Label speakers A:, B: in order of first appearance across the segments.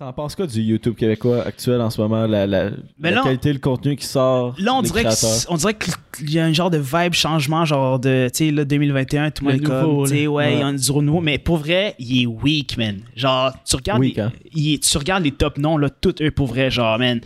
A: T'en penses quoi du YouTube québécois actuel en ce moment? La, la,
B: Mais
A: la
B: là,
A: qualité, le contenu qui sort.
B: Là, on
A: des
B: dirait, que
A: créateurs.
B: c- on dirait qu'il y a un genre de vibe changement, genre de, tu sais, là, 2021, tout le
C: Le
B: monde est
C: nouveau,
B: comme, tu sais,
C: là.
B: ouais, il y a
C: Ouais.
B: un du renouveau, mais pour vrai, il est weak, man. Genre, tu regardes,
A: Weak,
B: les,
A: hein?
B: il est- tu regardes les top noms, là, tous eux pour vrai, genre, man.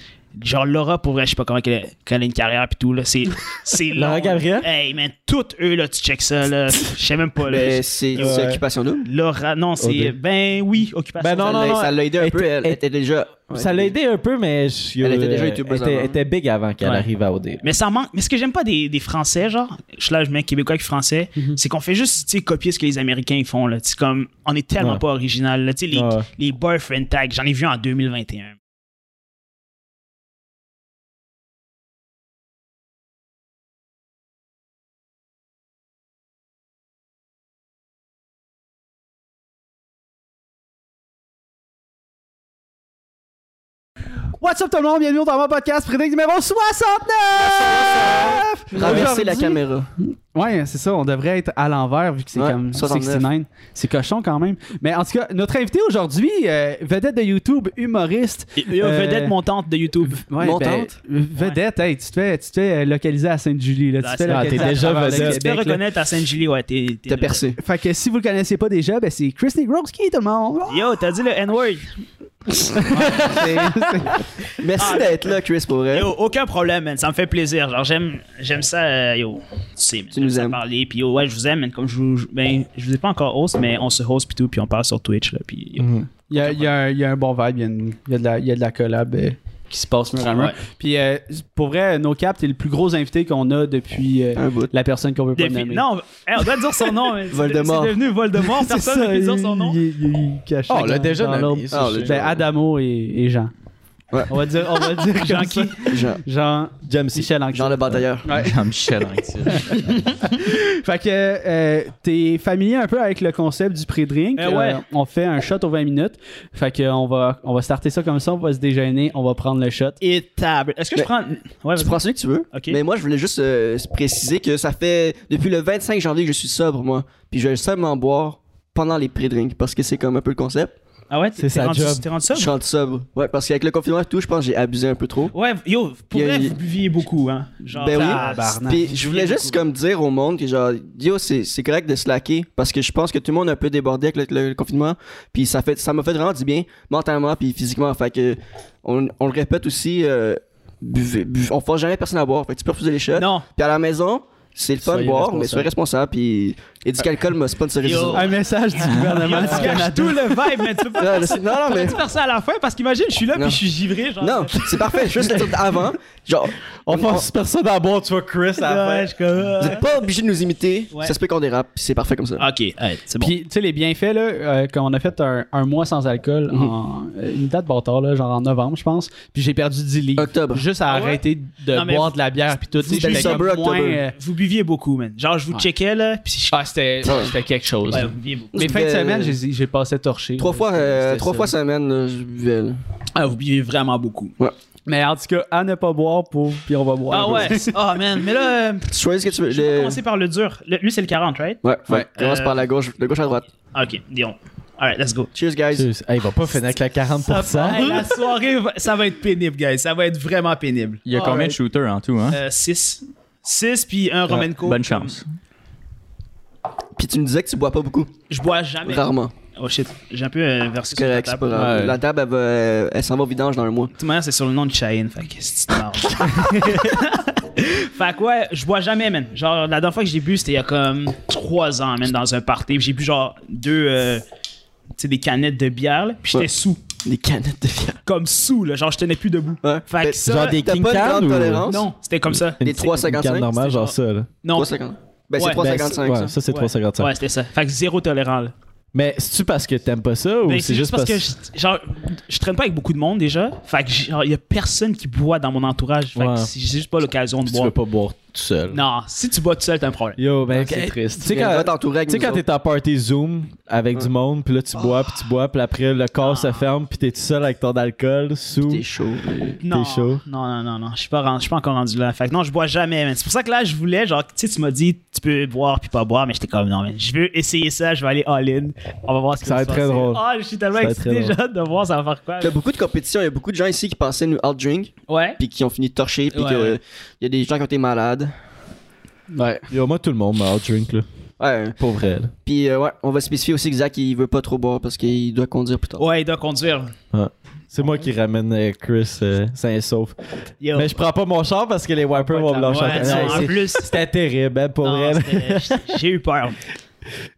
B: Genre, Laura, pour vrai, je sais pas comment qu'elle a- qu'elle a une carrière pis tout, là, c'est c'est long.
A: Laura Gabriel?
B: Hey, man, toutes eux, là, tu check ça, là, je sais même pas, là.
D: Mais c'est
A: Ouais.
D: c'est Occupation Double.
B: Laura, non, c'est,
A: Audrey.
B: ben oui, occupation.
A: Ben non,
D: Ça
A: non,
D: l'a-
A: non.
D: Ça l'a aidé un
A: Elle
D: peu,
A: était-
D: elle
A: elle-
D: était déjà.
A: Ça l'a aidé un peu, mais je-
D: Elle était déjà
A: euh,
D: youtubeuse
A: était,
D: avant.
A: était big avant qu'elle
B: Ouais.
A: arrive à OD.
B: Mais ça manque. Mais ce que j'aime pas des, des Français, genre, je là, je mets Québécois avec Français,
C: Mhm.
B: c'est qu'on fait juste, tu sais, copier ce que les Américains ils font, là. Tu sais, comme, on est tellement
A: Ouais.
B: pas original, là. Tu sais, les,
A: Ouais.
B: les boyfriend tags, j'en ai vu en 2021.
C: What's up tout le monde, bienvenue dans mon podcast Prédic numéro 69!
D: Traverser
C: Aujourd'hui-
D: la caméra.
C: Ouais, c'est ça, on devrait être à l'envers vu que c'est
D: Ouais,
C: comme
D: 69.
C: 69. C'est cochon quand même. Mais en tout cas, notre invité aujourd'hui, euh, vedette de YouTube, humoriste.
B: Et,
C: euh,
B: vedette montante de YouTube.
C: Ouais,
D: Montante.
C: ben, euh, vedette, hey, tu te fais, tu te fais euh, localiser à Sainte-Julie. Là,
B: Ah,
C: tu te fais
B: c'est- ah,
C: localiser
A: t'es
C: à
A: déjà
C: travers le
A: vedette.
B: Tu peux
C: Québec, là.
B: reconnaître à Saint-Julie, ouais, t'es. t'es
D: T'as
B: là.
D: percé.
C: Fait que si vous le connaissez pas déjà, ben c'est Chris Negrowski, tout le monde.
B: Yo, t'as dit le N-word.
C: C'est- c'est-
D: Merci d'être là, Chris, pour vrai.
B: Yo, aucun problème, man. Ça me fait plaisir. Genre, j'aime, j'aime ça, euh, yo. Tu sais, man,
D: Tu nous
B: j'aime ça
D: aimes.
B: Parler, puis yo, ouais, je vous aime, man. Comme je vous. je- Ben, je vous ai pas encore host, mais on se host, puis tout, puis on parle sur Twitch, là. Puis yo.
C: il, y a, il y a un, il y a un bon vibe, il y a, une- il y a de, la, il y a de la collab euh, qui se passe mur à mur.
B: Ouais.
C: Puis euh, pour vrai, NoCap, t'es le plus gros invité qu'on a depuis euh,
D: Un bout.
C: la personne qu'on veut pas
B: Défi-
C: nommer.
B: Non, on va- hey, on doit dire son nom. mais c'est-
D: Voldemort.
B: C'est devenu Voldemort.
C: C'est
B: Personne ne
C: ça,
B: peut dire son
C: il-
B: nom.
C: Il, il- il cache
A: Oh,
C: ça
A: on l'a
C: dans-
A: déjà
C: dans l'autre.
A: nommé. ça,
D: Ah,
A: je
D: le-
A: sais.
C: Ben, Adamo et, et Jean.
D: Ouais.
C: On va dire, on va dire
B: Jean
C: comme ça.
B: qui?
D: Jean,
C: Jean,
A: James, c'est-
C: Ben, Michel Anxel.
D: Jean le batailleur.
C: Ouais.
E: Jean-Michel Anctil.
C: Fait que euh, t'es familier un peu avec le concept du pré-drink.
B: Eh ouais.
C: Euh, on fait un shot aux 20 minutes. Fait que euh, on va, on va starter ça comme ça, on va se déjeuner, on va prendre le shot.
B: Et table. Est-ce que je
D: Mais-
B: prends. Ouais,
D: Tu
B: vas-y.
D: prends celui que tu veux.
B: Ok.
D: Mais moi, je voulais juste euh, préciser que ça fait depuis le 25 janvier que je suis sobre, moi. Puis je vais seulement boire pendant les pré-drinks parce que c'est comme un peu le concept.
B: Ah ouais, t'es
A: sa
B: rendu,
A: job.
B: t'es rendu ça?
D: Je rentre sobre. Ouais, parce qu'avec le confinement et tout, je pense que j'ai abusé un peu trop.
B: Ouais, yo, pour
D: Il y a-
B: vrai, vous buviez beaucoup, hein. Genre,
D: Ben oui.
B: ah,
C: Tabarnak.
D: Puis je voulais juste comme dire au monde que genre yo c'est c'est correct de slacker parce que je pense que tout le monde a un peu débordé avec le, le confinement puis ça fait ça m'a fait vraiment du bien mentalement puis physiquement fait que on, on le répète aussi euh, buvez, buvez- on force jamais personne à boire fait que tu peux refuser les shots
B: Non.
D: puis à la maison c'est le fun de
A: Soyez
D: boire
A: responsable.
D: mais sois responsable puis Éduc Alcool m'a sponsorisé
B: Yo.
D: ça.
C: Un message du gouvernement
B: Tu
C: du
B: caches
C: Canada.
B: tout le vibe, mais tu peux pas
D: non, c'est- non, non, mais
B: tu peux faire ça à la fin parce qu'imagine, je suis là
D: Non.
B: puis je suis givré. Genre,
D: non c'est parfait juste le truc avant genre
A: On force personne à boire, tu vois, Chris, à la fin.
B: Ouais, je suis comme,
D: vous
B: euh.
D: êtes pas obligé de nous imiter
B: Ouais.
D: ça se peut qu'on dérape puis c'est parfait comme ça
B: Ok, hey, c'est bon.
C: Puis, tu sais, les bienfaits, là, euh, quand on a fait un, un mois sans alcool, en,
D: Mhm.
C: euh, une date bâtard, là, genre en novembre, je pense, puis j'ai perdu 10 livres.
D: Octobre.
C: Juste à
B: Ah ouais?
C: arrêter de
B: Non, mais
C: boire
B: vous-
C: de la bière, puis tout. tu sais,
B: vous
C: j'étais
D: sober
C: comme
D: October.
C: moins, euh,
B: Vous buviez beaucoup, man. Genre, je vous
C: Ouais.
B: checkais là, puis je.
C: Ah, c'était
D: Ouais. Euh,
C: c'était quelque chose.
B: Ouais, vous buviez beaucoup.
C: Mais fin de semaine, j'ai j'ai passé torché.
D: trois
C: là,
D: fois euh,
C: c'était
D: trois
C: ça.
D: fois semaine là, je buvais là.
B: Ah, vous buviez vraiment beaucoup.
C: Mais en tout cas, à ne pas boire, pour, puis on va boire.
B: Ah ouais, ah man, mais là, euh,
D: Tu choisis ce que tu veux.
B: je vais
D: Le-
B: commencer par le dur. Le- lui, c'est le 40, right?
D: Ouais, ouais. Commence
B: Euh,
D: par la gauche, de gauche à droite.
B: Ah, Ok, disons. Alright, let's go.
D: Cheers, guys.
A: Cheers. Hey, il va pas finir avec la 40%.
B: Hey, la soirée, va- ça va être pénible, guys. Ça va être vraiment pénible.
E: Il y a combien de shooters en
B: Euh,
E: tout, hein?
B: 6. 6 puis un Romanco.
E: Ah, Bonne chance.
D: Puis tu me disais que tu bois pas beaucoup,
B: Je bois jamais.
D: rarement.
B: Oh shit, j'ai un peu euh, versé
D: C'est
B: sur la
D: correct, c'est
B: table.
D: pas grave.
E: Ouais.
D: La table, elle, va, euh, elle s'en va au vidange dans un mois.
B: De toute manière, c'est sur le nom de Cheyenne, fait que c'est une marde. Fait que ouais, je bois jamais, man. Genre, la dernière fois que j'ai bu, c'était il y a comme 3 ans, man, dans un party. Puis J'ai bu genre deux, euh, tu sais, des canettes de bière, là, puis j'étais
D: Ouais.
B: sous.
D: Des canettes de bière.
B: Comme sous, là. Genre, je tenais plus debout.
D: Ouais.
B: Fait que
D: T'as-
B: ça,
A: Genre des
D: T'as
A: King
D: pas
A: Can
D: de
A: ou-
D: grande tolérance?
B: Non, c'était comme ça.
D: Des
A: Une
D: 3,55?
A: canne normale,
D: c'était
A: genre ça, là.
B: Non.
D: 3,50. Ben,
B: Ouais.
D: c'est
A: Ben,
D: 3,55.
A: c'est- ouais,
D: ça.
A: ça, c'est 3,55.
B: Ouais, c'était ça. Fait que zéro tolérant, là.
A: Mais c'est-tu parce que t'aimes pas ça ou
B: Ben,
A: c'est juste parce que.
B: que je, genre, je traîne pas avec beaucoup de monde déjà. Fait que genre, il y a personne qui boit dans mon entourage. Fait
A: Ouais.
B: que c'est- j'ai juste pas l'occasion de
A: Tu veux
B: boire.
A: pas boire tout seul.
B: Non, si tu bois tout seul, t'as un problème.
A: Yo, ben,
D: c'est
A: eh,
D: triste.
A: Tu sais,
D: Tu viendras
A: quand,
D: t'entourer avec
A: tu sais,
D: nous
A: quand
D: autres.
A: t'es en party Zoom avec du monde, puis là, tu bois, puis tu bois, puis après, le corps se ferme, puis t'es tout seul avec ton alcool, sous.
D: T'es chaud. mais-
B: Non,
A: chaud?
B: non, non, non, non, je suis pas, ren- je suis pas encore rendu là. Fait que non, je bois jamais, man. C'est pour ça que là, je voulais, genre, tu sais, tu m'as dit, tu peux boire puis pas boire, mais j'étais comme, non, man, je veux essayer ça, je vais aller all-in. On va voir ce que
A: Ça va être très drôle.
B: Ah, je suis tellement
A: Ça va être très
B: excité déjà de voir ça va faire quoi.
D: T'as beaucoup de compétitions. Il y a beaucoup de gens ici qui passaient nous out-drink,
B: Ouais.
D: puis qui ont fini de torcher, puis
B: Ouais,
D: que, euh, il
B: ouais.
D: y a des gens qui ont été malades.
C: Ouais.
A: Yo, moi, tout le monde m'a drink là.
D: Ouais.
A: Pour vrai, là.
D: Puis, euh, ouais, on va spécifier aussi que Zach, il veut pas trop boire parce qu'il doit conduire plus tard.
B: Ouais, il doit conduire.
A: C'est moi qui ramène euh, Chris euh, sain et sauf.
B: Yo.
A: Mais je prends pas mon char parce que les wipers vont me lâcher.
B: Ouais, non,
A: Ouais,
B: en
A: c'est-
B: plus,
A: C'était terrible, hein, pour
B: non,
A: vrai.
B: c'était- j'ai- j'ai eu peur.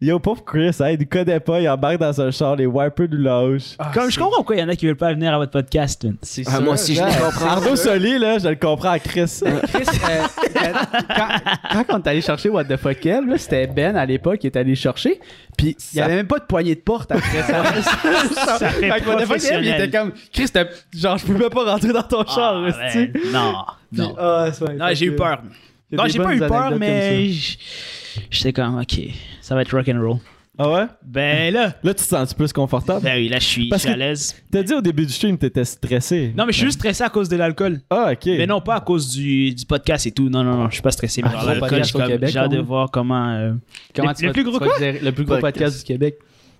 A: Yo, pauvre Chris, hein, il nous connaît pas, il embarque dans un char, les wipers nous lâchent.
C: Ah,
B: Comme je comprends pourquoi il y en a qui veulent pas venir à votre podcast. man.
E: C'est
D: Ah, moi aussi, je les comprends.
A: Arnaud Soli, là, je le comprends à Chris.
C: Chris, euh, quand, quand on est allé chercher What the fuck Kev, là, c'était Ben à l'époque qui est allé chercher, puis il y
A: Ça-
C: avait même pas de poignée de porte après ça.
B: Ça fait
C: Fait que What the fuck Kev, il
B: professionnel.
C: était comme Chris, t'as- genre je pouvais pas rentrer dans ton char,
B: Ah,
C: esti.
B: ben, non,
C: Puis-
B: non.
C: ah, c'est vrai,
B: Non,
C: fait
B: j'ai eu
C: que-
B: peur.
C: y a
B: Non,
C: des
B: j'ai pas eu
C: bonnes
B: peur,
C: anecdotes
B: mais
C: comme
B: j- j'étais comme, ok, ça va être rock and roll.
A: Ah ouais?
B: Ben là,
A: Là, tu te sens plus confortable?
B: ben oui, là je suis je
A: Parce
B: suis à
A: que-
B: l'aise.
A: T'as dit au début du stream, t'étais stressé.
B: Non, mais je suis juste stressé à cause de l'alcool.
A: Ah, ok.
B: Mais non, pas à cause du, du podcast et tout. Non, non, non, je suis pas stressé. Mais
C: Ah,
B: par
C: gros
B: l'alcool,
C: podcast
B: je suis
C: au
B: comme-
C: Québec,
B: j'ai hâte de
C: quand même.
B: voir comment. euh,
C: Comment
B: Le-
C: tu
B: le
C: vas-
B: plus
C: tu
B: gros
C: vas
B: quoi?
C: gérer Le plus gros
D: Podcast.
C: podcast du Québec,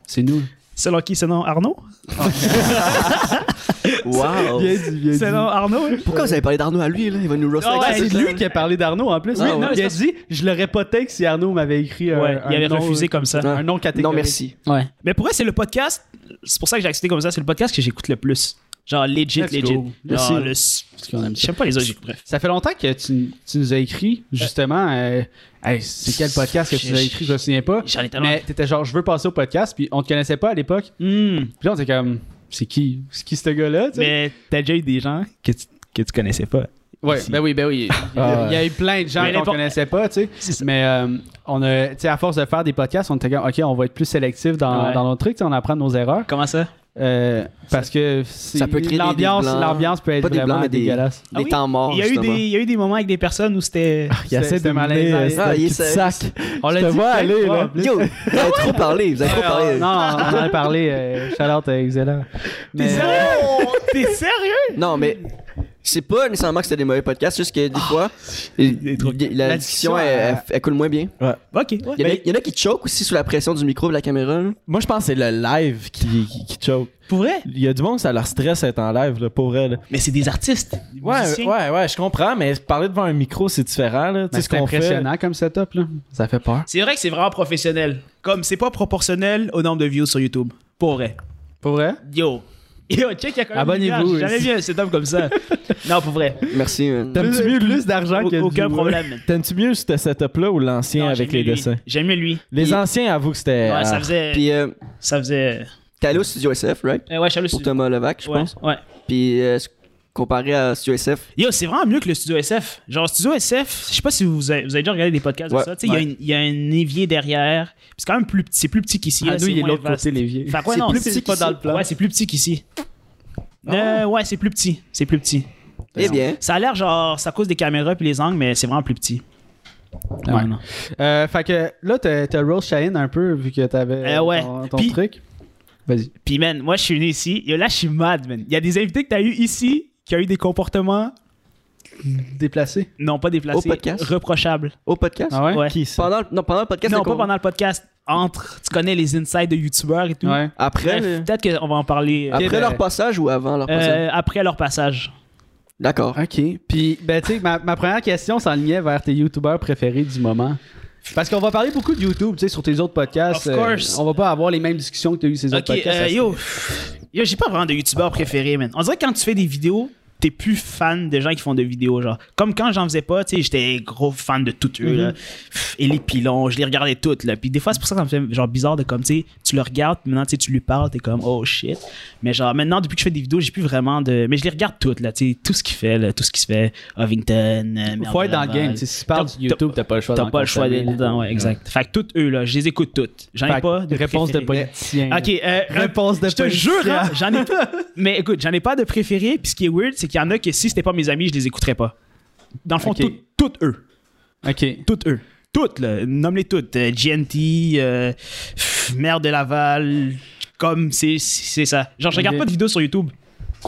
C: c'est nous.
B: Selon qui Selon Arnaud
D: Wow.
C: Bien dit, bien dit.
B: Selon Arnaud hein?
D: Pourquoi vous avez parlé d'Arnaud à lui, là? Il va nous roaster
B: Ah
D: avec
B: ouais,
D: ça,
C: C'est
D: c'est
C: lui
D: ça.
C: qui a parlé d'arnaud en plus.
D: Oui, non,
C: il a dit Je l'aurais pas take si Arnaud m'avait écrit un,
B: Ouais,
C: un
B: il avait
C: nom, euh.
B: refusé comme ça.
C: un nom catégorique.
D: Non, merci.
B: Ouais. Mais pour vrai, c'est le podcast. C'est pour ça que j'ai accepté comme ça. C'est le podcast que j'écoute le plus. Genre, legit,
C: Let's
B: legit.
C: go.
B: Genre,
D: Merci.
B: le-
C: qu'on aime ça.
B: Je sais pas les autres, j'écoute. Bref.
C: Ça fait longtemps que tu, tu nous as écrit, justement. euh, hey, c'est quel podcast que tu nous as écrit Je me souviens pas.
B: J'en ai tellement.
C: Mais t'étais genre Je veux passer au podcast, puis on te connaissait pas à l'époque.
B: Hmm.
C: Puis là, on était comme C'est qui C'est qui ce gars-là tu sais?
B: Mais t'as déjà eu des gens que tu, que tu connaissais pas.
C: Ouais, ben oui, ben oui. Il y a- il y a eu plein de gens
B: Mais
C: qu'on
B: l'impo-
C: connaissait pas, tu sais.
B: C'est ça.
C: Mais euh, on a, tu sais, à force de faire des podcasts, on était comme, OK, on va être plus sélectif dans,
B: Ouais.
C: dans notre truc, tu sais, on apprend de nos erreurs.
B: Comment ça?
C: Euh, parce que c'est-
D: Ça peut créer des- des
C: l'ambiance,
D: blancs.
C: l'ambiance peut être
D: Pas des
C: vraiment
D: blancs, mais des-
C: dégueulasse.
B: Ah
D: Des
B: oui?
D: temps
B: Il
D: morts,
C: Oh,
B: y, a eu
D: justement.
B: des, il y a eu des moments avec des personnes où c'était.
A: Il essaie
C: C'était
A: de m'aller.
C: malaisant.
A: euh, c'est
D: Ah,
A: un
D: il
A: cul de
D: essaie-
A: sac.
C: On l'a
A: te
C: dit
A: vois
C: plein
A: aller,
C: de fois,
A: là.
C: en plus.
D: Yo, vous avez trop parlé, vous avez trop parlé.
C: Non, on en a parlé. Euh, shout-out à Excellent. Mais,
B: T'es sérieux?
D: Non, mais c'est pas nécessairement que c'était des mauvais podcasts, juste que des
B: Ah,
D: fois, il- il- la,
B: La discussion,
D: discussion,
B: euh,
D: elle,
B: elle-
D: elle- elle coule moins bien.
B: Ok,
D: Il y, en a,
B: ouais. Ben,
D: il y en a qui choquent aussi sous la pression du micro et de la caméra. là.
A: Moi, je pense que c'est le live qui, qui, qui choke.
B: Pour vrai?
A: Il y a du monde, ça leur stresse d'être en live, là, pour elle.
B: Mais c'est des artistes. des
A: Ouais,
B: musiciens.
A: ouais, ouais, je comprends, mais parler devant un micro, c'est différent,
B: Ben,
A: là. Tu sais ce
C: c'est
A: qu'on fait.
C: impressionnant comme setup, là. Ça fait peur.
B: C'est vrai que c'est vraiment professionnel. Comme c'est pas proportionnel au nombre de views sur YouTube. Pour vrai.
C: Pour vrai?
B: Yo. Yo, check, il y a quand même.
C: Abonnez-vous,
B: des gars. J'ai Jamais vu un setup comme ça. non, pour vrai.
D: Merci. euh. man.
A: T'aimes-tu mieux,
C: plus d'argent que
B: Au- aucun
C: du- Ah,
B: problème. man.
A: t'aimes-tu mieux ce setup-là ou l'ancien
B: Non,
A: avec les
B: j'aimais lui.
A: dessins?
B: J'aimais lui.
A: Les
D: Puis-
A: anciens avouent que c'était.
B: Ouais, ça
A: ah,
B: faisait.
D: Puis, euh,
B: Ça faisait.
D: t'es allé au studio SF, right?
B: Euh, ouais, Charles
D: Pour Thomas Levac, je
B: Ouais,
D: pense.
B: ouais.
D: Puis, euh, comparé à studio SF,
B: Yo, c'est vraiment mieux que le studio SF. Genre, studio SF, je sais pas si vous avez, vous avez déjà regardé des podcasts
D: Ouais.
B: de ça. Tu sais, il y a
D: Ouais.
B: une- il y, a un évier derrière. Puis C'est quand même plus petit. C'est plus petit qu'ici.
C: Ah,
B: là,
C: nous,
B: c'est
C: il est de
B: moins
C: l'autre
B: vaste.
C: côté, l'évier.
B: Fait que ouais, non,
C: plus
B: c'est-
C: petit
B: c'est pas
C: qu'ici.
B: dans le plan. Ouais, c'est plus petit qu'ici. Euh, ouais, c'est plus petit. C'est plus petit.
D: eh bien,
B: Ça a l'air genre, ça cause des caméras puis les angles, mais c'est vraiment plus petit.
C: Ah, ouais, non. Euh, fait que là, t'as t'as Rose Shane un peu, vu que t'avais
B: Euh, ouais.
C: ton, ton
B: Puis-
C: truc. Vas-y.
B: Puis man, moi je suis venu ici. Yo, là je suis mad, man. Il y a des invités que t'as eu ici qui ont eu des comportements
C: Déplacé.
B: non pas déplacés,
D: Au podcast?
B: reprochables.
D: au podcast.
C: Ah ouais?
B: Ouais.
A: Qui ça?
D: Pendant, le- non, pendant le podcast,
B: Non,
D: c'est
B: pas
D: qu'on-
B: pendant le podcast. Entre, tu connais les insides de youtubeurs et tout.
C: Ouais.
D: Après,
B: Bref,
D: le-
B: peut-être qu'on va en parler euh,
D: après
C: ben-
D: leur passage ou avant leur passage?
B: euh, après leur passage.
D: D'accord.
C: OK. Puis, ben, tu sais, ma, ma première question s'enlignait vers tes YouTubers préférés du moment. Parce qu'on va parler beaucoup de YouTube, tu sais, sur tes autres podcasts. euh,
B: Of course.
C: on va pas avoir les mêmes discussions que tu as eues sur ces
B: Ok,
C: autres podcasts.
B: euh,
C: ça,
B: yo, yo j'ai pas vraiment de youtubeur préféré, man. On dirait que quand tu fais des vidéos, t'es plus fan des gens qui font des vidéos, genre. Comme quand j'en faisais pas, tu sais, j'étais gros fan de toutes eux,
C: Mhm.
B: là. Pff, Et les pilons, je les regardais toutes, là. Puis des fois, c'est pour ça que ça me fait genre bizarre de comme, tu sais, tu le regardes, puis maintenant, tu sais, tu lui parles, t'es comme, oh shit. Mais genre, maintenant, depuis que je fais des vidéos, j'ai plus vraiment de. Mais je les regarde toutes, là, tu sais, tout ce qu'il fait, là, tout ce qui se fait. Ovington, euh,
C: c'est-
B: Merde
C: Faut être
B: de
C: dans le
B: Laval.
C: game. tu sais, Si tu parles
B: T'as-
C: du YouTube, t'as pas le choix
B: T'as
C: d'en
B: pas le choix
C: consommer.
B: d'être dedans, ouais, exact. Fait que toutes eux, là, je les écoute toutes. J'en ai
C: Fait
B: pas
C: que
B: de
C: réponse de
B: préféré.
C: politicien.
B: Ok, euh,
C: Réponse de
B: Je te
C: politicien.
B: jure, hein, j'en ai pas. Mais écoute, j'en ai pas de préféré. Puis ce qui est weird, c'est qu'il y en a que si c'était pas mes amis, je les écouterais pas. Dans le fond,
C: Ok.
B: tout- toutes eux.
C: Ok.
B: Toutes eux. Toutes, là. Nomme-les toutes. Euh, GNT, euh, pff, Mère de Laval, comme, c'est c'est ça. Genre, je regarde
C: Ok.
B: pas de vidéos sur YouTube.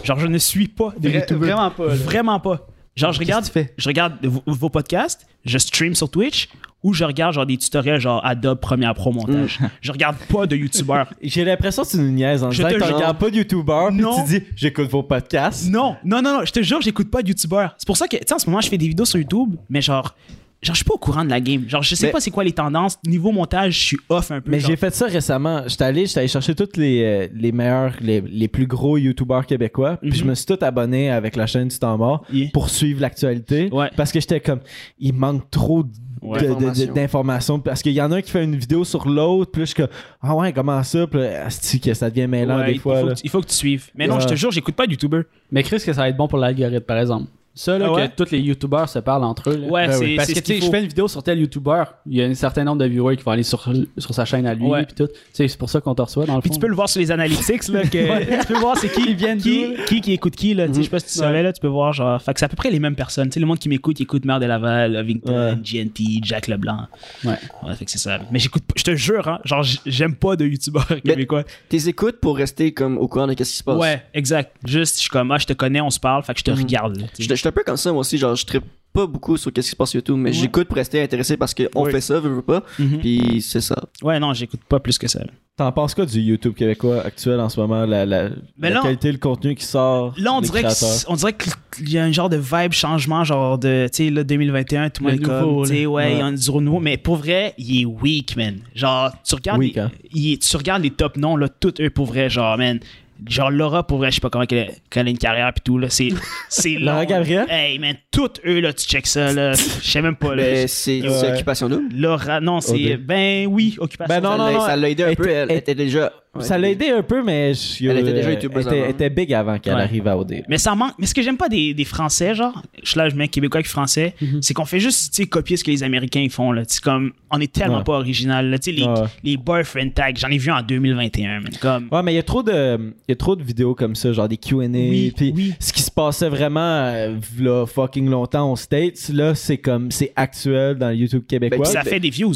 B: Genre, je ne suis pas de
C: Vra-
B: YouTubeurs.
C: vraiment pas, là.
B: Vraiment pas. Genre, je regarde,
C: que tu fais?
B: je regarde vos, vos podcasts, je stream sur Twitch ou je regarde genre des tutoriels genre Adobe Premiere Pro montage.
C: Mm.
B: Je regarde pas de YouTubeurs.
A: J'ai l'impression que tu nous niaises en
B: Je
A: disant
B: te
A: que tu
B: jure.
A: regardes pas de YouTubeur puis
B: Non.
A: tu dis j'écoute vos podcasts.
B: Non, non, non, non, je te jure, j'écoute pas de youtubeurs. C'est pour ça que, tu sais, en ce moment, je fais des vidéos sur YouTube, mais genre, genre, je suis pas au courant de la game. Genre, je sais
D: Mais-
B: pas c'est quoi les tendances. Niveau montage, je suis off un peu.
A: Mais
B: genre.
A: j'ai fait ça récemment. J'étais allé, j'étais allé chercher tous les, euh, les meilleurs, les, les plus gros youtubeurs québécois. Puis
B: Mhm.
A: je me suis tout abonné avec la chaîne du temps mort
B: Yeah.
A: pour suivre l'actualité.
B: Ouais.
A: Parce que j'étais comme, il manque trop de-
B: Ouais.
A: de- de- de-
D: D'informations.
A: d'informations. Parce qu'il y en a un qui fait une vidéo sur l'autre. Puis là, je suis comme, ah ouais, comment ça? Puis là, asti que ça devient mêlant
B: Ouais,
A: des
B: il,
A: fois.
B: faut
A: là.
B: que, tu- il faut que tu suives. Mais non,
A: Ouais.
B: je te jure, j'écoute pas de youtubeurs.
C: Mais Chris, que ça va être bon pour l'algorithme, par exemple. Ça, là,
B: Ah ouais?
C: que tous les YouTubers se parlent entre eux. là.
B: Ouais,
A: Ben
B: c'est
A: oui.
C: Parce
B: c'est
C: que,
B: ce qu'il
C: tu sais, je
B: faut.
C: fais une vidéo sur tel YouTuber, il y a un certain nombre de viewers qui vont aller sur, sur sa chaîne à lui,
B: Ouais.
C: puis tout. Tu sais, c'est pour ça qu'on te reçoit, dans le
B: Puis
C: fond.
B: tu peux le voir sur les analytics, là, que tu peux voir c'est qui,
C: Ils viennent
B: qui, qui, qui écoute qui, là. Tu sais, Je sais pas si tu
C: Ouais.
B: savais, là, tu peux voir, genre, fait que c'est à peu près les mêmes personnes. Tu sais, le monde qui m'écoute, il écoute Mère de Laval, Ovington,
A: Ouais.
B: GNT, Jack Leblanc.
C: Ouais.
B: Ouais, fait que c'est ça. Mais j'écoute, je te jure, hein, genre, j- j'aime pas de youtubeurs québécois.
D: T'es écoutes pour rester comme au courant de ce qui se passe.
B: Ouais, exact. Juste, je suis comme, ah, je te connais, on se parle, fait que je te regarde. là, tu
D: Je
B: sais.
D: je suis un peu comme ça, moi aussi. Genre, je trippe pas beaucoup sur qu'est-ce qui se passe sur YouTube, mais j'écoute pour rester intéressé parce qu'on
B: Oui.
D: fait ça, veux, veux pas.
B: Mhm.
D: Puis c'est ça.
B: Ouais, non, j'écoute pas plus que ça. là.
A: T'en penses quoi du YouTube québécois actuel en ce moment? La, la,
B: Mais
A: la
B: là,
A: qualité, le contenu qui sort.
B: Là, on
A: les
B: dirait, que
A: créateurs.
B: c'est- on dirait qu'il y a un genre de vibe changement, genre de, tu sais, là, 2021, tout le monde est
C: Le
B: comme,
C: nouveau,
B: tu sais,
C: là.
B: ouais, il y
A: Ouais.
B: a un du renouveau, mais pour vrai, il est weak, man. Genre, tu regardes,
A: Weak,
B: les,
A: hein.
B: il est- tu regardes les top noms, là, toutes eux pour vrai, genre, man. Genre, Laura, pour vrai, je sais pas comment qu'elle qu'elle a une carrière pis tout, là, c'est c'est long.
A: Laura Gabriel?
B: Hey, man, toutes eux, là, tu check ça, là, je sais même pas, là.
A: Ben,
D: Mais c'est
A: Ouais.
D: c'est occupation double.
B: Laura, non, c'est,
A: Audrey.
B: ben oui, occupation.
A: Ben non,
D: ça
A: non,
D: l'a-
A: non.
D: ça l'a aidé un
A: Elle
D: peu. Elle
A: elle-
D: était déjà.
A: ça l'a aidé un peu, mais je-
D: Elle était déjà
A: euh,
D: youtubeuse
A: était,
D: avant.
A: était big avant qu'elle
B: Ouais.
A: arrive à OD.
B: Mais ça manque. Mais ce que j'aime pas des, des Français, genre, je là, je mets Québécois avec Français,
A: Mhm.
B: c'est qu'on fait juste, tu sais, copier ce que les Américains ils font, là. Tu sais, comme, on est tellement
A: Ouais.
B: pas original, là. Tu sais, les,
A: Ouais.
B: les boyfriend tags, j'en ai vu en 2021, man. Comme,
A: Ouais, mais il y a trop de il y a trop de vidéos comme ça, genre des Q&A
B: Oui,
A: puis
B: oui.
A: ce qui se passait vraiment euh, v'là fucking longtemps aux States, là c'est comme c'est actuel dans le YouTube québécois.
D: Ben,
B: ça
D: ben-
B: fait des views.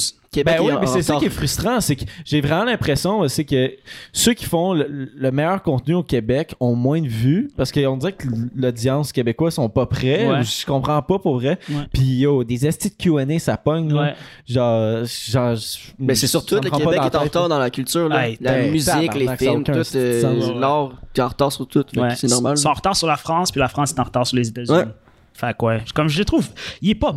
A: Ben oui, mais c'est ça qui est frustrant, c'est que j'ai vraiment l'impression euh, c'est que ceux qui font le, le meilleur contenu au Québec ont moins de vues parce qu'on dirait que l'audience québécoise sont pas prêts,
B: Ouais.
A: ou je comprends pas pour vrai.
B: Ouais.
A: Puis yo, des estis de Q&A ça pogne là.
B: Ouais.
A: Genre genre je-
D: Mais Ben, c'est surtout
A: ça me
D: le
A: prend pas
D: Québec
A: dans
D: qui
A: la
D: est en
A: tête, là.
D: retard dans la culture. là.
B: Hey,
D: La
A: ben,
D: musique,
A: tabarnak, ça
D: les
A: a
D: films,
A: aucun
D: tout.
A: petit sens,
D: euh,
B: ouais.
D: L'art, t'es en retard sur tout. fait que
B: Ouais.
D: C'est normal.
B: Ils sont en retard sur la France, puis la France est en retard sur les États-Unis.
D: Ouais.
B: Fait que ouais, comme je le trouve, il est pas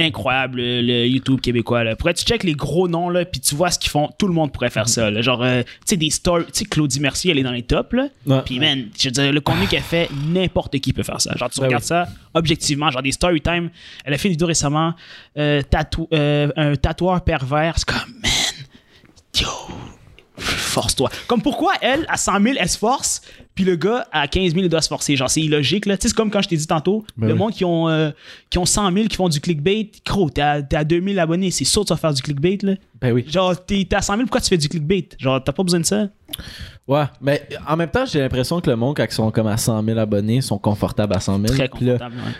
B: incroyable le, le YouTube québécois là. Pourrais tu check les gros noms là, puis tu vois ce qu'ils font, tout le monde pourrait faire ça. là. Genre, euh, tu sais des stars, tu sais Claudie Mercier, elle est dans les tops là.
A: Ouais.
B: Puis man, je veux dire le
D: Ah.
B: contenu qu'elle fait, n'importe qui peut faire ça. Genre tu
A: Ben
B: regardes
A: oui.
B: ça objectivement, genre des story time. Elle a fait une vidéo récemment, euh, tatou- euh, un tatoueur pervers, c'est comme man, yo, force-toi. Comme pourquoi elle, à 100 000, elle se force, puis le gars, à 15 000, il doit se forcer. Genre, c'est illogique, là. Tu sais, c'est comme quand je t'ai dit tantôt, le
A: Ben oui.
B: monde qui ont, euh, qui ont 100 000, qui font du clickbait, gros, t'es à, t'es à 2 000 abonnés, c'est sûr que tu vas faire du clickbait, là.
A: Ben oui.
B: Genre, t'es t'es à 100 000, pourquoi tu fais du clickbait? Genre, t'as pas besoin de ça?
A: Ben Ouais, mais euh, en même temps, j'ai l'impression que le monde, quand ils sont comme à 100 000 abonnés, sont confortables à 100 000.
B: Très
A: Puis là,
B: confortable, ouais.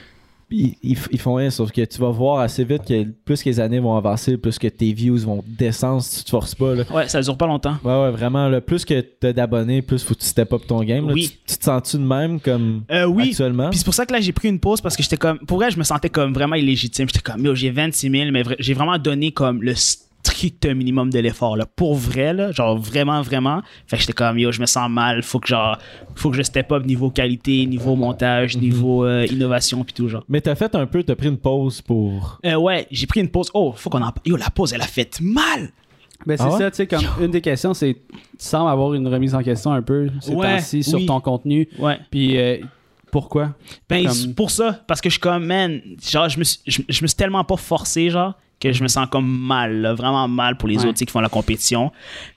A: ils, ils f- ils font rien, sauf que tu vas voir assez vite que plus que les années vont avancer, plus que tes views vont descendre si tu te forces pas. Là.
B: Ouais, ça dure pas longtemps.
A: Ouais, ouais, vraiment, là, plus que t'as d'abonnés, plus faut que tu step up ton game. là.
B: Oui.
A: Tu, tu te sens-tu de même comme
B: Euh, oui.
A: actuellement?
B: Puis c'est pour ça que là, j'ai pris une pause parce que j'étais comme. Pour vrai, je me sentais comme vraiment illégitime. J'étais comme, yo, j'ai 26 000, mais vra- j'ai vraiment donné comme le strict minimum de l'effort, là. Pour vrai, là. Genre vraiment, vraiment. Fait que j'étais comme, yo, je me sens mal. Faut que, genre, faut que je step up niveau qualité, niveau montage, niveau euh, innovation, puis tout, genre.
A: Mais t'as fait un peu, t'as pris une pause pour.
B: Euh, ouais, j'ai pris une pause. Oh, faut qu'on en. Yo, la pause, elle a fait mal!
C: Ben, c'est
A: Ah ouais?
C: ça, tu sais, comme une des questions, c'est tu sembles avoir une remise en question un peu ces
B: Ouais,
C: temps-ci sur
B: oui.
C: ton contenu.
B: Ouais.
C: Puis euh, pourquoi
B: Ben,
C: Comme-
B: c'est pour ça, parce que je suis comme, man, genre, je me suis, je, je me suis tellement pas forcé, genre, que je me sens comme mal, là, vraiment mal pour les
C: Ouais.
B: autres tu sais, qui font la compétition.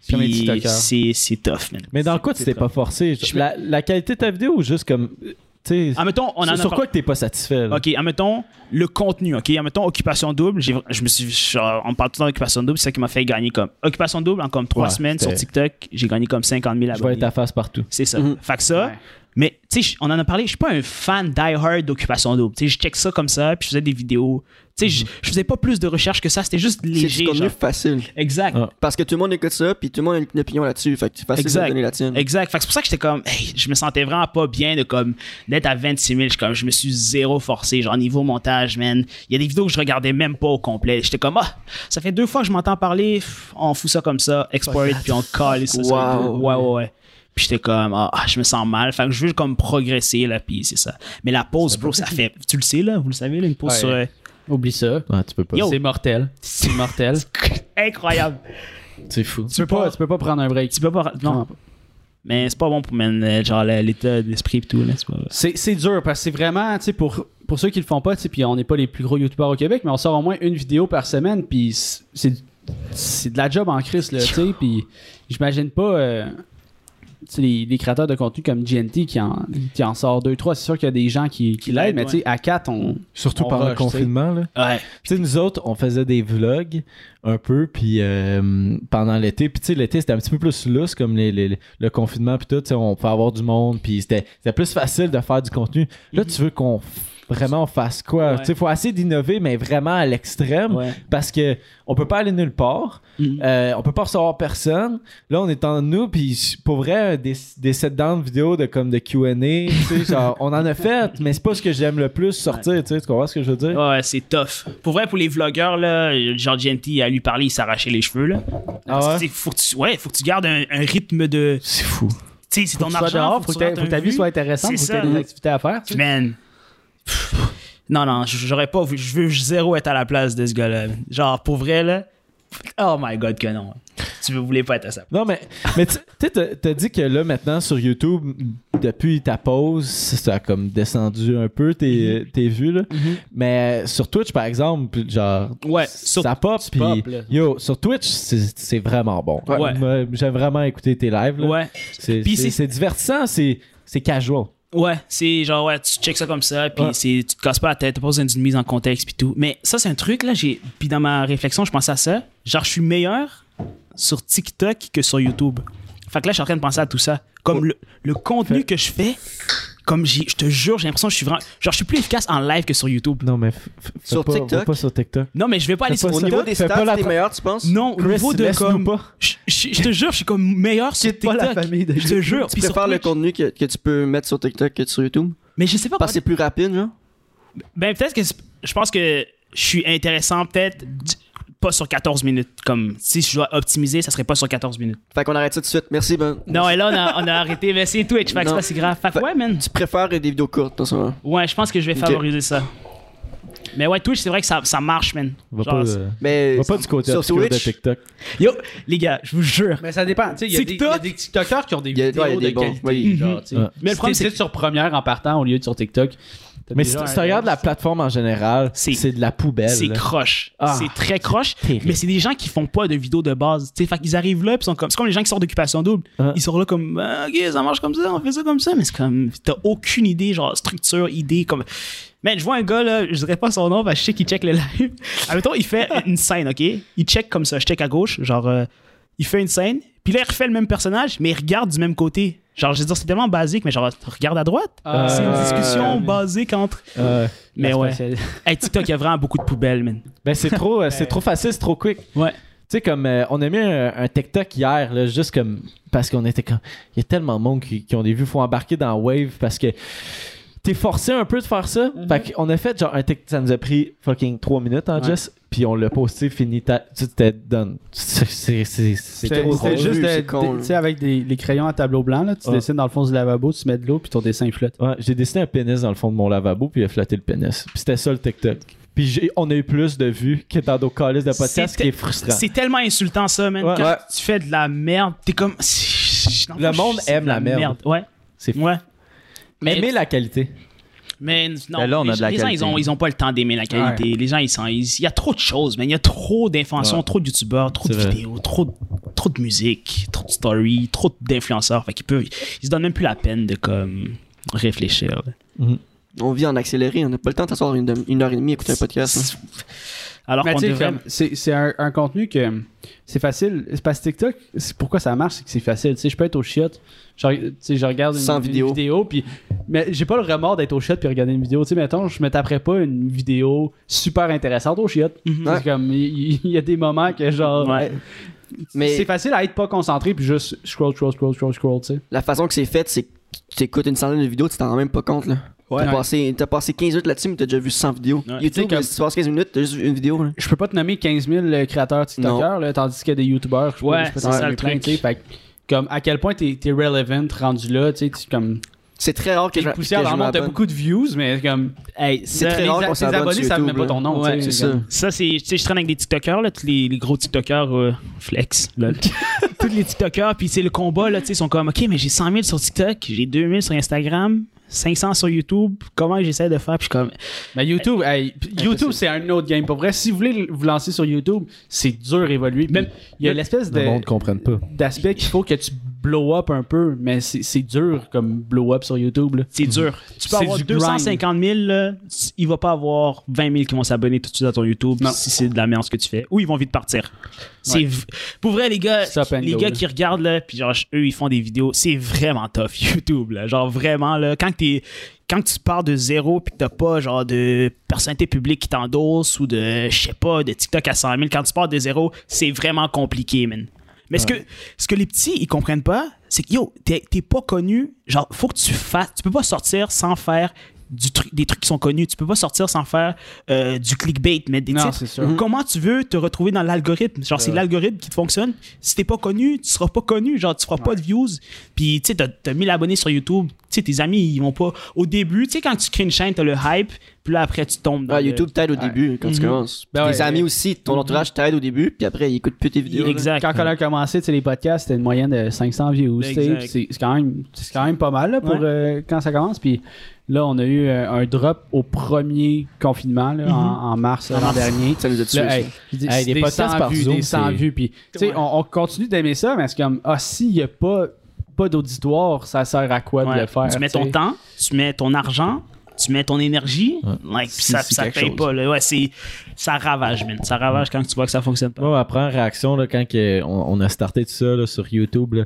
C: Comme les
B: Puis
C: tiktokers.
B: c'est c'est tough, man.
A: Mais dans quoi tu t'es pas forcé? La, la qualité de ta vidéo ou juste comme. euh, Tu sais,
B: Ah, mettons, on en a
A: sur
B: par-
A: quoi que t'es pas satisfait? là?
B: Ok, admettons le contenu. Ok, admettons Occupation Double. j'ai- Je me suis, genre, on parle tout le temps d'Occupation Double, c'est ça qui m'a fait gagner comme Occupation Double en comme trois
A: Ouais,
B: semaines sur
A: c'était-
B: TikTok. J'ai gagné comme 50 000
A: Je vais
B: abonnés.
A: être ta face partout.
B: C'est ça.
D: Mhm.
B: Fait que ça.
C: Ouais.
B: Mais, tu sais, je- on en a parlé, je suis pas un fan die-hard d'Occupation Double. Tu sais, je check ça comme ça, puis je faisais des vidéos. Tu sais, je je faisais pas plus de recherche que ça, c'était juste
D: Mhm. C'est du
B: léger.
D: contenu
B: genre.
D: facile.
B: Exact.
A: Ah.
D: Parce que tout le monde écoute ça, puis tout le monde a une, une opinion là-dessus. Fait que c'est facile
B: Exact.
D: de donner la tienne.
B: Exact. Fait que c'est pour ça que j'étais comme, hey, je me sentais vraiment pas bien de comme d'être à 26 000. Je, comme, je me suis zéro forcé, genre niveau montage, man. Il y a des vidéos que je regardais même pas au complet. J'étais comme, ah, ça fait deux fois que je m'entends parler, pff, on fout ça comme ça, export it, puis on colle ça. sur
D: Wow.
B: YouTube. Ouais, ouais, ouais. Puis j'étais comme, ah, ah, je me sens mal. Fait que je veux comme progresser, là, puis c'est ça. Mais la pause, bro, ça fait, tu le sais, là, vous le savez, là, une pause
C: Ouais.
B: sur. euh,
C: Oublie ça.
A: Ouais, tu peux pas.
B: Yo.
C: C'est mortel. C'est mortel.
B: euh, incroyable.
A: C'est fou.
C: tu, peux pas, tu peux pas prendre un break.
B: Tu peux pas. Non. Mais c'est pas bon pour, man, euh, genre, l'état d'esprit et tout, là, c'est pas.
C: C'est c'est dur parce que c'est vraiment, tu sais, pour, pour ceux qui le font pas, tu sais, puis on n'est pas les plus gros youtubeurs au Québec, mais on sort au moins une vidéo par semaine, puis c'est- c'est c'est de la job en crise, là, tu sais, puis j'imagine pas, euh, tu sais, les, les créateurs de contenu comme GNT qui en, qui en sort deux, trois, c'est sûr qu'il y a des gens qui, qui l'aident, mais tu sais, à quatre, on.
A: Surtout
C: On
A: par le
C: rush, tu sais.
A: confinement, là.
B: Ouais.
A: Tu sais, nous autres, on faisait des vlogs un peu, puis euh, pendant l'été. Puis tu sais, l'été, c'était un petit peu plus lousse, comme les, les- les- le confinement, puis tout. Tu sais, on pouvait avoir du monde, puis c'était c'était plus facile de faire du contenu. Là, tu veux qu'on f- vraiment on fasse quoi?
B: Mhm. Ouais.
A: Tu sais, faut essayer d'innover, mais vraiment à l'extrême,
B: Ouais.
A: parce que on peut pas aller nulle part.
B: Mhm.
A: Euh, on peut pas recevoir personne. Là, on est en nous, puis pour vrai, des, des set down vidéos de comme de Q&A, tu sais, genre, on en a fait, mais c'est pas ce que j'aime le plus sortir, tu sais, tu comprends ce que je veux dire?
B: Ouais, c'est tough. Pour vrai, pour les vlogueurs, là, genre GNT, à lui parler, il s'arrachait les cheveux, là. Parce que
C: Ah
A: ouais?
B: c'est- faut que tu, ouais, faut que tu gardes un, un rythme de.
A: C'est fou.
B: Tu sais, c'est
C: Faut
B: ton
C: que tu sois
B: argent.
C: dehors, faut que,
B: tu
C: ta-
B: rentres
C: faut que ta
B: un
C: vie soit
B: C'est
C: intéressante, faut que tu
B: ça.
C: aies des activités à faire. tu sais.
B: Man. Pff. Non, non, j- j'aurais pas. voulu- Je veux zéro être à la place de ce gars-là. Genre, pour vrai, là. Oh my god, que non. Tu voulais pas être à ça.
A: Non, mais, mais tu tu sais, t'as- t'as dit que là, maintenant, sur YouTube, depuis ta pause, ça a comme descendu un peu tes,
B: Mhm.
A: tes vues, là. Mais euh, sur Twitch, par exemple, puis genre,
B: Ouais, sur-
A: ça pop, puis
C: pop, là.
A: yo, sur Twitch, c'est c'est vraiment bon.
B: Ouais.
A: Moi, J'aime vraiment écouter tes lives, là.
B: Ouais.
A: C'est-
B: Puis
A: C'est
B: c'est-
A: c'est divertissant, c'est c'est casual.
B: Ouais, c'est genre, ouais, tu checks ça comme ça, puis
A: Ouais.
B: c'est tu te casses pas la tête, t'as pas besoin d'une mise en contexte, puis tout. Mais ça, c'est un truc, là, j'ai. Puis dans ma réflexion, je pensais à ça. Genre, je suis meilleur sur TikTok que sur YouTube. Fait que là, je suis en train de penser à tout ça. Comme le, le contenu que je fais, comme j'ai. Je te jure, j'ai l'impression que je suis vraiment. Genre, je suis plus efficace en live que sur YouTube.
A: Non, mais f- f- fais
D: Sur
A: pas-
D: TikTok?
A: va Pas sur TikTok.
B: Non, mais je vais pas aller
A: Fais
B: sur
A: pas
D: Au
A: ça.
D: niveau
B: TikTok.
D: des
A: Fais pas
D: stats,
A: la
D: t'es
A: tra-
D: meilleur, tu penses?
B: Non, au
A: Chris,
B: niveau de
A: laisse-nous
B: comme.
A: pas.
B: Je, je- je te jure, je suis comme meilleur sur
A: Quitte pas
B: TikTok.
A: la famille de
B: je te jure.
D: Tu
B: puis sur
D: préfères le
B: Twitch.
D: contenu que, que tu peux mettre sur TikTok que sur YouTube?
B: Mais je sais pas
D: Parce que c'est plus rapide, genre?
B: Ben, peut-être que c'est- je pense que je suis intéressant, peut-être d- pas sur 14 minutes. Comme si je dois optimiser, ça serait pas sur 14 minutes.
D: Fait qu'on arrête ça tout de suite. Merci, Ben.
B: Non, et là, on a, on a arrêté, mais c'est Twitch, fait que c'est
D: Non.
B: pas si grave. Fait que
D: Fait-
B: ouais, man.
D: Tu préfères des vidéos courtes, dans ce moment.
B: Ouais, je pense que je vais
D: Ok.
B: favoriser ça. Mais ouais, Twitch, c'est vrai que ça, ça marche, man.
A: Va
B: Genre,
A: pas,
B: c'est-
A: euh,
D: Mais
A: va pas du côté
D: sur
A: obscur de
D: Twitch,
A: TikTok.
B: Yo, les gars, je vous jure.
C: Mais ça dépend, tu sais, il y, a des- il y a
B: TikTok?
C: des TikTokers qui ont des
D: Il y a-
C: vidéos
D: ouais, il y a des
C: de
D: bons,
C: qualité,
D: oui.
C: genre, tu sais.
A: Ouais.
C: Mais le problème,
B: Si
C: c'est que sur première en partant au lieu de sur TikTok. t'as
A: Mais si
C: déjà
A: tu si
C: un-
A: tu regardes la plateforme en général,
B: C'est-
A: c'est de la poubelle.
B: C'est
A: là.
B: croche.
A: Ah,
B: c'est très croche.
A: terrible.
B: Mais c'est des gens qui font pas de vidéos de base. Tu sais, fait qu'ils arrivent là, puis sont comme. C'est comme les gens qui sortent d'occupation double.
A: Hein?
B: Ils sont là comme. Ah, ok, ça marche comme ça, on fait ça comme ça. Mais c'est comme. T'as aucune idée, genre structure, idée. comme... Mais je vois un gars là, je dirais pas son nom, parce que je sais qu'il check le live. Admettons, il fait une scène, ok? Il check comme ça, je check à gauche, genre. euh, il fait une scène, puis là, il refait le même personnage, mais il regarde du même côté. Genre, je veux dire, c'est tellement basique, mais genre, regarde à droite.
C: Ah,
B: c'est une
A: Euh,
B: discussion
C: mais-
B: basique entre.
A: Euh,
B: Mais
C: la
B: ouais.
C: spatiale-
B: Hey, TikTok, il y a vraiment beaucoup de poubelles, man.
A: ben c'est trop, euh, c'est trop facile, c'est trop quick.
B: Ouais.
A: Tu sais, comme euh, on a mis un, un TikTok hier, là, juste comme parce qu'on était comme. Il y a tellement de monde qui, qui ont des vues, faut embarquer dans Wave parce que t'es forcé un peu de faire ça. Fait qu'on a fait genre un TikTok, ça nous a pris fucking 3 minutes, hein,
C: Ouais.
A: Jess, puis on l'a posté, fini, ta- tu sais, c'était done. C'est- C'est c'est- c'est
C: C'était
A: trop
C: c'était
A: drôle.
C: juste
D: vu,
C: de-
D: c'est con,
C: de-
D: là.
C: tu sais, avec des, les crayons à tableau blanc, là, tu
A: Ouais.
C: dessines dans le fond du lavabo, tu mets de l'eau, puis ton dessin flotte.
A: Ouais, j'ai dessiné un pénis dans le fond de mon lavabo, puis il a flatté le pénis. Puis c'était ça le TikTok. Puis j'ai- on a eu plus de vues que dans d'autres calices de podcast, ce qui
B: C'était-
A: est frustrant.
B: C'est tellement insultant ça, man.
A: Ouais.
B: Quand
D: Ouais.
B: tu fais de la merde, t'es comme.
A: Le monde aime la merde.
B: Ouais.
A: C'est
B: Ouais. Mais,
A: Aimer
B: mais,
A: la qualité.
B: non,
E: Ben là, on a
B: les,
E: de la
B: les gens, ils
E: qualité.
B: ont, ils ont pas le temps d'aimer la qualité. Les gens, ils sont. ils- Il y a trop de choses, man. Il y a trop d'informations,
A: Ouais.
B: trop de youtubeurs, trop de
A: C'est vrai.
B: vidéos, trop, de- trop de musique, trop de stories, trop d'influenceurs. Fait qu'ils peuvent. Ils se donnent même plus la peine de, comme, réfléchir. là.
A: Mhm.
D: on vit en accéléré, on n'a pas le temps de s'asseoir une, demi- une heure et demie à écouter un podcast. hein.
B: Alors
C: Mais
B: qu'on
C: tu sais,
B: devrait.
C: comme, c'est c'est un, un contenu que c'est facile. C'est parce que TikTok, c'est pourquoi ça marche, c'est que c'est facile. Tu sais, je peux être au chiotte, je, re- tu sais, je regarde une,
D: Sans
C: une
D: vidéo.
C: puis mais j'ai pas le remords d'être au chiotte puis regarder une vidéo. Tu sais, mettons, je me taperais pas une vidéo super intéressante au chiotte.
B: Mhm.
C: C'est comme, il il y, a des moments que genre,
B: Ouais.
D: Mais
C: c'est facile à être pas concentré puis juste scroll, scroll, scroll, scroll, scroll, tu sais.
D: la façon que c'est fait, c'est que tu écoutes une centaine de vidéos, tu t'en rends même pas compte. Là.
C: Ouais.
D: T'as, passé, t'as passé 15 minutes là-dessus, mais t'as déjà vu 100 vidéos.
B: Ouais.
D: YouTube,
C: Tu sais, comme-
D: si tu passes 15 minutes, t'as juste vu une vidéo. là.
C: je peux pas te nommer 15 000 créateurs TikTokers, là, tandis qu'il y a des YouTubers, je peux,
B: Ouais,
C: je peux
B: c'est
C: t'en
B: ça
C: nommer
B: le
C: plein,
B: truc.
C: tu sais. Fait que, comme, à quel point t'es es relevant rendu là, tu sais, tu- comme...
D: C'est très rare que
C: T'es
D: je,
C: poussé à
D: que je
C: leur montre, t'as
D: m'abonne.
C: beaucoup de views, mais comme... Hey,
D: C'est
C: le-
D: très
C: les
D: rare
C: a-
D: qu'on
C: Tes
D: s'abonne
C: abonnés
D: sur
C: savent même
D: YouTube,
C: pas ton nom,
D: là. Ouais,
C: tu sais.
D: c'est ça.
C: comme-
B: Ça, c'est. Tu sais, je traîne avec des TikTokers, là, tous les, les gros TikTokers euh, flex. là. tous les TikTokers, puis c'est le combat, là, tu sais, ils sont comme, OK, mais j'ai 100 000 sur TikTok, j'ai 2 000 sur Instagram, 500 sur YouTube, comment j'essaie de faire? Puis je suis comme,
C: Mais YouTube, hey, p- YouTube, c'est un autre game. Pour vrai, si vous voulez vous lancer sur YouTube, c'est dur évoluer. Puis,
B: Même-
C: il y a
B: même-
C: l'espèce
A: Le
C: de-
A: monde ne comprenne pas.
C: d'aspect qu'il faut que tu blow up un peu, mais c'est c'est dur comme blow up sur YouTube. là. Mhm.
B: c'est dur. Tu peux
C: C'est
B: avoir
C: du
B: 250 000, là, tu- il va pas avoir 20 000 qui vont s'abonner tout de suite à ton YouTube
C: Non.
B: si c'est de la merde ce que tu fais. Ou ils vont vite partir. C'est v- Pour vrai, les gars,
C: Stop and
B: les
C: go,
B: gars
C: là.
B: qui regardent, là, puis genre, eux, ils font des vidéos, c'est vraiment tough, YouTube. Là. Genre, vraiment, là, quand t'es. Quand tu pars de zéro puis que t'as pas genre de personnalité publique qui t'endosse ou de, je sais pas, de TikTok à 100 000, quand tu pars de zéro, c'est vraiment compliqué, man. Mais ce, que, ce que les petits, ils comprennent pas, c'est que, yo, t'es t'es pas connu. Genre, faut que tu fasses. Tu peux pas sortir sans faire du truc, des trucs qui sont connus. Tu peux pas sortir sans faire euh, du clickbait, mettre des
C: Non,
B: titres.
C: c'est sûr.
B: Comment tu veux te retrouver dans l'algorithme? Genre, c'est l'algorithme qui te fonctionne. Si t'es pas connu, tu seras pas connu. Genre, tu feras pas de views. Puis, tu sais, t'as- t'as 1000 abonnés sur YouTube. Tu sais, tes amis, ils vont pas. Au début, tu sais, quand tu crées une chaîne, t'as le hype. Puis là, après, tu tombes dans
D: Ah,
B: le-
D: YouTube t'aide au début quand tu
B: Mhm.
D: commences.
C: Ben
D: tes
C: ouais.
D: amis aussi, ton entourage t'aide au début, puis après ils écoutent plus tes vidéos. là.
B: Exact.
C: Quand on a commencé, tu sais, les podcasts, c'était une moyenne de 500 views. tu sais,
B: Exact.
C: puis C'est c'est quand, même- c'est quand même pas mal là, pour
B: Ouais.
C: euh, quand ça commence. Puis là, on a eu euh, un drop au premier confinement là,
B: Mhm.
C: en, en mars euh, l'an dernier.
D: Ça nous a tués.
C: Là,
D: ça.
C: hey, des,
A: Hey, des
C: des
A: podcasts
C: 100
A: par
C: vues,
A: Zoom,
C: des 100
A: c'est-
C: vues. Puis, tu sais, on, on continue d'aimer ça, mais c'est comme, ah, s'il n'y a pas, pas d'auditoire, ça sert à quoi de
B: Ouais.
C: le faire?
B: Tu mets ton
C: tu sais?
B: temps, tu mets ton argent, tu mets ton énergie, like, puis ça,
A: c'est
B: ça
A: quelque
B: paye
A: chose.
B: pas. là. Ouais, c'est, ça ravage, man. Ça ravage quand tu vois que ça fonctionne pas.
A: Moi, ma première réaction, là, quand que on, on a starté tout ça là, sur YouTube, là,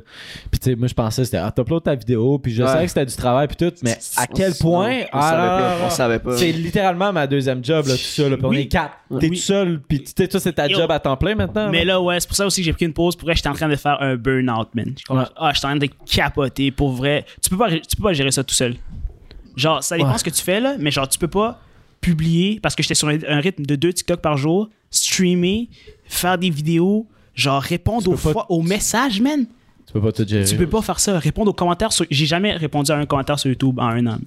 A: puis tu sais, moi, je pensais, c'était, ah, t'uploads ta vidéo, puis je
D: Ouais.
A: savais que c'était du travail, puis tout, mais à quel point, ah,
D: On savait pas,
A: alors,
D: on savait pas.
A: c'est littéralement ma deuxième job, là, tout ça, là, puis on
B: Oui.
A: est quatre, t'es
B: Oui.
A: tout hein. seul, puis tu sais, toi, c'est ta
B: Yo.
A: job à temps plein maintenant.
B: Mais
A: là.
B: là, ouais, c'est pour ça aussi que j'ai pris une pause. Pour vrai, j'étais en train de faire un burn-out, man. Je suis comme, Ah, j'étais en train de capoter. Pour vrai, tu peux pas, tu peux pas gérer ça tout seul. Genre, ça dépend
A: Ouais.
B: ce que tu fais, là, mais genre, tu peux pas publier parce que j'étais sur un, un rythme de deux TikTok par jour, streamer, faire des vidéos, genre répondre aux,
A: peux pas-
B: fois- aux messages, man.
A: Tu peux pas tout gérer.
B: Tu peux pas faire ça. Répondre aux commentaires sur. J'ai jamais répondu à un commentaire sur YouTube en un an.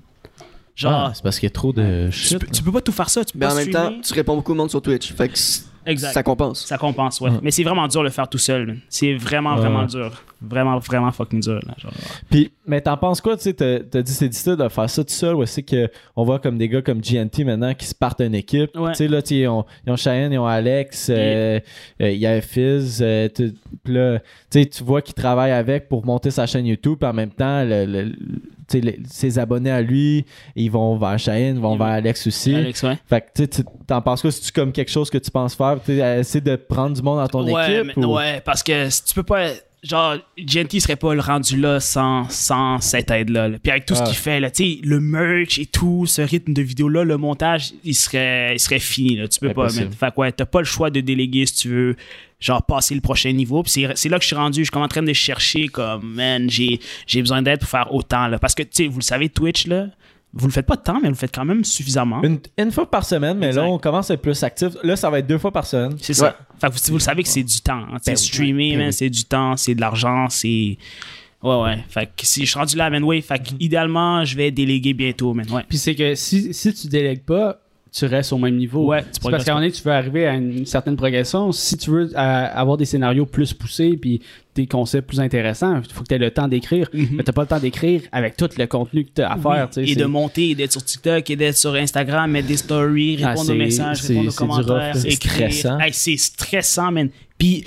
B: Genre,
A: Ah, c'est parce qu'il y a trop de
B: tu,
A: shit.
B: peux, tu peux pas tout faire ça. Tu peux
D: Mais
B: pas
D: Ben, en même
B: streamer.
D: temps, tu réponds beaucoup au monde sur Twitch. Fait que c-
B: Exact.
D: ça compense.
B: Ça compense, ouais. Mais c'est vraiment dur de le faire tout seul. man. C'est vraiment,
A: Ouais.
B: vraiment dur. Vraiment, vraiment fucking dur. Là, genre.
A: Puis, mais t'en penses quoi, tu sais, t'as t'as dit c'est difficile de faire ça tout seul, ou c'est que on voit comme des gars comme GNT maintenant qui se partent une équipe,
B: Ouais.
A: tu sais, là, tu sais, ils ont, ils ont Cheyenne, ils ont Alex, euh, euh, il y a Fizz, euh, tu- puis là, tu sais, tu vois qu'ils travaillent avec pour monter sa chaîne YouTube, puis en même temps, le, le- le- tu sais, les- ses abonnés à lui, ils vont vers Cheyenne, ils vont
B: Ils
A: vers
B: vont-
A: Alex aussi.
B: Alex, ouais.
A: Fait que, tu sais, tu- t'en penses quoi, si tu comme quelque chose que tu penses faire, tu sais, essayer de prendre du monde dans ton
B: ouais,
A: équipe?
B: mais-
A: ou-
B: ouais, parce que si tu peux pas. Genre, Genty serait pas le rendu là sans, sans cette aide-là. là. Puis avec tout
A: Ah.
B: ce qu'il fait, là, tu sais, le merch et tout, ce rythme de vidéo-là, le montage, il serait, il serait fini. Là. Tu peux
A: Impossible.
B: pas, man. Fait que ouais, t'as pas le choix de déléguer si tu veux, genre, passer le prochain niveau. Puis c'est- c'est là que je suis rendu. Je suis comme en train de chercher, comme, man, j'ai j'ai besoin d'aide pour faire autant. Là. Parce que, tu sais, vous le savez, Twitch, là, vous le faites pas tant, mais vous le faites quand même suffisamment.
A: Une, une fois par semaine, mais là,
B: Exact.
A: on commence à être plus actif. Là, ça va être deux fois par semaine.
B: C'est ça. Fait que vous, vous le savez que c'est du temps. hein. Tu sais,
A: Ben oui.
B: streamer,
A: Ben
B: man,
A: oui.
B: c'est du temps, c'est de l'argent, c'est. Ouais, ouais. Fait que si je suis rendu là, man, ouais. Fait que idéalement, je vais déléguer bientôt, man. Ouais.
C: Puis c'est que si, si tu délègues pas, tu restes au même niveau.
B: Ouais, tu
C: C'est parce
B: progresses
C: qu'à un
B: pas.
C: moment donné, tu veux arriver à une certaine progression. Si tu veux euh, avoir des scénarios plus poussés puis des concepts plus intéressants, il faut que tu aies le temps d'écrire. Mais t'as pas le temps d'écrire avec tout le contenu que tu as à faire. tu sais,
B: Mhm. Et
C: c'est-
B: de monter, et d'être sur TikTok, et d'être sur Instagram, mettre des stories,
C: Ah,
B: répondre
C: c'est-
B: aux messages,
C: c'est-
B: répondre aux
C: c'est du
B: commentaires,
C: rough, là.
A: C'est
B: écrire.
A: stressant.
B: Hey, c'est stressant, man. Puis,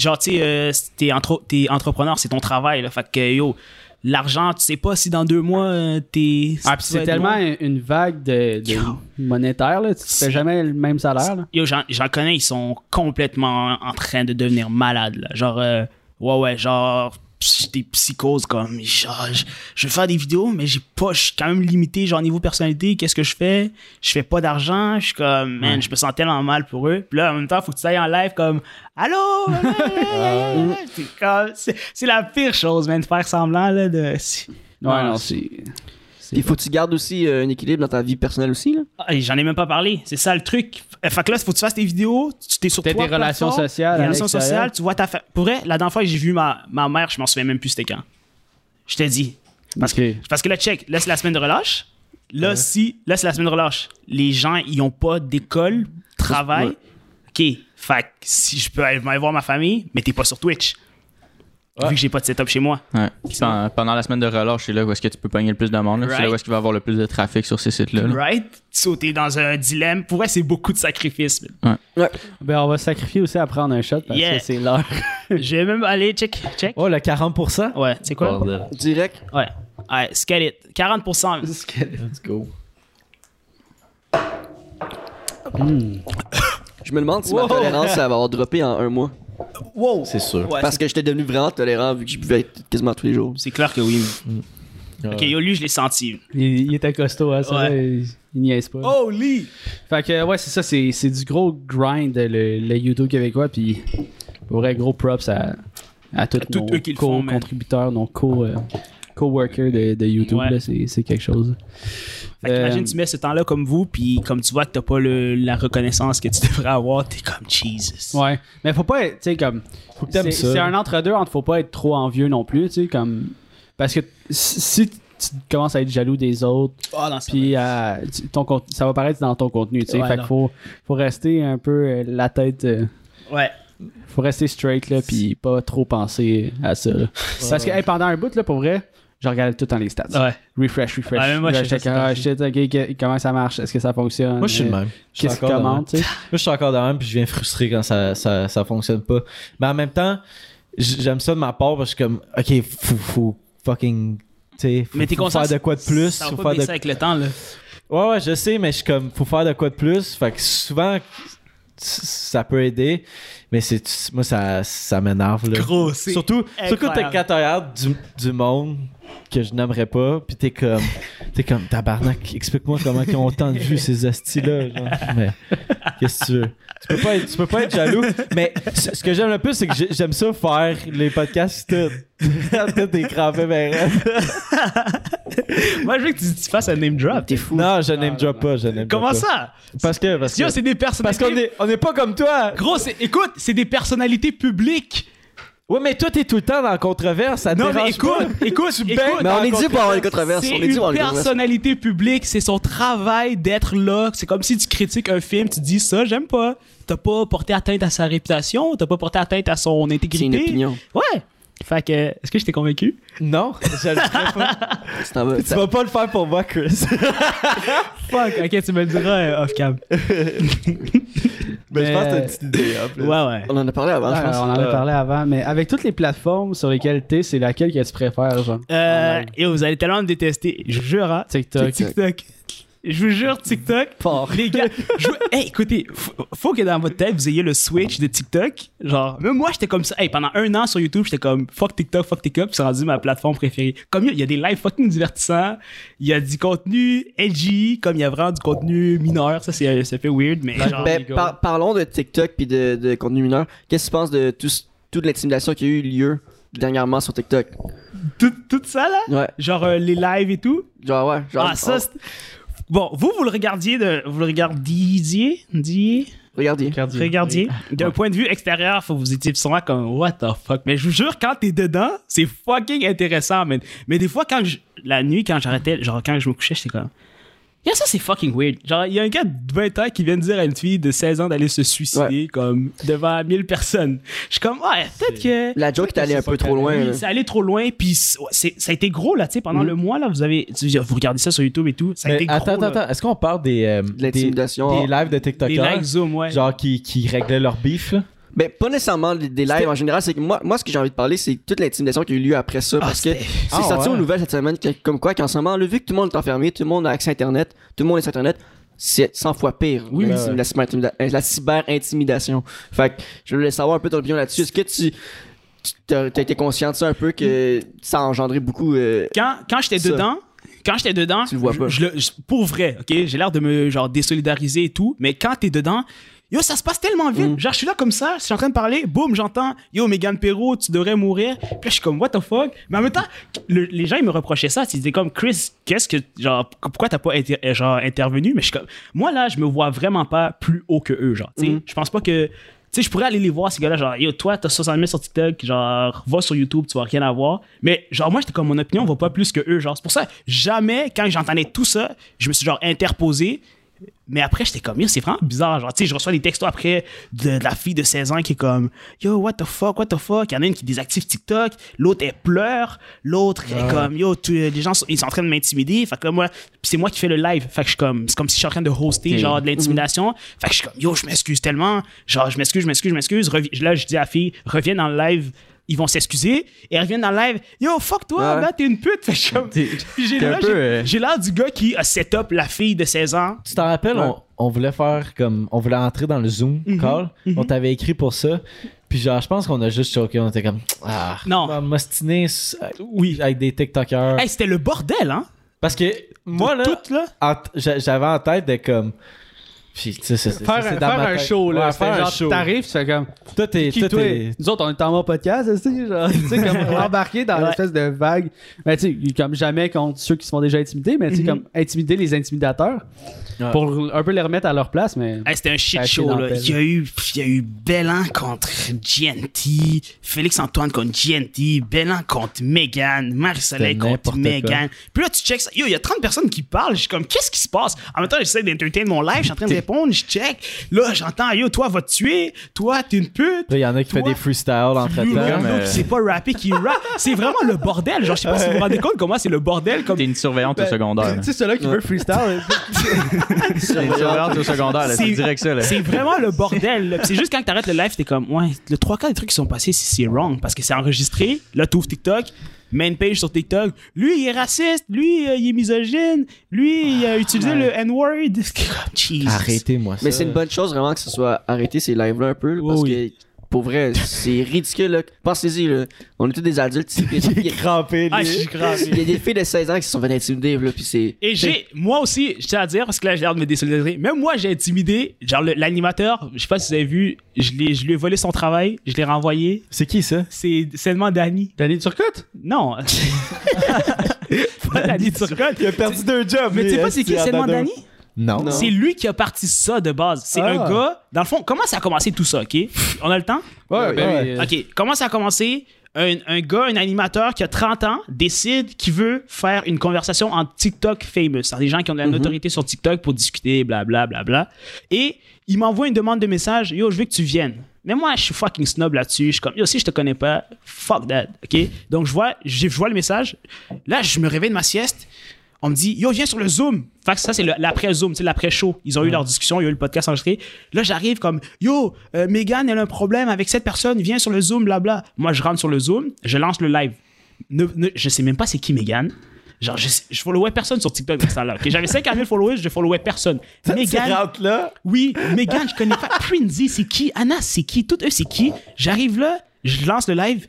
B: genre, tu sais, euh, t'es, entre- t'es entrepreneur, c'est ton travail, là. Fait que, yo, l'argent, tu sais pas si dans deux mois, euh, t'es.
C: Ah,
B: tu
C: puis
B: vas
C: c'est
B: être
C: tellement
B: bon.
C: une vague de, de
B: Yo.
C: monétaire, là. Tu te fais jamais le même salaire, là.
B: Yo, j'en j'en connais, ils sont complètement en train de devenir malades, là. Genre, euh, ouais, ouais, genre, pss, des psychoses, comme, genre, je, je veux faire des vidéos, mais j'ai pas, je suis quand même limité, genre, niveau personnalité, qu'est-ce que je fais? Je fais pas d'argent, je suis comme, man, je me sens tellement mal pour eux. Puis là, en même temps, faut que tu ailles en live, comme, allô? Puis comme, c'est c'est la pire chose, man, de faire semblant, là, de. c'est-
C: Ouais, non,
B: non,
C: c'est.
D: Il faut que tu gardes aussi euh, un équilibre dans ta vie personnelle aussi. Là.
B: Ah, et J'en ai même pas parlé. C'est ça le truc. Euh, Fait que là, faut que tu fasses tes vidéos. Tu t'es sur
C: T'as
B: trois
C: des relations
B: plateformes,
C: sociales
B: Des
C: à
B: relations
C: l'extérieur.
B: sociales. Tu vois ta fa- Pour vrai, la dernière fois que j'ai vu ma, ma mère, je m'en souviens même plus c'était quand. Je te dis. Parce,
C: Ok.
B: que, parce que là, check. Là, c'est la semaine de relâche. Là, si. Là, c'est la semaine de relâche. Les gens, ils ont pas d'école, travail. OK. Fait que si je peux aller aller voir ma famille, mais t'es pas sur Twitch. Vu que j'ai pas de setup chez moi.
E: Ouais. Pendant, Euh, pendant la semaine de relâche, c'est là où est-ce que tu peux pogner le plus de monde. là. C'est là où
B: Right.
E: est-ce qu'il va y avoir le plus de trafic sur ces sites-là. là.
B: Right? Sauter dans un dilemme. Pour vrai, c'est beaucoup de sacrifices. man.
C: Ben, on va sacrifier aussi à prendre un shot parce
B: Yeah.
C: que c'est l'heure.
B: je vais même aller check. Check.
A: Oh, le 40%?
B: Ouais, c'est quoi?
A: Bordel.
D: Direct.
B: Ouais. Ouais, scale it. 40%.
A: Let's go.
D: Je me demande si ma tolérance, ça va avoir droppé en un mois.
B: Wow!
A: C'est sûr.
B: Ouais,
D: Parce
B: c'est-
D: que j'étais devenu vraiment tolérant vu que je buvais quasiment tous les jours.
B: c'est clair que oui. Mm. Ok, yo, lui, je l'ai senti.
C: Il, il était costaud, hein, ça.
B: Ouais.
C: là, Il, il niaise pas.
B: Holy!
C: Fait que, ouais, c'est ça, c'est, c'est du gros grind, le, le YouTube québécois. Puis, pour vrai, gros props à, à tous
B: tous
C: nos
B: eux qui le font, man.
C: co-contributeurs, nos co, euh, co-workers de, de YouTube.
B: Ouais.
C: là, c'est, c'est quelque chose.
B: Fait qu'imagine,
C: Euh,
B: tu mets ce temps-là comme vous, puis comme tu vois que t'as pas le- la reconnaissance que tu devrais avoir, t'es comme Jesus.
C: Ouais, mais faut pas être, tu sais, comme. Faut
A: que t'aimes ça.
C: C'est un entre-deux, entre faut pas être trop envieux non plus, tu sais, comme. Parce que si si tu commences à être jaloux des autres,
B: Oh, non, ça
C: puis
B: va.
C: à- tu- ton cont- ça va paraître dans ton contenu, tu sais.
B: Ouais,
C: fait que
B: non.
C: faut, faut rester un peu euh, la tête. euh,
B: ouais.
C: faut rester straight, là, puis pas trop penser à ça, là. Parce que, hey, pendant un bout, là, pour vrai, je regardais tout le temps les stats.
B: Ouais.
C: Refresh, refresh.
B: Ouais, même moi,
C: Là,
B: je fais
C: j'étais
B: ça,
C: comme, ah,
B: c'est
C: shit, ok, que- comment ça marche? Est-ce que ça fonctionne?
A: Moi, je suis
C: Euh,
A: le même. Je suis
C: Qu'est-ce qu'il
A: encore de même.
C: commente, tu sais?
A: Moi, je suis encore de même, puis je viens frustré quand ça, ça, ça fonctionne pas. Mais en même temps, j- j'aime ça de ma part parce que, comme, ok, faut, faut fucking. tu sais, Faut,
B: Mais t'es
A: faut
B: conscient.
A: faire de quoi de plus.
B: Ça
A: Faut
B: va
A: faire
B: pas
A: de-
B: baisser avec le temps, là.
A: Ouais, ouais, je sais, mais je suis comme, faut faire de quoi de plus. Fait que souvent, c- ça peut aider, mais c'est moi, ça, ça m'énerve. là.
B: Gros, c'est
A: Surtout, surtout
B: incroyable.
A: t'es quand tu regardes du, du monde que je nommerais pas, puis t'es comme, t'es comme, tabarnak, explique-moi comment ils ont autant de vues ces hosties-là. genre. Mais qu'est-ce que tu veux? Tu peux, pas être, tu peux pas être jaloux, mais ce ce que j'aime le plus, c'est que j'ai- j'aime ça faire les podcasts tout. tout est crampé, ben raide.
B: Moi, je veux que tu, tu fasses un name drop.
D: T'es fou.
A: Non, je n'aime drop pas, je n'aime
B: Comment
A: pas.
B: ça?
A: Parce que, parce que,
B: Yo, c'est des
A: parce
B: personnalités.
A: qu'on est, on est pas comme toi.
B: Gros, c'est- écoute, c'est des personnalités publiques.
A: Ouais, mais toi, t'es tout le temps dans la controverse. Ça te
B: Non, mais
A: dérange pas.
B: écoute, écoute, écoute.
D: Mais on est dit pour avoir les controverses.
B: C'est
D: On est dit
B: une
D: pour avoir les controverses.
B: personnalité publique, c'est son travail d'être là. C'est comme si tu critiques un film, tu dis ça, j'aime pas. T'as pas porté atteinte à sa réputation, t'as pas porté atteinte à son
D: C'est une
B: intégrité.
D: opinion.
B: Ouais. Fait que, est-ce que je t'ai convaincu?
A: Non, je le ferai pas.
D: C'est en bas.
A: tu vas pas le faire pour moi, Chris.
B: Fuck, ok, tu me le diras euh, off-cam.
A: Mais
C: je pense que t'as une
A: petite idée, en
B: Ouais, ouais.
D: On en a parlé avant, je
C: Ah,
D: pense.
C: on en a
A: Euh.
C: parlé avant, mais avec toutes les plateformes sur lesquelles t'es, c'est laquelle que tu préfères, genre?
B: Euh, et vous allez tellement me détester. Je vous jure, hein.
C: TikTok.
B: TikTok. Je vous jure, TikTok.
C: Fort.
B: Les gars, je vous- hey, écoutez, faut, faut que dans votre tête, vous ayez le switch de TikTok. Genre, même moi, j'étais comme ça. Hey, pendant un an sur YouTube, j'étais comme fuck TikTok, fuck TikTok, puis c'est rendu ma plateforme préférée. Comme il y a des lives fucking divertissants, il y a du contenu edgy, comme il y a vraiment du contenu mineur. Ça, c'est ça fait weird, mais genre.
D: Ben,
C: Lego.
D: par- parlons de TikTok puis de, de contenu mineur. Qu'est-ce que tu penses de tout ce- toute l'intimidation qui a eu lieu dernièrement sur TikTok?
B: Tout, tout ça, là?
D: Ouais.
B: Genre, euh, les lives et tout.
D: Genre, ouais. Genre, oh.
B: ah, ça, c'est- Bon, vous, vous le regardiez de. Vous le regardiez. Didier?
D: Regardiez.
B: Regardiez. D'un point de vue extérieur, faut que vous étiez sûrement comme What the fuck. Mais je vous jure, quand t'es dedans, c'est fucking intéressant, man. Mais des fois, quand je- la nuit, quand j'arrêtais, genre quand je me couchais, j'étais comme. Yeah, ça c'est fucking weird. Genre, il y a un gars de 20 ans qui vient de dire à une fille de 16 ans d'aller se suicider comme devant 1000 personnes. Je suis comme, ouais, peut-être que.
D: La joke est allée un peu trop loin.
B: Oui,
D: là.
B: c'est allé trop loin, puis c'est- c'est- ça a été gros là, tu sais, pendant le mois là, vous avez, tu- vous regardez ça sur YouTube et tout, ça a été
A: Mm. attends,
B: gros.
A: attends, attends. Est-ce qu'on parle des, euh, des,
D: l'intimidation. oh,
A: des lives de
B: Les
A: TikTokers?
B: likes zoom, ouais.
A: Genre qui, qui réglaient leur beef, là?
D: Ben, pas nécessairement des, des lives
B: C'était-
D: en général, c'est que moi, moi, ce que j'ai envie de parler, c'est toute l'intimidation qui a eu lieu après ça.
B: Ah,
D: parce que
B: c'était-
D: c'est
A: Ah,
D: sorti
A: ouais.
D: aux nouvelles cette semaine, que- comme quoi, qu'en ce moment, là, vu que tout le monde est enfermé, tout le monde a accès à Internet, tout le monde est sur Internet, c'est 100 fois pire.
A: Oui,
D: la,
A: ouais, ouais.
D: la cyber- la cyber-intimidation. Fait que je voulais savoir un peu ton opinion là-dessus. Est-ce que tu. tu- T'as t'as été conscient de ça un peu que ça a engendré beaucoup. euh,
B: quand, quand j'étais
D: Ça.
B: dedans, quand j'étais dedans,
D: Tu le vois
B: je-
D: pas.
B: je le- je- pour vrai, ok, j'ai l'air de me genre désolidariser et tout, mais quand t'es dedans, yo, ça se passe tellement
D: Mm.
B: vite. Genre, je suis là comme ça, je suis en train de parler, boum, j'entends, yo, Mégane Perrault, tu devrais mourir. Puis là, je suis comme, what the fuck. Mais en même temps, le- les gens, ils me reprochaient ça. Ils étaient comme, Chris, qu'est-ce que, genre, pourquoi t'as pas inter- euh, genre, intervenu? Mais je suis comme, moi là, je me vois vraiment pas plus haut que eux, genre, tu
D: Mm.
B: sais. Je pense pas que. Tu sais, je pourrais aller les voir, ces gars-là, genre, yo, toi, t'as 60 000 sur TikTok, genre, va sur YouTube, tu vas rien avoir. Mais, genre, moi, j'étais comme, mon opinion va pas plus que eux, genre. C'est pour ça, jamais, quand j'entendais tout ça, je me suis, genre, interposé. Mais après, j'étais comme, yo, c'est vraiment bizarre. Genre, tu sais, je reçois des textos après de, de la fille de 16 ans qui est comme, yo, what the fuck, what the fuck. Il y en a une qui désactive TikTok, l'autre, elle pleure, l'autre, elle est comme, yo, tu- les gens, sont- ils sont en train de m'intimider. Fait que là, moi, puis c'est moi qui fais le live. Fait que je suis comme, c'est comme si je suis en train de hoster,
E: Ok.
B: genre,
A: Mhm.
B: de l'intimidation. Fait que je suis comme, yo, je m'excuse tellement. Genre, je m'excuse, je m'excuse, je m'excuse. Revi- Là, je dis à la fille, reviens dans le live. Ils vont s'excuser et elle revient dans le live. Yo, fuck toi,
D: Ouais.
B: bah, t'es une pute. Fait que je suis comme-
A: T'es-
B: Puis j'ai
A: t'es un
B: là,
A: peu,
B: j'ai-
A: euh,
B: j'ai l'air du gars qui a set-up la fille de 16 ans
A: Tu t'en rappelles, on, on voulait faire comme. On voulait entrer dans le Zoom
C: Mhm.
A: call. On t'avait écrit pour ça. Puis genre, je pense qu'on a juste choqué. On était comme. Ah,
B: Non.
A: on va m'ostiner s- euh,
B: Oui.
A: avec des TikTokers.
B: Hey, c'était le bordel, hein?
A: Parce que moi, là,
B: Tout, là.
A: en t- j'a- j'avais en tête de comme. Puis, tu sais, c'est- c'est-
C: Faire,
A: c'est
C: un-
A: dans
C: faire
A: ma
C: un
A: tête.
C: show, là.
A: Ouais,
C: c'était
A: faire un
C: genre,
A: show.
C: t'arrives, tu fais comme.
A: Toi, t'es.
C: Qui,
A: toi,
C: toi?
A: t'es-
C: Nous autres, on est en mode podcast, tu sais, genre, tu sais, comme embarqué dans
B: Ouais.
C: l'espèce de vague. Mais tu sais, comme jamais contre ceux qui se font déjà intimider, mais tu sais, comme intimider les intimidateurs
A: Ouais.
C: pour un peu les remettre à leur place, mais.
B: Hey, c'était un shit
C: Ah, c'est
B: show,
C: dans
B: là.
C: la pelle.
B: Il y a eu, il y a eu Bellan contre GNT, Félix-Antoine contre GNT, Bellan contre Megan, Marie-Soleil
A: C'était n'importe
B: contre Megan. Puis là, tu checks ça. Yo, il y a 30 personnes qui parlent. Je suis comme, qu'est-ce qui se passe? En même temps, j'essaie d'entertain mon live. Je suis en train de répondre. Je check. Là, j'entends, yo, toi, va te tuer. Toi, t'es une pute.
A: Là, il y en a qui
B: Toi,
A: fait des freestyles entre
B: Yo,
A: temps.
E: comme,
B: Lando
E: euh,
B: qui sait pas rapper, qui rappe. C'est vraiment le bordel. Genre, je sais pas si vous vous rendez compte comment c'est le bordel. Comme
E: T'es une surveillante au secondaire. là.
C: Tu sais, celui-là qui veut freestyle.
E: T'es une surveillante au secondaire, là,
B: C'est-
E: c'est direct ça. Là.
B: C'est vraiment le bordel. là. Puis C'est juste quand t'arrêtes le live, t'es comme, ouais, le trois quarts des trucs qui sont passés, c'est c'est wrong parce que c'est enregistré. Là, t'ouvres TikTok, main page sur TikTok. Lui, il est raciste. Lui, euh, il est misogyne. Lui, il a utilisé le N-word. Jesus.
A: Arrêtez-moi ça.
D: Mais c'est une bonne chose vraiment que ce soit arrêté ces lives-là un peu, là, parce que pour vrai, c'est ridicule. là. Pensez-y, là. on est tous des adultes. Il y, a- il y a-
A: Crampé, lui.
B: Ah, je suis grave.
D: il y a des filles de 16 ans qui se sont fait intimider, là, puis c'est.
B: Et j'ai, moi aussi, je tiens à dire, parce que là, j'ai l'air de me désolidariser, même moi, j'ai intimidé, genre, le- l'animateur, je sais pas si vous avez vu, je, l'ai- je lui ai volé son travail, je l'ai renvoyé.
A: C'est qui ça?
B: C'est seulement Danny.
C: Danny Turcotte?
B: Non. pas Danny Turcotte.
A: Il a perdu deux jobs.
B: Mais tu sais pas c'est qui seulement Danny?
A: Non.
D: Non.
B: C'est lui qui a parti ça de base. C'est
C: Ah.
B: un gars. Dans le fond, comment ça a commencé tout ça, OK? On a le temps?
C: Ouais, ben oui.
B: OK. Comment ça a commencé? Un, un gars, un animateur qui a 30 ans, décide qu'il veut faire une conversation en TikTok famous. C'est-à-dire des gens qui ont de la notoriété sur TikTok pour discuter, blablabla. Bla, bla, Et il m'envoie une demande de message. Yo, je veux que tu viennes. Mais moi, je suis fucking snob là-dessus. Je suis comme, yo, si je te connais pas, fuck that. OK? Donc, je vois, je je vois le message. Là, je me réveille de ma sieste on me dit yo viens sur le Zoom fait que ça c'est le- l'après Zoom c'est l'après show ils ont eu leur discussion ils ont eu le podcast enregistré là j'arrive comme yo euh, Megan elle a un problème avec cette personne viens sur le Zoom blabla moi je rentre sur le Zoom je lance le live ne, ne- je sais même pas c'est qui Megan genre je, je followais personne sur TikTok dans ce temps-là ok? j'avais 50 000 followers je followais personne Megan
A: là.
B: oui, Megan, je connais pas. Prinzy, c'est qui? Anna, c'est qui? Toutes eux, c'est qui? J'arrive là, je lance le live,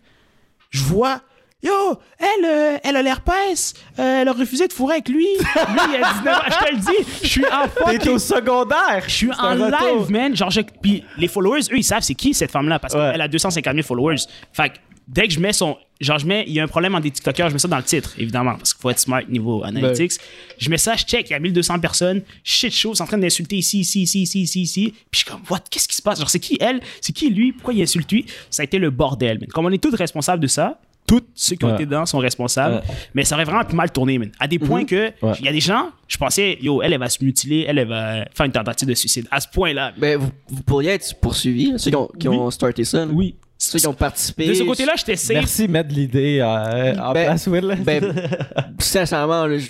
B: je vois. Yo, elle, euh, elle a l'herpès, euh, elle a refusé de fourrer avec lui. Lui, il a 19 ans, je te le dis, je suis en fucking-
A: T'es au secondaire.
B: Je suis en live, man. Genre, je- Puis les followers, eux, ils savent c'est qui cette femme-là parce
A: Ouais.
B: qu'elle a 250 000 followers. Fait que dès que je mets son. Genre, je mets. Il y a un problème en des TikTokers, je mets ça dans le titre, évidemment, parce qu'il faut être smart niveau analytics. Je mets ça, je check, il y a 1200 personnes. Shit show, c'est en train d'insulter ici, ici, ici, ici, ici, ici. Puis je suis comme, what, qu'est-ce qui se passe? Genre, c'est qui elle? C'est qui lui? Pourquoi il insulte lui? Ça a été le bordel, man. Comme on est tous responsables de ça. Tous ceux qui ont
A: Ouais.
B: été dedans sont responsables.
A: Ouais. Mhm.
B: Mais ça aurait vraiment pu mal tourner, man. À des points que il
A: Ouais.
B: y a des gens, je pensais, yo, elle, elle va se mutiler, elle, elle va faire une tentative de suicide. À ce point-là.
D: Ben, vous, vous pourriez être poursuivi, là, ceux qui ont, qui
B: Oui.
D: ont starté ça. là.
B: Oui.
D: Ceux qui ont participé.
B: De ce côté-là, j'étais safe.
A: Merci de mettre l'idée euh, en
D: Ben,
A: place, Will.
D: Ben, sincèrement, là, je-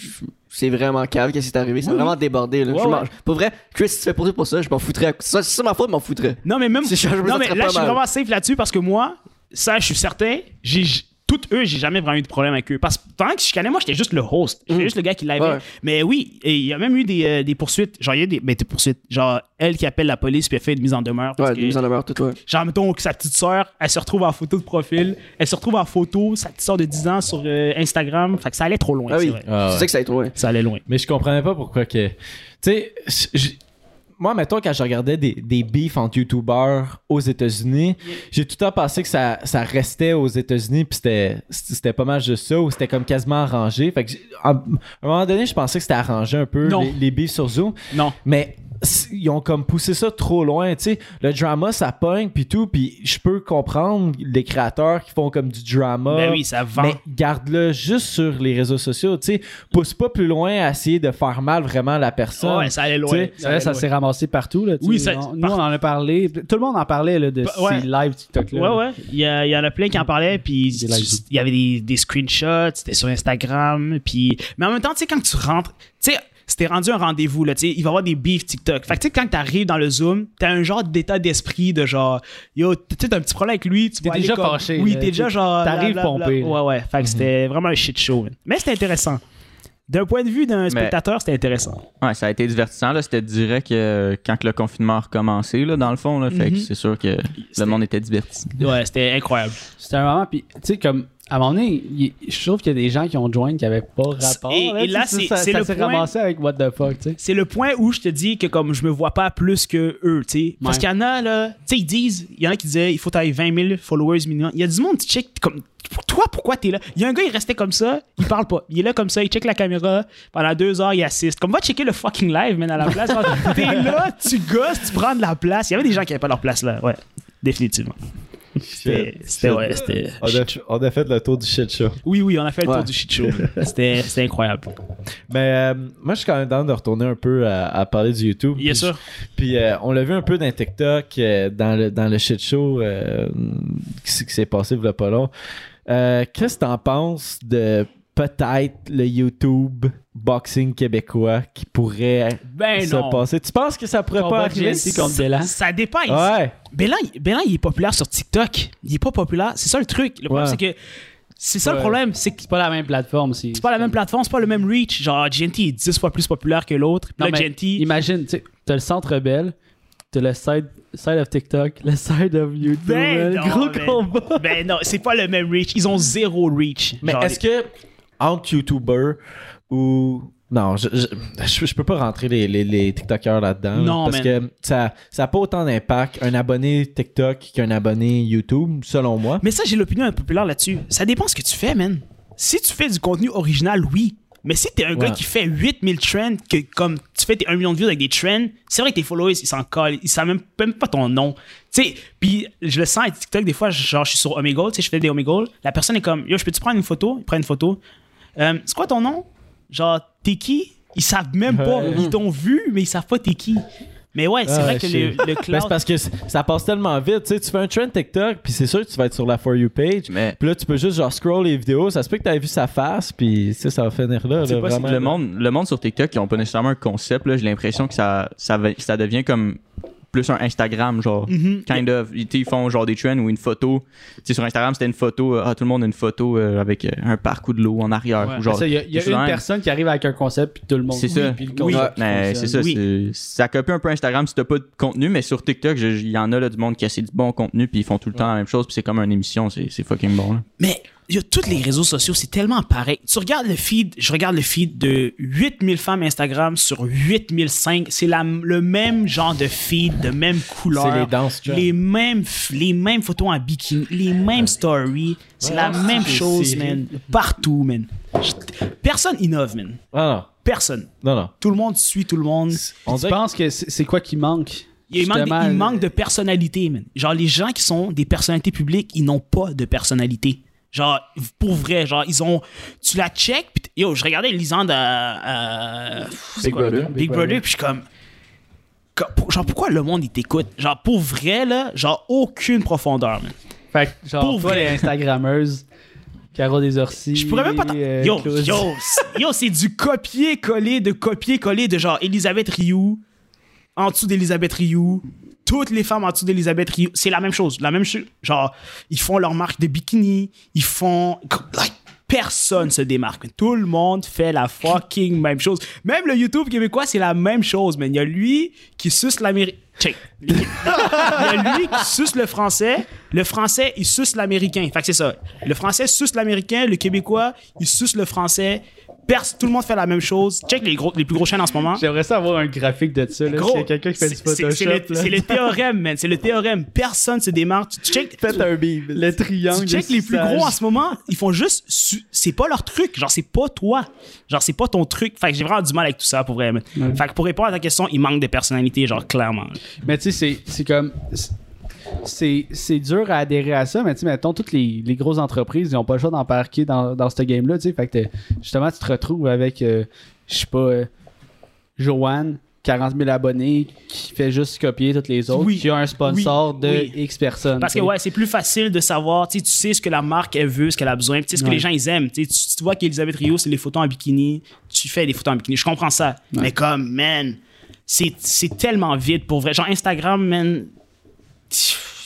D: c'est vraiment calme qu'est-ce qui est arrivé. C'est vraiment débordé. Là.
B: Ouais,
D: Je m'en-
B: ouais.
D: Pour vrai, Chris, si tu fais poser pour ça, je m'en foutrais. Ça, si c'est ma faute, je m'en foutrais.
B: Non, mais même.
D: C'est sûr, je me
B: non, mais
D: sentirais
B: là,
D: pas
B: je suis
D: mal.
B: vraiment safe là-dessus parce que moi, ça, je suis certain, j'ai. j- Toutes eux, j'ai jamais vraiment eu de problème avec eux. Parce que pendant que je connais, moi, j'étais juste le host. J'étais
D: Mm.
B: juste le gars qui l'avait.
D: Ouais.
B: Mais oui, et il y a même eu des, euh, des poursuites. Genre, il y a eu des, ben, des poursuites. Genre, elle qui appelle la police puis elle fait une mise en demeure. parce
D: Ouais,
B: que-
D: mise en demeure, tout, ouais.
B: Genre, mettons que sa petite sœur, elle se retrouve en photo de profil. Elle se retrouve en photo, sa petite sœur de 10 ans sur euh, Instagram. Fait que ça allait trop loin.
D: Ah
B: c'est
D: oui,
B: vrai.
A: Ah,
D: c'est
A: ouais.
D: ça que ça a été loin.
B: Ça allait loin.
A: Mais je comprenais pas pourquoi que. Tu sais, j- moi, mettons, quand je regardais des, des beefs entre YouTubers aux États-Unis, j'ai tout le temps pensé que ça, ça restait aux États-Unis, puis c'était- c'était pas mal juste ça, ou c'était comme quasiment arrangé. Fait que, j'ai- à un moment donné, je pensais que c'était arrangé un peu,
B: Non.
A: les, les beefs sur Zoom.
B: Non.
A: Mais s- ils ont comme poussé ça trop loin, tu sais. Le drama, ça pogne, puis tout, puis je peux comprendre les créateurs qui font comme du drama.
B: Ben oui, ça
A: Ah.
B: vend.
A: Mais garde-le juste sur les réseaux sociaux, tu sais. Pousse pas plus loin à essayer de faire mal vraiment la personne.
B: ouais, ça allait
A: Tu
B: loin.
A: sais,
B: allait
C: Ça, ça
B: loin.
C: s'est ramassé partout. Là, tu
B: Oui,
C: sais.
B: ça-
C: On- nous,
B: par-
C: on en a parlé. Tout le monde en parlait là, de
B: Bah, ouais.
C: ces live TikTok.
B: Ouais,
C: Là.
B: ouais. Il y, a- il y en a plein qui en parlaient, puis
C: Des lives.
B: il y avait des, des screenshots, c'était sur Instagram, puis... Mais en même temps, tu sais, quand tu rentres, tu sais, c'était rendu un rendez-vous, là, tu sais, il va y avoir des beefs TikTok. Fait que, tu sais, quand t'arrives dans le Zoom, t'as un genre d'état d'esprit de genre, yo, tu sais, t'as un petit problème avec lui, tu
C: T'es
B: vas aller
C: déjà
B: comme-
C: fâché,
B: Oui,
C: là,
B: t'es déjà
C: t'es-
B: genre...
C: t'arrives
B: blablabla.
C: pompé, Mhm. là.
B: Ouais, ouais. Fait que c'était vraiment un shit show. man. Mais c'était intéressant. D'un point de vue d'un spectateur, c'était intéressant.
E: Ouais, ça a été divertissant. là. C'était direct euh, quand que le confinement a recommencé, là, dans le fond. Là. Fait
B: Mm-hmm.
E: que c'est sûr que le monde était diverti.
B: Ouais, c'était incroyable.
C: C'était un moment. Puis, tu sais, comme. À un moment donné, il- je trouve qu'il y a des gens qui ont joint qui n'avaient pas rapport.
B: Et- et
C: tu
B: là,
C: sais,
B: c'est-
C: ça-
B: c'est
C: ça
B: le
C: s'est
B: point-
C: ramassé avec What the fuck, tu sais.
B: c'est le point où je te dis que comme je me vois pas plus que eux, tu sais. Parce
C: Ouais.
B: qu'il y en a, là, tu sais, ils disent, il y en a qui disaient, il faut t'aille 20 000 followers minimum. Il y a du monde qui check, comme, pour toi, pourquoi t'es là? Il y a un gars, il restait comme ça, il parle pas. Il est là comme ça, il check la caméra, pendant deux heures, il assiste. Comme, va checker le fucking live, man, à la place. t'es là, tu gosses, tu prends de la place. Il y avait des gens qui avaient pas leur place, là, ouais. Définitivement. C'était, c'était- ouais, c'était.
A: On a, on a fait le tour du shit show.
B: Oui, oui, on a fait le
D: Ouais.
B: tour du shit show. C'était, c'était incroyable.
A: Mais euh, moi, je suis quand même dans de retourner un peu à, à parler du YouTube.
B: Bien
A: Puis
B: sûr.
A: je- Puis euh, on l'a vu un peu dans TikTok, euh, dans, le, dans le shit show euh, qui, s- qui s'est passé il pas long. Euh, Qu'est-ce que t'en penses de peut-être le YouTube boxing québécois qui pourrait
B: Ben
A: se passer? Tu penses que ça pourrait pas
C: Combat
A: arriver?
C: GSC contre Delan.
B: Ça dépend. il-
A: Ouais.
B: Bélan, Bélan, il est populaire sur TikTok. Il est pas populaire. C'est ça le truc. Le problème,
A: Ouais.
B: c'est que. C'est ça le
C: Ouais.
B: problème. C'est que
C: C'est pas la même plateforme. C'est
B: c'est pas la même plateforme, c'est pas le même reach. Genre, Genty est 10 fois plus populaire que l'autre. Puis
C: Non,
B: Là,
C: mais
B: Genty.
C: Imagine, tu sais, t'as le centre belle, t'as le side, side of TikTok, le side of YouTube.
B: Ben
C: le
B: non,
C: gros
B: ben-
C: combat.
B: Ben non, c'est pas le même reach. Ils ont zéro reach.
A: Mais
B: Genre,
A: est-ce que entre YouTuber ou non, je, je, je- je peux pas rentrer les, les, les TikTokers là-dedans.
B: Non,
A: parce
B: man.
A: que ça ça a pas autant d'impact un abonné TikTok qu'un abonné YouTube selon moi.
B: Mais ça, j'ai l'opinion impopulaire là-dessus. Ça dépend ce que tu fais, man. Si tu fais du contenu original, oui. Mais si t'es un
A: Ouais.
B: gars qui fait 8000 trends, que comme tu fais tes 1 million de views avec des trends, c'est vrai que tes followers, ils s'en collent. Ils savent même, même pas ton nom. Tu sais, puis je le sens à TikTok, des fois, genre, je suis sur Omegle, tu sais, je fais des Omegle. La personne est comme, yo, je peux-tu prendre une photo? Il prend une photo. Euh, c'est quoi ton nom? Genre, t'es qui? Ils savent même pas.
A: Ouais.
B: Ils t'ont vu, mais ils savent pas t'es qui. Mais ouais, c'est
A: Ah,
B: vrai
A: je
B: que
A: sais.
B: le, le
A: Ben,
B: cloud.
A: c'est parce que c- ça passe tellement vite, tu sais, tu fais un trend TikTok puis c'est sûr que tu vas être sur la for you page.
E: Mais-
A: Puis là tu peux juste genre scroll les vidéos, ça se peut que t'avais vu sa face puis tu sais, ça va finir là,
E: C'est
A: là,
E: pas si
A: vraiment,
E: le
A: là.
E: monde, le monde sur TikTok, ils ont pas nécessairement un concept. là. J'ai l'impression que ça, ça, va- ça devient comme plus un Instagram, genre.
B: Mm-hmm. Mhm.
E: Kind of. Ils, tu sais, ils font genre des trends ou une photo. Tu sais, sur Instagram, c'était une photo. euh, ah, tout le monde a une photo euh, avec euh, un parc ou de l'eau en arrière. ou genre,
C: Ça, Il y a, il y a
E: des choses de
C: une
E: même.
C: personne qui arrive avec un concept, puis tout le monde.
E: C'est ça.
C: Puis le
E: Oui.
C: concept
E: Mais c'est
C: fonctionne.
E: ça.
B: Oui.
E: c'est- Ça copie un peu Instagram si t'as pas de contenu, mais sur TikTok, je- il y en a là, du monde qui a assez du bon contenu, puis ils font tout le temps la même chose, puis c'est comme une émission. C'est c'est fucking bon. là.
B: Mais il y a tous les réseaux sociaux, c'est tellement pareil. Tu regardes le feed, je regarde le feed de 8000 femmes Instagram sur 8005. C'est la- le même genre de feed, de même couleur.
A: C'est les danses trends.
B: les mêmes, f- les mêmes photos en bikini, les mêmes stories. C'est la même
A: c'est
B: chose,
A: serré.
B: man. Partout, man. Je- Personne innove, man.
A: Ah
B: Personne.
A: non, non non.
B: Tout le monde suit tout le monde.
A: On
C: Tu
A: dirait
C: penses que c'est c'est quoi qui manque
B: Il manque,
C: Justement,
B: des- il
C: le-
B: manque de personnalité, man. Genre, les gens qui sont des personnalités publiques, ils n'ont pas de personnalité. Genre, pour vrai, genre, ils ont. Tu la check, pis t- yo, je regardais Lisande à. à- c'est
D: Big
B: quoi,
D: Brother.
B: Big Brother, puis je suis comme. co- pour- Genre, pourquoi le monde, il t'écoute? Genre, pour vrai, là, genre, aucune profondeur, man.
C: Fait que, genre,
B: Pour
C: toi,
B: vrai.
C: les Instagrammeuses, Caro des Orsi.
B: Je pourrais même pas. t'en-
C: euh,
B: yo,
C: Claude-
B: yo, c'est- yo, c'est du copier-coller de copier-coller de genre Elisabeth Rioux, en dessous d'Elisabeth Rioux, toutes les femmes en dessous d'Elisabeth Rioux. C'est la même chose. La même chose. Genre, ils font leur marque de bikini, ils font. like, personne se démarque. Tout le monde fait la fucking même chose. Même le YouTube québécois, c'est la même chose, man. Il y a lui qui suce l'Amérique. Check. Il y a lui qui suce le français, le français, il suce l'américain. Fait que c'est ça. Le français suce l'américain, le québécois, il suce le français. Perse, tout le monde fait la même chose. Check les, gros, les plus gros chaînes en ce moment.
C: J'aimerais ça avoir un graphique de ça. là,
B: Hein? Gros,
C: S'il y a quelqu'un qui fait du
B: c'est- c'est- c'est
C: Photoshop.
B: le,
C: là.
B: c'est le théorème, man. C'est le théorème. Personne se démarre. Tu, tu check,
C: Faites un bib. Le triangle.
B: tu check
C: des
B: les plus
C: sages.
B: gros en ce moment, ils font juste. su- C'est pas leur truc. Genre, c'est pas toi. Genre, c'est pas ton truc. Fait que j'ai vraiment du mal avec tout ça, pour vrai. man. Fait que pour répondre à ta question, il manque de personnalité, genre, clairement.
C: Mais tu sais, c'est- c'est comme. C'est c'est dur à adhérer à ça, mais tu sais, mettons, toutes les, les grosses entreprises, ils n'ont pas le choix d'embarquer dans, dans ce game-là, tu sais. Fait que t'es- justement, tu te retrouves avec, euh, je sais pas, euh, Joanne, 40 000 abonnés, qui fait juste copier toutes les autres,
B: Oui.
C: qui a un sponsor
B: Oui.
C: de
B: Oui.
C: X personnes.
B: Parce que
C: tu sais.
B: ouais, c'est plus facile de savoir, tu sais, tu sais ce que la marque elle veut, ce qu'elle a besoin, puis tu sais ce que
C: Ouais.
B: les gens ils aiment. Tu, sais, tu- tu vois qu'Elisabeth Rio, c'est les photos en bikini, tu fais des photos en bikini, je comprends ça. Mais comme, man, c'est c'est tellement vide pour vrai. Genre Instagram, man,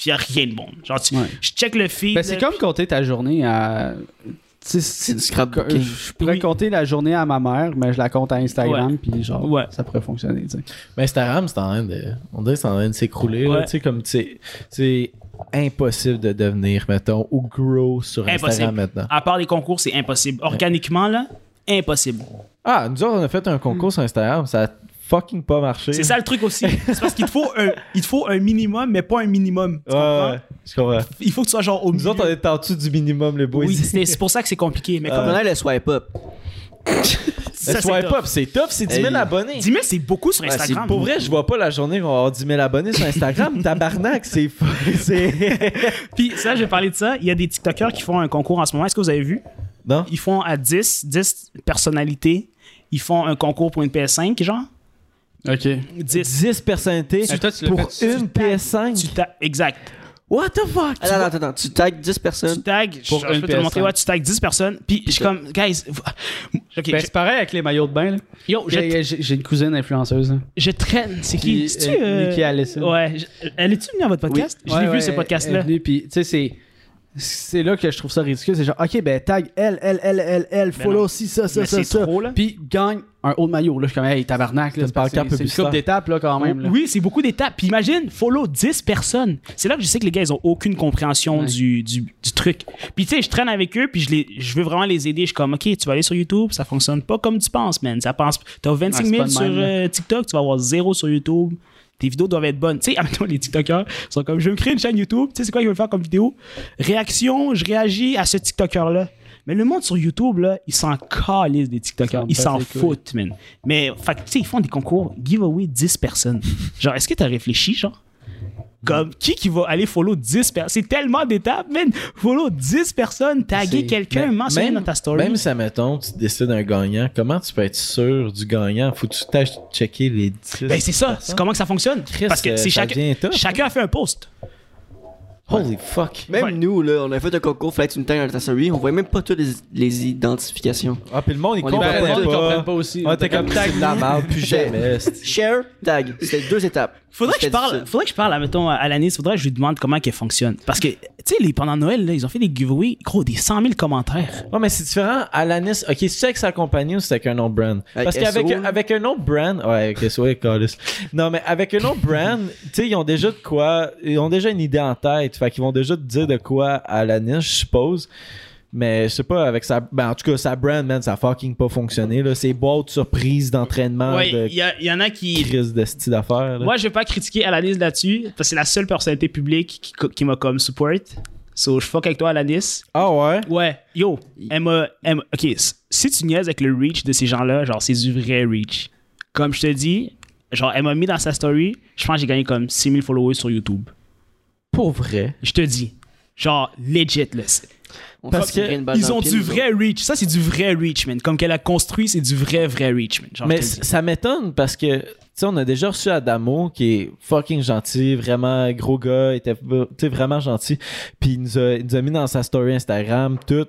B: il y a rien de bon. Genre, tu-
C: Ouais.
B: je check le feed.
C: Ben, c'est
B: là,
C: comme compter ta journée à. tu sais,
D: C'est du
C: co-
D: scrapbooking.
C: Euh, Je pourrais
B: Oui.
C: compter la journée à ma mère, mais je la compte à Instagram, puis genre,
B: Ouais.
C: ça pourrait fonctionner, tu sais.
A: Mais Instagram, Ben, c'est en train de. On dirait que c'est en train de s'écrouler. là,
B: Ouais.
A: Tu sais, comme tu sais, c'est impossible de devenir, mettons, ou grow sur Instagram
B: impossible.
A: maintenant.
B: À part les concours, c'est impossible. Organiquement, là, impossible.
A: Ah, nous autres, on a fait un concours sur Instagram, ça a fucking pas marché.
B: C'est ça le truc aussi. c'est parce qu'il te faut un, il te faut un minimum, mais pas un minimum. Tu
A: Ouais,
B: comprends?
A: ouais, je comprends.
B: Il faut que tu sois genre au
A: Nous
B: milieu.
A: autres, on est en dessous du minimum, les boys.
B: oui, c'est c'est pour ça que c'est compliqué. Mais comme
D: Comprenez le swipe up.
A: Le
B: ça, c'est
A: swipe
B: tough.
A: up, c'est top, c'est 10 000
D: Hey.
A: abonnés.
B: 10 000, c'est beaucoup sur
D: Ouais,
B: Instagram.
D: c'est
A: Pour vrai, je vois pas la journée qu'on va avoir 10 000 abonnés sur Instagram. Tabarnak, c'est. fou, c'est-
B: Puis ça, je vais parler de ça. Il y a des TikTokers qui font un concours en ce moment. Est-ce que vous avez vu?
A: Non?
B: Ils font à 10, 10 personnalités. Ils font un concours pour une PS5, genre.
C: OK.
B: 10.
A: 10 personnalités
C: Hey, toi, tu l'as
A: pour
C: fait, tu-
A: une PS5.
B: Tu ta- Exact.
A: What the fuck?
D: Attends, attends, attends. Tu tags 10
B: Tu
D: personnes.
B: tags,
C: Pour
B: je, je
C: une
B: peux te le montrer,
C: PS5.
B: ouais, tu tags 10 personnes. Puis je suis comme, guys, vous- ok,
C: Ben, c'est pareil avec les maillots de bain, là.
B: je- yo, je,
C: J'ai j'ai- j'ai une cousine influenceuse. hein.
B: je traîne. C'est qui?
C: Puis,
B: C'est-tu,
C: euh, Nikki Allison.
B: Ouais. je- elle est-tu venue à votre podcast? Je
C: Ouais,
B: l'ai vu,
C: ouais,
B: ce
C: elle est
B: podcast-là.
C: venue, puis, tu sais, c'est. C'est là que je trouve ça ridicule. C'est genre, OK, ben, tag elle, elle, elle, elle, elle, follow
B: Ben non.
C: si ça, ça,
B: Mais
C: ça,
B: c'est
C: ça.
B: trop, là.
C: Puis gagne un haut de maillot. Là, je suis comme, hey, tabarnak,
A: C'est
C: là, c'est
A: une
C: parce que
A: pancarte
C: c'est une
A: publicitaire.
C: couple d'étapes, là, quand même. là.
B: Oui, c'est beaucoup d'étapes. Puis imagine, follow 10 personnes. C'est là que je sais que les gars, ils ont aucune compréhension
C: Ouais.
B: du, du, du truc. Puis tu sais, je traîne avec eux, puis je, les, je veux vraiment les aider. Je suis comme, OK, tu vas aller sur YouTube, ça fonctionne pas comme tu penses, man. Ça pense. T'as 25
C: Ouais,
B: 000
C: c'est
B: sur
C: pas de même,
B: euh, TikTok, tu vas avoir zéro sur YouTube. Tes vidéos doivent être bonnes. Tu sais, admettons, les TikTokers sont comme, je veux me créer une chaîne YouTube. Tu sais, c'est quoi qu'ils veulent faire comme vidéo? Réaction, je réagis à ce TikToker-là. Mais le monde sur YouTube, là, ils s'en calissent des TikTokers.
C: Ils
B: Ils
C: s'en
B: s'en
C: battent les couilles.
B: foutent foot, man. Mais, fait que, tu sais, ils font des concours, giveaway 10 personnes. Genre, est-ce que t'as réfléchi, genre? Comme, qui qui va aller follow 10 personnes? C'est tellement d'étapes, man! Follow 10 personnes, taguer
A: C'est-
B: quelqu'un,
A: mais-
B: mentionner
A: même-
B: dans ta story.
A: Même si, admettons, tu décides un gagnant, comment tu peux être sûr du gagnant? Faut-tu t'ach- checker les 10
B: ben, c'est ça. C'est
A: personnes?
B: comment que ça fonctionne?
A: Christ,
B: Parce que
A: euh,
B: c'est
A: ça
B: chacun.
A: devient tough. hein.
B: Chacun a fait un post.
A: Holy fuck.
D: Même
B: Ouais.
D: nous, là, on a fait un concours Flight Unitary dans ta story. On voit même pas toutes les, les identifications.
A: Ah, puis le monde, il
D: On est
A: comprend
D: ben, le monde,
C: ils
A: pas.
C: comprennent pas aussi.
A: Ah, t'es comme tag de la merde, plus
D: J'ai-
A: jamais. c'est-
D: Share, tag. C'était deux étapes.
B: Faudrait que, je
D: C'était
B: parle,
D: difficile.
B: faudrait que je parle, admettons, à l'analyse. Faudrait que je lui demande comment qu'elle fonctionne. Parce que, tu sais, les- pendant Noël, là, ils ont fait des giveaways, gros, des 100 000 commentaires.
A: Ouais, mais c'est différent. Alanis, ok, c'est avec sa compagnie ou c'est avec un autre brand?
D: Avec
A: Parce qu'avec
D: SO, là.
A: avec un autre brand, ouais, ok, soit Carlos. Non, mais avec un autre brand, tu sais, ils ont déjà de quoi, ils ont déjà une idée en tête. Fait qu'ils vont déjà te dire de quoi à Alanis, je suppose. Mais je sais pas, avec sa. Ben, en tout cas, sa brand, man, ça a fucking pas fonctionné. Là. Ses boîtes surprises d'entraînement de
B: y en a qui.
A: crise de style d'affaires. là.
B: Moi, je vais pas critiquer Alanis là-dessus, parce que c'est la seule personnalité publique qui, co- qui m'a comme support. So, je fuck avec toi, Alanis.
A: Ah ouais?
B: Ouais. Yo, elle m'a. elle m'a- Ok, s- si tu niaises avec le reach de ces gens-là, genre, c'est du vrai reach. Comme je te dis, genre, elle m'a mis dans sa story, je pense que j'ai gagné comme 6000 followers sur YouTube.
A: Pour vrai.
B: Je te dis. Genre, legit, là. C'est-
D: On
A: Parce
D: s'est tiré
A: que
D: une balle
B: Ils
D: dans le
B: ont
D: pied,
B: du
D: nous
B: vrai reach. Ça, c'est du vrai reach, man. Comme qu'elle a construit, c'est du vrai, vrai reach, man. Genre,
A: Mais
B: je te le dis.
A: ça m'étonne parce que, tu sais, on a déjà reçu Adamo qui est fucking gentil, vraiment gros euh, gars, était tu sais, vraiment gentil. Puis il nous, a, il nous a mis dans sa story Instagram, tout.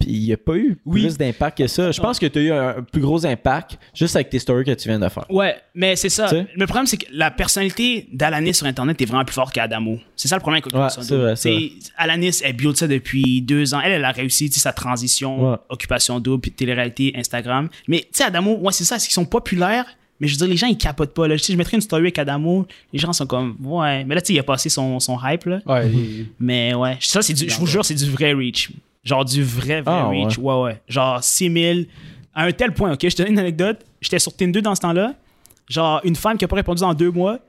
A: Puis il n'y a pas eu
B: Oui.
A: plus d'impact que ça. Je pense que tu as eu un, un plus gros impact juste avec tes stories que tu viens de faire.
B: Ouais, mais c'est ça.
A: Tu sais?
B: Le problème, c'est que la personnalité d'Alanis sur Internet est vraiment plus forte qu'Adamo. C'est ça le problème avec
A: Ouais,
B: Occupation
A: c'est vrai,
B: Double.
A: c'est vrai.
B: C'est- Alanis, elle build ça depuis deux ans. Elle, elle a réussi tu sais, sa transition
A: Ouais.
B: Occupation Double, puis télé-réalité, Instagram. Mais tu sais, Adamo, ouais, c'est ça, c'est qu'ils sont populaires. Mais je veux dire, les gens, ils capotent pas. Là. Tu sais, je mettrais une story avec Adamo, les gens sont comme, ouais. Mais là, tu sais, il a passé son, son hype. Là.
C: Ouais, il-
B: Mais ouais, ça, c'est du, je vous jure, c'est du vrai reach. Genre du vrai, vrai
A: Ah,
B: reach. Ouais, ouais. Genre 6000. À un tel point, ok, je te donne une anecdote. J'étais sur Tinder dans ce temps-là. Genre, une femme qui a pas répondu dans deux mois.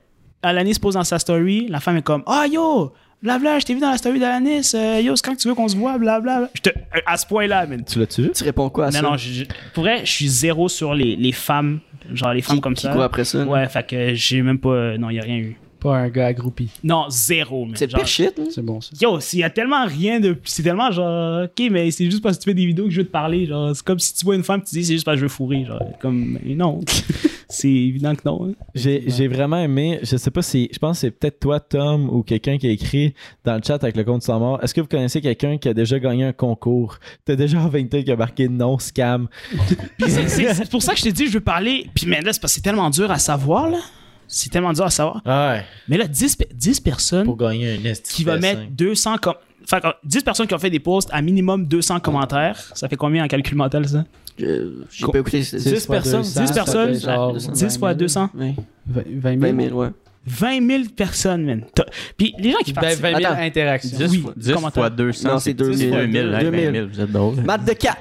B: Alanis pose dans sa story. La femme est comme Ah yo, blabla, je t'ai vu dans la story d'Alanis. Euh, yo, c'est quand que tu veux qu'on se voit, blabla. Je te- euh, À ce point-là, man.
A: Tu l'as-tu vu?
D: Tu réponds quoi à Ah, ça?
B: Non, non, je, je- pour vrai, je suis zéro sur les, les femmes. Genre les femmes
D: Qui-
B: comme
D: qui
B: ça.
D: court après ça?
B: Ouais, fait que j'ai même pas. euh, Non, il a rien eu.
C: pas un gars groupie.
B: Non, zéro, man.
D: C'est le
B: Genre-
D: pire shit, là.
C: C'est bon ça.
B: Yo, s'il y a tellement rien de. C'est tellement genre. Ok, mais c'est juste parce que tu fais des vidéos que je veux te parler. Genre, c'est comme si tu vois une femme et tu dis c'est juste parce que je veux fourrer. Genre, comme. mais Non. c'est évident que non. hein.
A: J'ai j'ai vraiment aimé, je sais pas si, je pense que c'est peut-être toi, Tom, ou quelqu'un qui a écrit dans le chat avec le compte sans mort. Est-ce que vous connaissez quelqu'un qui a déjà gagné un concours? T'as déjà inventé qui a marqué non scam.
B: Puis c'est- c'est c'est pour ça que je t'ai dit je veux parler. Puis mais là, c'est parce que c'est tellement dur à savoir, là. C'est tellement dur à savoir.
A: Ouais.
B: Mais là, 10, pe- 10 personnes
A: Pour gagner un esti
B: qui vont
A: de
B: mettre
A: dessin.
B: 200. Com... Fait que, euh, 10 personnes qui ont fait des posts à minimum 200 commentaires. Ça fait combien en calcul mental, ça
D: Je- J'ai pas écouté. c'est-
A: 10 personnes,
B: 10 personnes,
D: genre
B: 10 fois 200.
D: Ouais.
C: 20 000.
D: 20 000, ouais.
B: 20 000 personnes, man. T'as- Puis les gens qui
C: Ben,
B: participent.
C: 20 000
D: Attends.
C: interactions.
E: 10,
B: Oui,
E: fois, 10
B: commentaire.
E: fois 200.
D: Non, c'est
E: 10
D: 2000.
E: fois 1000. hey,
D: 2000.
E: 2000, hein, vous êtes drôle.
C: Bah.
D: Maths de 4.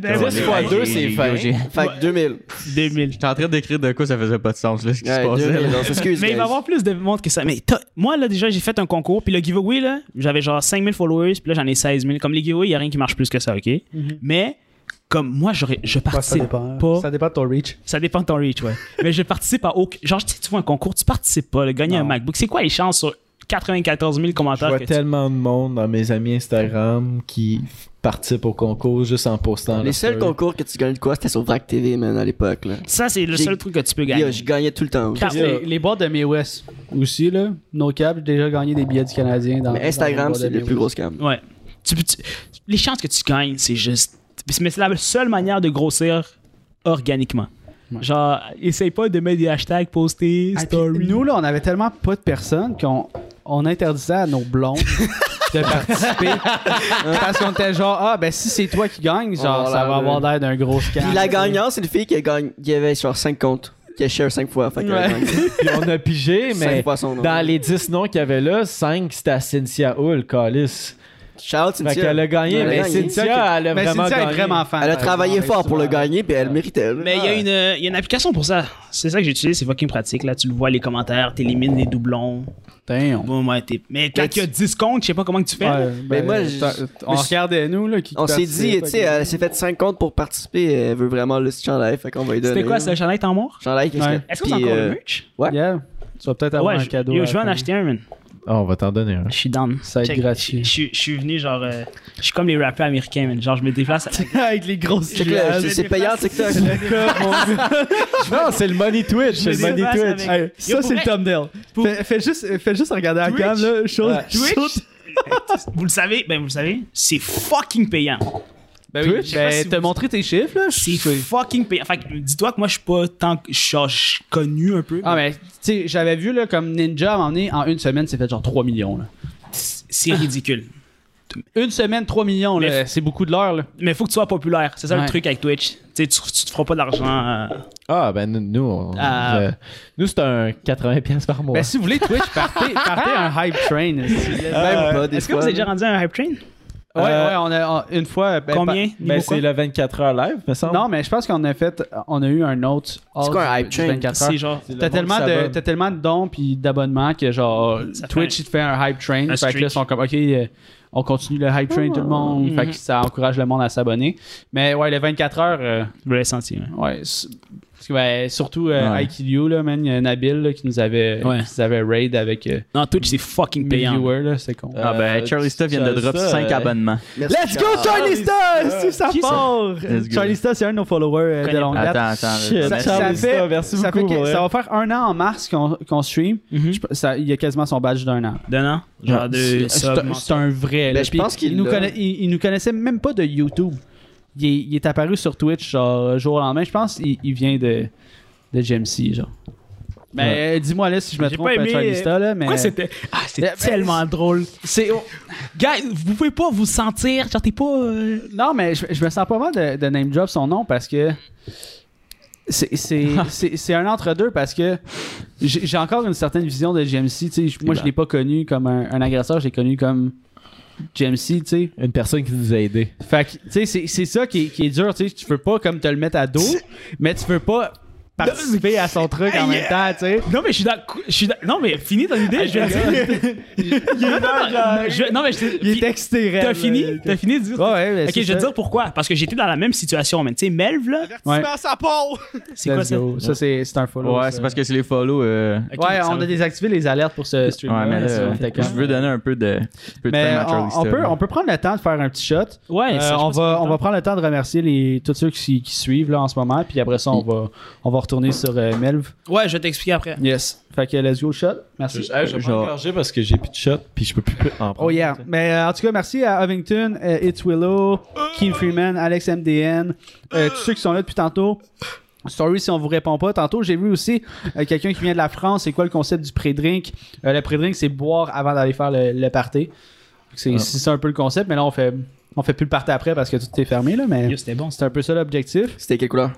B: Ben,
A: dix fois deux, c'est vingt.
D: Fait que 2000.
B: 2000.
E: J'étais en train d'écrire de quoi ça faisait pas de sens, là, ce qui
D: Ouais,
E: se passait.
D: 2000,
E: là.
D: on s'excuse.
B: Mais il va y
D: guys.
B: avoir plus de monde que ça. Mais t'as- moi, là, déjà, j'ai fait un concours. Puis le giveaway, là, j'avais genre 5000 followers. Puis là, j'en ai 16 000. Comme les giveaways, il n'y a rien qui marche plus que ça, OK? Mais comme moi, j'aurais- je
C: Mhm. Ouais, ça
B: participe
C: dépend. hein.
B: pas.
C: Ça dépend de ton reach.
B: Ça dépend de ton reach, ouais. Mais je participe à aucun. Genre, tu sais, tu vois un concours, tu participes pas. là, gagner un
C: Non.
B: MacBook, c'est quoi les chances sur 94 000
A: Je
B: commentaires
A: vois
B: que tu-
A: tellement de monde dans mes amis Instagram qui participent au concours juste en postant.
D: Les
A: leur
D: seuls
A: story.
D: concours que tu gagnais de quoi, c'était sur Vrac TV, man, à l'époque, là.
B: Ça, c'est le
D: J'ai-
B: seul truc que tu peux
D: Yo,
B: gagner.
D: je gagnais tout le temps. oui.
B: Crap.
C: Les, les boîtes de May West aussi, là. Nos câbles, j'ai déjà gagné des billets du Canadien dans.
D: Mais Instagram,
C: dans
D: c'est
C: les boîtes de
D: le
C: May
D: plus gros
C: West.
D: scam.
B: Ouais. Tu peux- tu- Les chances que tu gagnes, c'est juste. Mais c'est la seule manière de grossir organiquement.
C: Ouais.
B: Genre, essaye pas de mettre des hashtags, poster,
C: Ah, puis
B: story.
C: nous, là, on avait tellement pas de personnes qu'on on interdisait à nos blondes de participer. parce qu'on était genre, ah, ben si c'est toi qui gagne, genre,
D: Oh là
C: ça va
D: là.
C: avoir l'air d'un gros scam.
D: Puis la gagnante, c'est une fille qui, a gagné, qui avait genre 5 comptes, qui a share 5 fois. Fait qu'elle a
C: Ouais.
D: gagné
A: Puis on a pigé,
D: 5
A: mais
D: fois son nom.
A: dans les 10 noms qu'il y avait là, 5 c'était à Cynthia Hull, Calis.
D: Shout,
A: Fait
D: Cynthia.
A: qu'elle a gagné,
D: euh, Elle Ben, a
A: mais
D: gagné.
A: Cynthia, elle a
C: Mais
A: vraiment
C: ben, Cynthia est
A: gagné.
C: vraiment fan.
D: Elle a
C: par
D: travaillé
C: exemple,
D: fort pour le
C: souvent.
D: gagner, puis elle méritait. là.
B: Mais il y, a une, euh, il y a une application pour ça. C'est ça que j'ai utilisé, c'est fucking pratique. Là, tu le vois, les commentaires, t'élimines les doublons.
C: Damn.
B: Bon, ouais, t'es- Mais quand
D: Mais
B: il y a 10 comptes, je sais pas comment que tu fais. là.
C: Ouais,
D: Mais
C: ben,
D: moi, je-
C: t'as- on
D: je-
C: regardait nous là qui
D: On s'est dit,
C: participait,
D: tu sais, euh,
C: fait que-
D: elle s'est fait 5 comptes pour participer. Elle veut vraiment le chandail, fait qu'on va lui donner.
B: C'était quoi,
D: là.
B: ce chandail en mort?
D: Chandail, qu'est-ce
C: Ouais.
D: que
B: Est-ce que c'est
D: Puis,
B: encore
D: euh,
B: le merch?
C: Yeah. Tu vas peut-être avoir
B: ouais,
C: un
B: je-
C: cadeau.
B: yo,
C: à
B: je vais en
C: la
B: acheter un, man.
A: Ah, on va t'en donner un.
B: Je suis down.
C: Ça va être
B: Check,
C: gratuit.
B: Je je- je suis venu, genre. euh, je suis comme les rappeurs américains, man. Genre, je me déplace. à-
C: famille. Avec les grosses
D: check là,
B: Je-
D: C'est c'est payant, TikTok.
A: Non, c'est le Money Twitch, c'est
B: Je
A: le Money
B: dépasse
A: Twitch.
B: avec- Yo, pour vrai,
C: thumbnail.
B: Pour-
C: Fais, fais juste, fais juste regarder la
B: Twitch.
C: cam, là. Chaud,
A: Ouais.
B: Twitch, vous le savez, ben vous le savez, c'est fucking payant.
C: Ben oui,
B: Twitch. Je sais pas
C: ben,
B: si
C: t'as
B: vous-
C: montré tes chiffres, là.
B: C'est fucking payant. Fait que dis-toi que moi, je suis pas tant que. Je suis genre, je suis connu un peu.
C: Ah, mais, tu sais, j'avais vu, là, comme Ninja, à un moment donné, en une semaine, c'est fait genre 3 millions, là.
B: C'est ridicule.
C: Une semaine, 3 millions,
B: Mais
C: là. C'est beaucoup de l'heure, là.
B: mais faut que tu sois populaire. C'est ça
C: Ouais.
B: le truc avec Twitch. Tu sais, tu, tu te feras pas d'argent. euh,
A: Ah, ben nous, nous, on-
B: Ah.
A: euh, nous c'est un 80$ piastres par mois.
C: Ben, si vous voulez, Twitch, partez, partez un hype train. ici.
D: Même pas, des
B: Euh, Est-ce que vous
D: fois.
B: êtes déjà rendu à un hype train?
C: Ouais,
A: Euh,
C: ouais, on a, on- une fois. ben,
B: Combien?
C: par-
A: Ben,
C: niveau
A: c'est le 24 heures live, me
C: quoi?
A: semble.
C: Non, mais je pense qu'on a fait. On a eu un autre.
D: C'est quoi un hype train?
C: 24 heures.
B: C'est genre.
A: C'est le
C: T'as
A: monde qui
C: tellement, de,
A: s'abonne.
C: t'as tellement de dons puis d'abonnements que genre
B: Ça fait
C: Twitch
B: un-
C: il te fait un hype train. fait que
B: streak.
C: là ils sont comme ok euh, on continue le hype train tout le monde. Fait que ça encourage le monde à s'abonner. Mais ouais les 24 heures euh,
B: Je l'ai senti. ouais.
C: ouais c'est- Parce que, ben, surtout euh,
E: Ouais.
C: IQLU, là, man, il y a Nabil là, qui nous avait,
B: Ouais.
C: qui nous avait raid avec euh,
B: Non, Twitch, c'est fucking
C: mes
B: payant.
C: viewers, là, c'est con.
E: Ah
A: Euh,
C: Euh,
E: ben, Charlie Stuff vient de
A: Charlie
E: drop
A: Stuff,
E: 5
A: euh,
E: abonnements.
D: Merci, Charles.
C: Charlie Star! C'est ça
B: Qui ça?
C: fort!
E: Let's go.
C: Charlie Star, c'est un de nos followers euh, de
B: Connais
C: longue date.
E: Attends, attends.
A: Shit,
E: attends.
C: Ça,
A: Charles
C: ça
A: Lista,
C: fait-
A: merci
C: ça
A: beaucoup,
C: fait que-
A: pour vrai.
C: ça va faire un an en mars qu'on qu'on stream.
B: Mhm.
C: Je- ça- il y a quasiment son badge d'un an.
B: D'un an? Genre de
C: C'est- c'est un-
B: sub.
C: c'est un vrai. là.
D: Ben, je
C: Puis
D: pense qu'il
C: il nous
D: l'a.
C: connaît- il, il nous connaissait même pas de YouTube. Il est, il est apparu sur Twitch genre euh, jour au lendemain. Je pense qu'il il vient de de GMC genre. Ben euh, dis-moi là si je me
B: J'ai
C: trompe,
B: pas aimé, euh,
C: Charlie Star, là, mais
B: Pourquoi c'était. Ah, c'est
C: Ben, ben,
B: tellement drôle.
C: c'est oh,
B: Gars, vous pouvez pas vous sentir. Genre, t'es pas. euh,
C: non mais je, je me sens pas mal de, de name drop son nom parce que c'est- c'est
B: Ah.
C: c'est- c'est un entre deux parce que j'ai j'ai encore une certaine vision de GMC. tu sais. Je- Moi je l'ai pas connu comme un, un agresseur, je l'ai connu comme GMC, tu sais.
A: Une personne qui nous a aidés.
C: Fait que, tu sais, c'est- c'est ça qui est, qui est dur, tu sais. Tu veux pas comme te le mettre à dos, mais tu veux pas participer à son truc en
B: Hey,
C: même temps, tu sais.
B: Non, mais je suis d'accord. je suis d'ac- Non, mais finis ton idée. Je vais dire. Non, non, non, je- Non, mais je t'ai-
C: Il est
B: fi-
C: texté, raide,
B: T'as
C: là.
B: fini? T'as fini de dire.
C: Ouais, ouais, mais
B: Ok,
C: c'est
B: je vais te
C: ça.
B: dire pourquoi. Parce que j'étais dans la même situation, mais tu sais, Melv, là,
C: Ouais.
B: c'est quoi
C: Let's
B: ça?
C: go. Ça, c'est c'est un follow.
E: Ouais, c'est parce que c'est les follow. euh,
B: Ok,
C: Ouais,
B: ça
C: on
B: va.
C: a désactivé les alertes pour ce stream.
E: Ouais, mais là,
C: ça,
E: euh,
C: c'était
E: je
C: comme-
E: veux donner un peu de, un peu de
C: Mais
E: time à Charlie
C: on, on
E: Stuff.
C: peut, on peut prendre le temps de faire un petit shot.
B: Ouais,
C: Euh,
B: ça, je
C: on,
B: pense que c'est
C: va, on va
B: important.
C: prendre le temps de remercier les, tous ceux qui, qui suivent là, en ce moment. Puis après ça, on va, on va retourner sur euh, Melv.
B: Ouais, je vais t'expliquer après.
C: Yes. Fait que let's go shot. Merci.
A: Je vais
E: Genre-
A: m'engorger parce que j'ai plus de shot puis je peux plus en prendre.
C: Oh yeah. Mais euh, en tout cas, merci à Ovington, euh, It's Willow, Kim Freeman, Alex MDN, euh, tous ceux qui sont là depuis tantôt. Sorry si on vous répond pas. Tantôt, j'ai vu aussi euh, quelqu'un qui vient de la France. C'est quoi le concept du pré-drink Euh, Le pré-drink, c'est boire avant d'aller faire le, le party. C'est c'est ça un peu le concept, mais là, on fait, on fait plus le party après parce que tout est fermé. Là, mais
B: Yo, C'était bon.
C: c'est un peu ça l'objectif.
D: C'était quelle couleur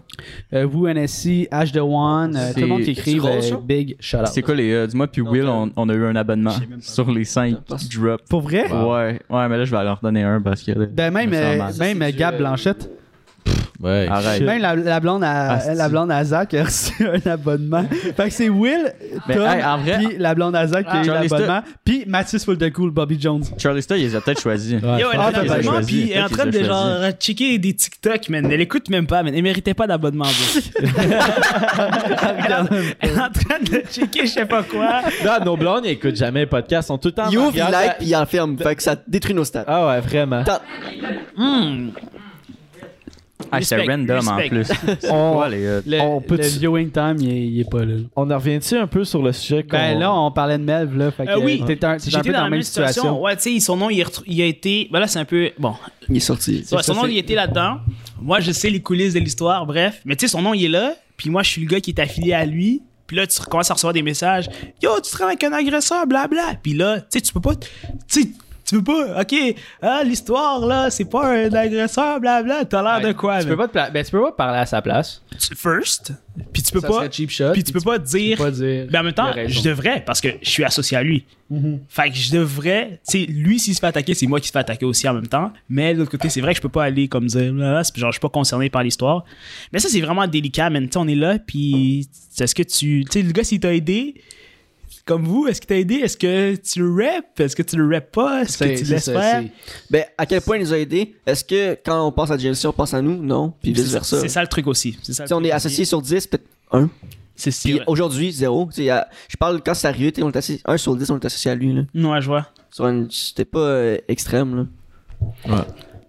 C: Euh, vous, NSC, H de One, euh, tout le monde qui
E: C'est-
C: écrit
D: c'est
C: euh,
D: rose, ça?
C: Big Shout
E: C'est quoi les. euh, Dis-moi, puis Will, on, on a eu un abonnement sur les 5 drops.
C: Pour vrai
E: Ouais, ouais, mais là, je vais leur donner un parce que. là,
C: Ben, même,
E: je me sens
C: euh,
E: mal.
C: même euh, Gab Blanchette.
A: Ouais.
E: Arrête.
C: Même la, la blonde à,
E: Asti.
C: la blonde à Zach a reçu un abonnement. fait que c'est Will,
E: Mais,
C: Tom,
E: hey, en vrai-
C: puis la blonde à Zach qui a eu
E: Charlie
C: l'abonnement, puis Mathis Full de Cool, Bobby Jones.
E: Charlie Stuff, il les a peut-être choisis.
A: Ouais,
B: Yo,
A: je pense
B: elle a
E: qu'ils
A: que-
E: ont
B: l'abonnement,
E: choisi.
B: puis elle est en
E: Peut-être
B: train de
E: qu'ils ont
B: genre euh,
E: choisi.
B: checker des TikTok, man. Elle écoute même pas, man. Elle méritait pas d'abonnement, bro. elle, est en- elle est en train de checker je sais pas quoi.
A: Non, nos blondes, ils écoutent jamais les podcasts, ils sont tout le temps.
D: Il
A: en
D: ouvre, il
A: arrière de la-
D: like, puis il enferme. Fait que ça détruit nos stats.
A: Ah ouais, vraiment.
D: T'as-
B: Hmm.
E: Ah, c'est
B: Respect,
E: random en
B: respect.
E: plus. C'est quoi les. euh,
C: Le,
A: On peut-
C: le viewing time, il est, il est pas là.
A: On en revient-tu un peu sur le sujet qu'on...
C: Ben là, on parlait de Melv, là. Fait que
B: Euh, oui.
C: t'es un, t'es un
B: J'étais
C: peu
B: dans
C: dans
B: la même situation. Ouais, tu sais, son nom, il, est retru- il a été. Ben là, c'est un peu. Bon.
D: Il est sorti.
B: Ouais,
C: ça,
B: son nom,
C: c'est-
B: il était là-dedans. Moi, je sais les coulisses de l'histoire, bref. Mais tu sais, son nom, il est là. Puis moi, je suis le gars qui est affilié à lui. Puis là, tu commences à recevoir des messages. Yo, tu travailles avec un agresseur, blabla. Puis là, tu sais, tu peux pas. Tu sais, tu peux pas. Ok, ah, l'histoire, là, c'est pas un agresseur, blabla. T'as l'air de quoi,
C: Tu
B: man?
C: peux, pas te pla- ben, tu peux pas parler à sa place.
B: Tu- First. Puis tu peux
C: Ça
B: pas.
C: serait cheap shot.
B: Puis tu peux pas dire.
C: pas dire.
B: Mais en même temps,
C: il a raison. Mhm.
B: je devrais parce que je suis associé à lui. Fait que je devrais, tu sais, lui s'il se fait attaquer, c'est moi qui se fait attaquer aussi en même temps. Mais de l'autre côté, c'est vrai que je peux pas aller comme dire, là, là, c'est- genre, je suis pas concerné par l'histoire. Mais ça, c'est vraiment délicat, man. Tu sais, on est là, puis est-ce que tu. Tu sais, le gars, s'il t'a aidé, comme vous, est-ce qu'il t'a aidé Est-ce que tu le rap Est-ce que tu le rap pas Est-ce
C: C'est-
B: que tu le
C: c'est
B: laisses
C: ça,
B: faire
C: c'est-
D: Ben, à quel point il nous a aidés Est-ce que quand on pense à JLC, on pense à nous Non. Puis vice
B: C'est
D: versa.
B: c'est ça le truc aussi. C'est ça le
D: Si on
B: truc
D: est
B: aussi.
D: associé sur 10, peut-être 1.
B: C'est c'est
D: Puis
B: vrai.
D: aujourd'hui, 0. Je parle quand c'est arrivé, t'sais, on est assis, 1 sur 10, on est associé à lui. Là.
B: Ouais, je vois.
D: Sur une- C'était pas euh, extrême. Là.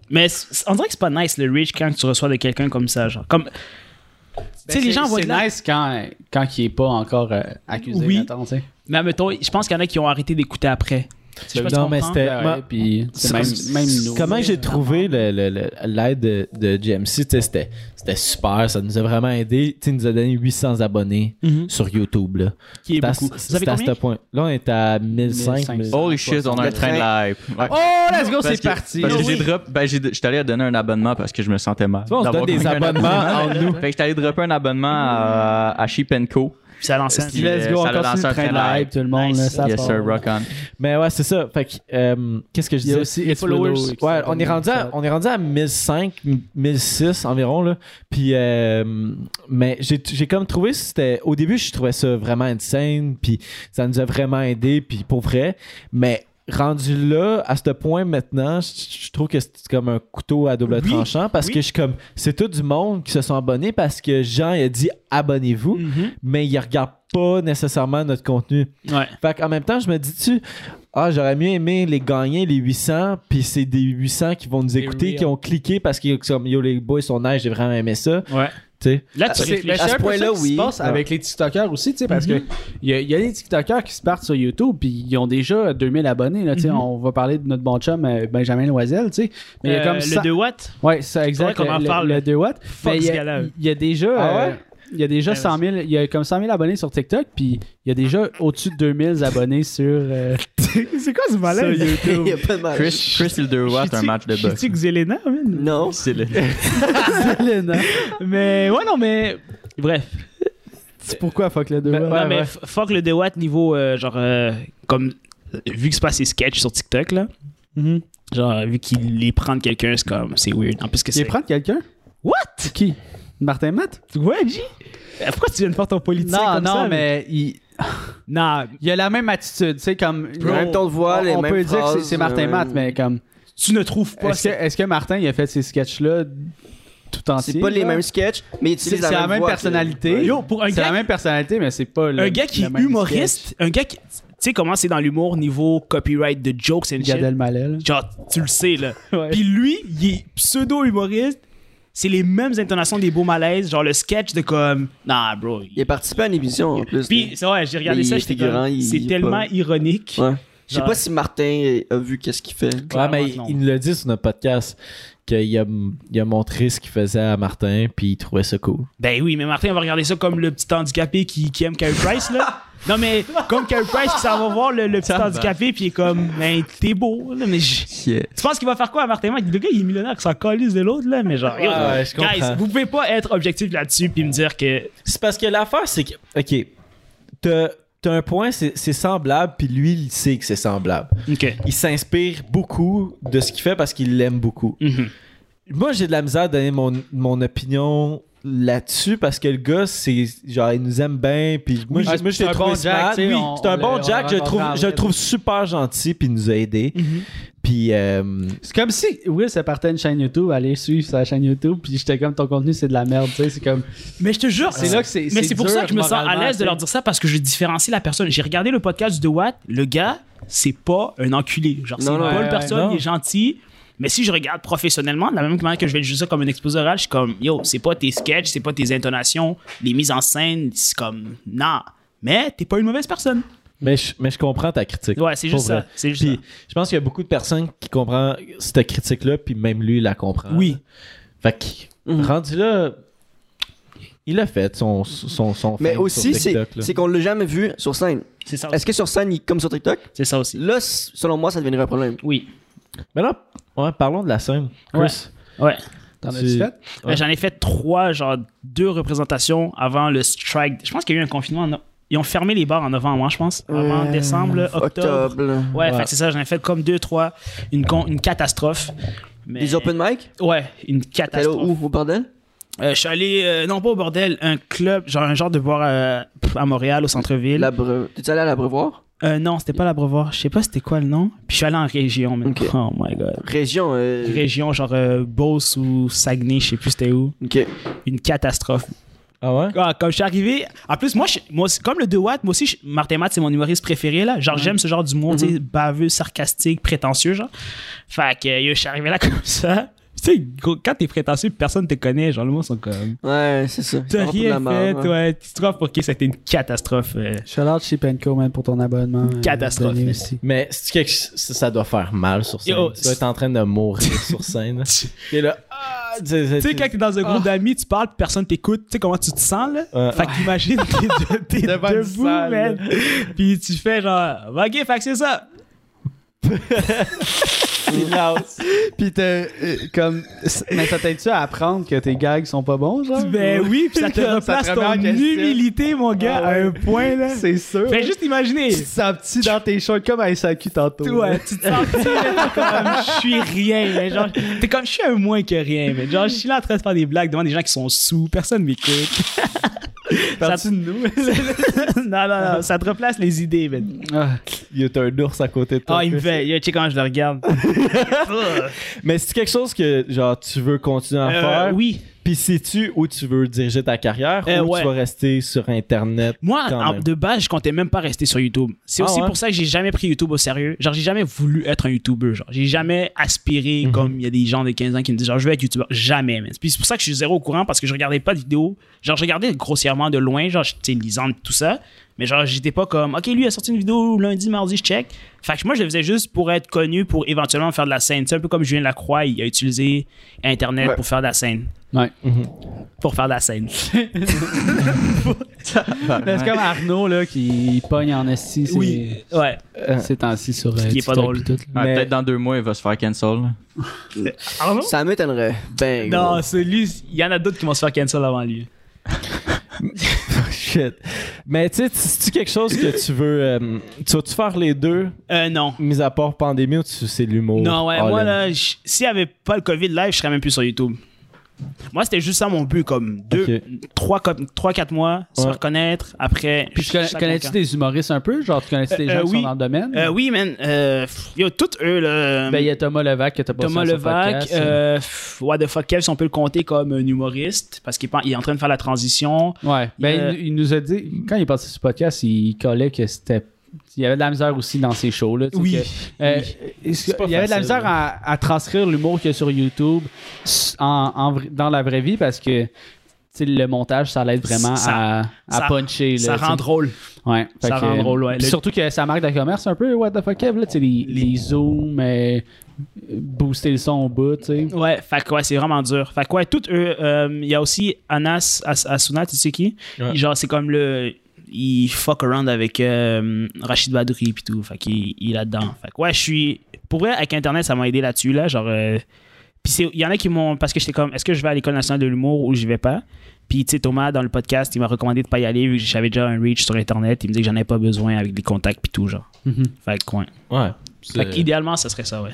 B: Mais c- on dirait que c'est pas nice le reach quand tu reçois de quelqu'un comme ça, genre.
D: Ben,
B: Comme. tu sais,
C: Ben,
B: les
C: c'est-
B: gens vont être là.
C: C'est nice quand, quand il est pas encore euh, accusé.
B: Oui.
C: mettons, tu sais.
B: Mais mettons, je pense qu'il y en a qui ont arrêté d'écouter après. Je sais pas si tu
A: Non, mais
B: comprends.
A: c'était...
C: Ben
A: moi-
C: ouais, puis c'est même, même nous.
A: Comment j'ai trouvé le- le- le- l'aide de, de GMC, tu sais, c'était c'était super, ça nous a vraiment aidé. Tu sais, il nous a donné 800 abonnés
B: Mhm.
A: sur YouTube. Là.
B: Qui est
A: C'était à-
B: beaucoup. Vous avez
A: C'était à
B: combien?
A: ce point. Là, on est à 1500.
C: 1500.
E: Holy shit, on a un
D: Le
E: train de la hype. Ouais.
C: Oh, let's go,
E: Parce
C: c'est
E: que-
C: parti.
E: Parce que
B: Oh
E: j'ai
B: oui.
E: drop, ben j'ai, j'étais allé donner un abonnement parce que je me sentais mal.
A: Tu vois, on se
E: d'avoir
A: donne des
E: convaincu un
A: abonnements
E: abonnement.
A: entre nous.
E: Fait que j'étais allé dropper un abonnement à, à Sheep Co.
B: Puis ça lance un-
E: Steve.
C: Let's
E: Puis,
C: go,
E: euh, ça
C: encore
E: lance
C: sur le
E: un
C: train de
E: train
C: la
E: live.
C: hype, tout le monde. là,
B: Nice.
C: ça
E: yes
C: part.
E: sir, rock on.
A: Mais ouais, c'est ça. Fait que, euh, qu'est-ce que je
C: Il y a
A: disais?
C: aussi les
A: Followers.
C: followers qui
A: Ouais,
C: sont
A: on est,
C: donnés
A: rendu
C: sur
A: à,
C: la-
A: on est rendu à 1005, 1006 environ. Là. Puis, euh, mais j'ai, j'ai comme trouvé, c'était au début, je trouvais ça vraiment insane. Puis ça nous a vraiment aidé. Puis pour vrai, mais rendu là, à ce point maintenant, je, je trouve que c'est comme un couteau à double
B: Oui,
A: tranchant parce
B: oui.
A: que je suis comme c'est tout du monde qui se sont abonnés parce que Jean il a dit abonnez-vous,
C: Mm-hmm.
B: Mhm.
A: mais il regarde pas nécessairement notre contenu.
B: Ouais.
A: Fait en même temps, je me dis tu ah, j'aurais mieux aimé les gagner, les 800, puis c'est des 800 qui vont nous écouter,
B: hein.
C: real.
A: qui ont cliqué parce qu'ils sont comme, yo, les boys sont nice, j'ai vraiment aimé ça.
B: Ouais.
A: Tu sais,
B: Là, tu
D: C'est-
B: réfléchis.
D: mais à ce
C: un peu
D: point-là,
C: ça qui se
D: oui.
C: passe
D: Ouais.
C: avec les TikTokers aussi, tu sais, parce que il y, a- il y a des TikTokers qui se partent sur YouTube, puis ils ont déjà 2000 abonnés, là, tu sais.
B: Mhm.
C: On va parler de notre bon chum euh, Benjamin Loisel, tu sais. Mais il y a
B: Euh,
C: comme
B: le
C: ça.
B: 2 watts.
C: Ouais, ça, exact.
B: qu'on en
C: le-
B: parle.
C: Le 2 watts.
B: Fuck
C: Mais il y
B: ce
C: a-
B: gars-là.
C: il y a déjà.
A: Ah ouais?
C: euh, Il y a déjà
B: Ouais,
C: 100 000, il y a comme 100 000 abonnés sur TikTok, puis il y a déjà au-dessus de 2000 abonnés sur. euh,
B: C'est quoi ce
C: malaise?
B: malaise?
D: Il y a pas de mal.
E: Chris, Chris Hilderwatt, un match de boxe.
B: C'est-tu Xelena, man?
D: Non.
E: C'est le-
C: Elena.
B: Mais ouais, non, mais. Bref. Ben,
C: C'est pourquoi fuck le 2
B: non,
C: watts?
B: mais f- fuck le 2 watts niveau, euh, genre, euh, comme. Vu que se passe ses sketchs sur TikTok, là.
C: Mhm.
B: Genre, vu qu'il les prend de quelqu'un, c'est comme. C'est weird. En plus que
C: Tu les
B: c'est.
C: prends de quelqu'un?
B: What?
C: Qui? Martin Matt?
B: Ouais, G? Euh, Pourquoi tu viens de faire ton politique
C: Non,
B: comme ça?
C: non, mais il,
B: Non,
C: il a la même attitude, tu sais, comme.
D: Le même ton de voix,
C: on,
D: les
C: on
D: mêmes
C: peut dire que c'est-
D: phrases,
C: c'est Martin
D: le
C: Matt,
D: même-
C: mais comme.
B: tu ne trouves pas.
C: Est-ce que,
B: ça.
C: est-ce que Martin, il a fait ces sketchs-là tout entier?
D: C'est pas les
C: là?
D: mêmes sketchs, mais ils
C: C'est
D: utilisent
C: c'est la, même
D: voix,
C: personnalité.
B: Yo, pour un
C: C'est la
B: gars,
C: même personnalité, mais c'est pas le.
B: un gars qui
C: le
B: est
C: même
B: humoriste, un gars qui. Tu sais comment c'est dans l'humour niveau copyright de jokes and
C: sketch. Gad
B: shit?
C: Elmaleh, là.
B: Genre, tu le sais, là.
C: Ouais.
B: Puis lui, il est pseudo-humoriste. C'est les mêmes intonations des beaux malaises, genre le sketch de comme. Nah, bro. il-
D: Il a participé à une émission en plus.
B: Puis, c'est vrai, j'ai regardé
D: Mais il
B: ça,
D: est
B: j'étais
D: figurant,
B: comme.
D: il-
B: C'est
D: il est
B: tellement
D: pas-
B: ironique.
D: Ouais. Je sais
B: Genre-
D: pas si Martin a vu qu'est-ce qu'il fait.
A: Ouais,
B: Clairement
A: mais
B: que
A: il,
B: non.
A: il nous l'a dit sur notre podcast qu'il a, il a montré ce qu'il faisait à Martin, puis il trouvait ça cool.
B: Ben oui, mais Martin, on va regarder ça comme le petit handicapé qui, qui aime Carey Price, là. Non, mais comme Carey Price qui s'en va voir le, le petit
E: Ça va.
B: handicapé, puis il est comme, ben, t'es beau, là, mais je-
E: Yeah.
B: Tu penses qu'il va faire quoi à Martin Mack? Le gars, il est millionnaire, qui s'en calisse de l'autre, là, mais genre, yo,
A: Ouais, ouais, je
B: guys,
A: comprends.
B: vous pouvez pas être objectif là-dessus, puis me dire que.
A: C'est parce que l'affaire, c'est que. Ok. T'as t'as un point, c'est c'est semblable, puis lui, il sait que c'est semblable.
B: Ok.
A: Il s'inspire beaucoup de ce qu'il fait parce qu'il l'aime beaucoup.
B: Mhm.
A: Moi, j'ai de la misère à donner mon, mon opinion là-dessus parce que le gars, c'est. Genre, il nous aime bien, puis moi,
C: Oui.
A: j'ai-
C: Ah, c'est
A: moi, je l'ai
C: un
A: trouvé
C: bon Jack,
A: smart.
C: tu sais,
A: Oui,
C: on-
A: c'est un
C: on
A: bon
C: l'a- on
A: Jack,
C: l'a
A: je le trouve,
C: rencontré
A: je
C: en
A: le trouve super gentil, puis il nous a aidés.
C: Mhm.
A: Puis. euh,
C: C'est comme si Will se partait une chaîne YouTube, aller suivre sa chaîne YouTube, puis j'étais comme ton contenu c'est de la merde, tu sais, c'est comme.
B: Mais je te jure,
C: C'est là que c'est.
B: Mais c'est pour
C: dur
B: ça que je me sens à
C: moralement,
B: l'aise de leur
C: tu
B: dire ça parce que je différencie la personne. J'ai regardé le podcast de Watt, le gars, c'est pas un enculé. Genre, c'est
D: Non,
B: une
D: non,
B: bonne
C: ouais,
B: personne,
A: ouais, non.
B: il est gentil. Mais si je regarde professionnellement, de la même manière que je vais juger ça comme un exposé oral, je suis comme, yo, c'est pas tes sketchs, c'est pas tes intonations, les mises en scène, c'est comme, non. Mais t'es pas une mauvaise personne.
A: Mais je, mais je comprends ta critique.
B: Ouais, c'est
A: Pour
B: juste ça.
A: vrai.
B: C'est juste
A: Puis
B: ça.
A: je pense qu'il y a beaucoup de personnes qui comprennent cette critique-là, puis même lui la comprend.
B: Oui.
A: Fait que,
D: Mhm.
A: rendu là, il a fait son, son, son
D: Mais
A: fame
D: aussi,
A: sur
D: c'est
A: TikTok. là.
D: c'est qu'on l'a jamais vu sur scène.
B: C'est ça aussi.
D: Est-ce que sur scène, il- comme sur TikTok,
B: C'est ça aussi.
D: là, c- selon moi, ça deviendrait un problème.
B: Oui.
A: Mais là, ouais, parlons de la scène. Chris,
B: Ouais. Ouais.
C: sais. T'en
A: Tu-
C: as-tu fait?
A: Ouais.
B: Ben, J'en ai fait trois, genre deux représentations avant le strike. Je pense qu'il y a eu un confinement. en no- Ils ont fermé les bars en novembre, hein, je pense. Avant
D: Euh,
B: décembre, octobre.
D: Octobre. là.
B: Ouais,
A: Ouais.
B: fait que c'est ça, j'en ai fait comme deux, trois, une, con- une catastrophe. Mais...
D: Les open mic
B: Ouais, une
D: T'es allé
B: catastrophe.
D: où Au bordel
B: Euh, je suis allé, euh, non pas au bordel, un club, genre un genre de boire euh, pff, à Montréal, au centre-ville.
D: La Bre- T'es allé à l'Abreuvoir
B: Euh, non, c'était pas la Brevoir, je sais pas c'était quoi le nom. Puis je suis allé en région, man.
D: Ok.
B: Oh my god.
D: Région. euh,
B: Région, genre euh, Beauce ou Saguenay, je sais plus c'était où.
D: Ok.
B: Une catastrophe.
A: Ah ouais?
B: Ah, comme je suis arrivé, en plus, moi, je- moi c'est- comme le 2 watts, moi aussi, je- Martin Matt, c'est mon humoriste préféré, là. Genre, j'aime ce genre d'humour, tu
D: Mm-hmm.
B: sais, baveux, sarcastique, prétentieux, genre. Fait que, euh, je suis arrivé là comme ça. Tu sais, gros, quand t'es prétentieux, personne te connaît, genre, le monde sont comme.
D: Ouais, c'est ça.
B: T'as
D: Vraiment pas de la
B: rien fait,
D: merde, hein. ouais.
B: ouais. Tu te trouves pour qui c'était une catastrophe. euh,
C: Shout out chez Penco, man, pour ton abonnement. euh,
B: Catastrophe.
C: donné aussi.
A: Mais c'est quelque ch- ça, ça doit faire mal sur scène.
B: Yo,
A: tu dois être en train de mourir sur scène. Et là, ah, tu sais,
B: Tu sais, quand t'es dans un
D: Ah.
B: groupe d'amis, tu parles, personne t'écoute, tu sais comment tu te sens, là.
A: Ouais.
B: Fait qu'imagine, t'es, de- t'es
C: Devant une
B: debout,
C: salle,
B: man. Puis tu fais genre, ok, fait que c'est ça.
C: Pis t'es euh, comme. Mais ça t'aide-tu à apprendre que tes gags sont pas bons, genre?
B: Ben oui, puis ça te
C: Ça te
B: replace
C: remet
B: ton
C: en question.
B: humilité, mon gars,
C: Ah ouais.
B: à un point, là.
C: C'est sûr.
B: Fais juste imaginer.
C: Tu te sens petit dans tes shorts comme à SAQ tantôt.
B: Toi, tu te sens petit, là, t'es comme, je suis rien, mais genre, t'es comme, je suis un moins que rien, mais genre, je suis là en train de faire des blagues devant des gens qui sont sous, personne m'écoute.
C: Parti de nous.
B: non, non, non, ça te replace les idées, man.
C: Ah,
A: Il y a un ours à côté de toi.
B: Ah, il me fait. Yo, tu sais quand je le regarde.
A: Mais c'est quelque chose que genre tu veux continuer
C: Ah,
A: à
B: Euh,
A: faire.
B: oui.
A: Puis sais-tu où tu veux diriger ta carrière
B: Euh,
A: ou
B: ouais.
A: tu vas rester sur internet
B: Moi,
A: quand
B: en-
A: même?
B: de base, je comptais même pas rester sur YouTube. C'est
A: Ah
B: aussi
A: ouais?
B: pour ça que j'ai jamais pris YouTube au sérieux. Genre, j'ai jamais voulu être un YouTuber. Genre, j'ai jamais aspiré
A: Mhm.
B: comme il y a des gens de 15 ans qui me disent, genre, je veux être YouTuber. Jamais, man. Puis c'est pour ça que je suis zéro au courant parce que je regardais pas de vidéos. Genre, je regardais grossièrement de loin, genre, j'étais lisant tout ça. Mais genre, j'étais pas comme, OK, lui a sorti une vidéo lundi, mardi, je check. Fait que moi, je le faisais juste pour être connu, pour éventuellement faire de la scène. C'est un peu comme Julien Lacroix, il a utilisé Internet
D: Ouais.
B: pour faire de la scène.
C: Ouais.
B: Pour faire de la scène.
C: C'est comme Arnaud là, qui pogne en esti. c'est-
B: Ouais.
C: C'est ainsi sur. euh,
B: Ce qui est pas
C: TikTok
B: drôle.
C: pis tout, là.
E: Ouais,
A: Mais-
E: Peut-être dans deux mois, il va se faire cancel. là.
B: Arnaud?
D: Ça m'étonnerait. Ben, gros.
B: Non, c'est lui. Il y en a d'autres qui vont se faire cancel avant lui.
A: Shit. Mais tu sais, c'est-tu quelque chose que tu veux. euh, tu vas-tu faire les deux,
B: Euh, non.
A: mis à part pandémie, ou tu- c'est de l'humour? Ah,
B: Non, ouais,
A: all
B: moi,
A: in?
B: Oh. Ah, là, je- s'il n'y avait pas le COVID live, je serais même plus sur YouTube. Moi, c'était juste ça mon but, comme deux,
A: Ok.
B: trois, co- trois, quatre mois, se
A: Ouais.
B: faire connaître, après.
C: Puis tu connais-
B: chaque
C: connais-tu
B: mois.
C: des humoristes un peu Genre, tu connais-tu des
B: Euh,
C: gens
B: euh,
C: qui
B: oui.
C: sont dans le domaine
B: Euh, oui, man. Euh, pff, yo, tous eux, là.
C: Ben, il y a Thomas Levac que t'as pas
B: Thomas Levac, euh, pff, What the fuck, Kev, si on peut le compter comme un humoriste, parce qu'il pen- il est en train de faire la transition.
C: Ouais. Ben,
B: Euh,
C: il, il nous a dit, quand il est parti sur le podcast, il collait que c'était. Il y avait de la misère aussi dans ses shows. Là, tu sais
B: Oui,
C: que, euh, est-ce que-
A: C'est pas
C: il y avait de la
A: facile,
C: misère à, à transcrire l'humour qu'il y a sur YouTube s- en, en vrai- dans la vraie vie parce que tu sais, le montage, ça l'aide vraiment
B: Ça-
C: à, à
B: ça-
C: puncher. là,
B: Ça
C: tu sais.
B: rend drôle.
C: Ouais,
B: Ça
C: fait que,
B: rend
C: euh,
B: drôle, ouais.
C: puis
B: Le-
C: Surtout que ça marque de commerce un peu, what the fuck, Kev, là, tu sais, les, les zooms, euh, booster le son au bout, tu sais.
B: Ouais, fait que ouais, c'est vraiment dur. Fait que ouais, toutes eux, euh, il y a aussi Anas As- Asuna, tu sais qui
A: Ouais.
B: Genre, c'est comme le. Il fuck around avec euh, Rachid Badri puis tout. Fait qu'il il est là-dedans. Fait que ouais, je suis. Pour vrai, avec Internet, ça m'a aidé là-dessus, là. Genre. euh, Puis c'est- il y en a qui m'ont. Parce que j'étais comme, est-ce que je vais à l'École nationale de l'humour ou je vais pas Puis tu sais, Thomas, dans le podcast, il m'a recommandé de pas y aller vu que j'avais déjà un reach sur Internet. Il me disait que j'en avais pas besoin avec des contacts puis tout, genre. Fait que ouais.
A: Ouais.
B: Fait qu'idéalement, ça serait ça, ouais.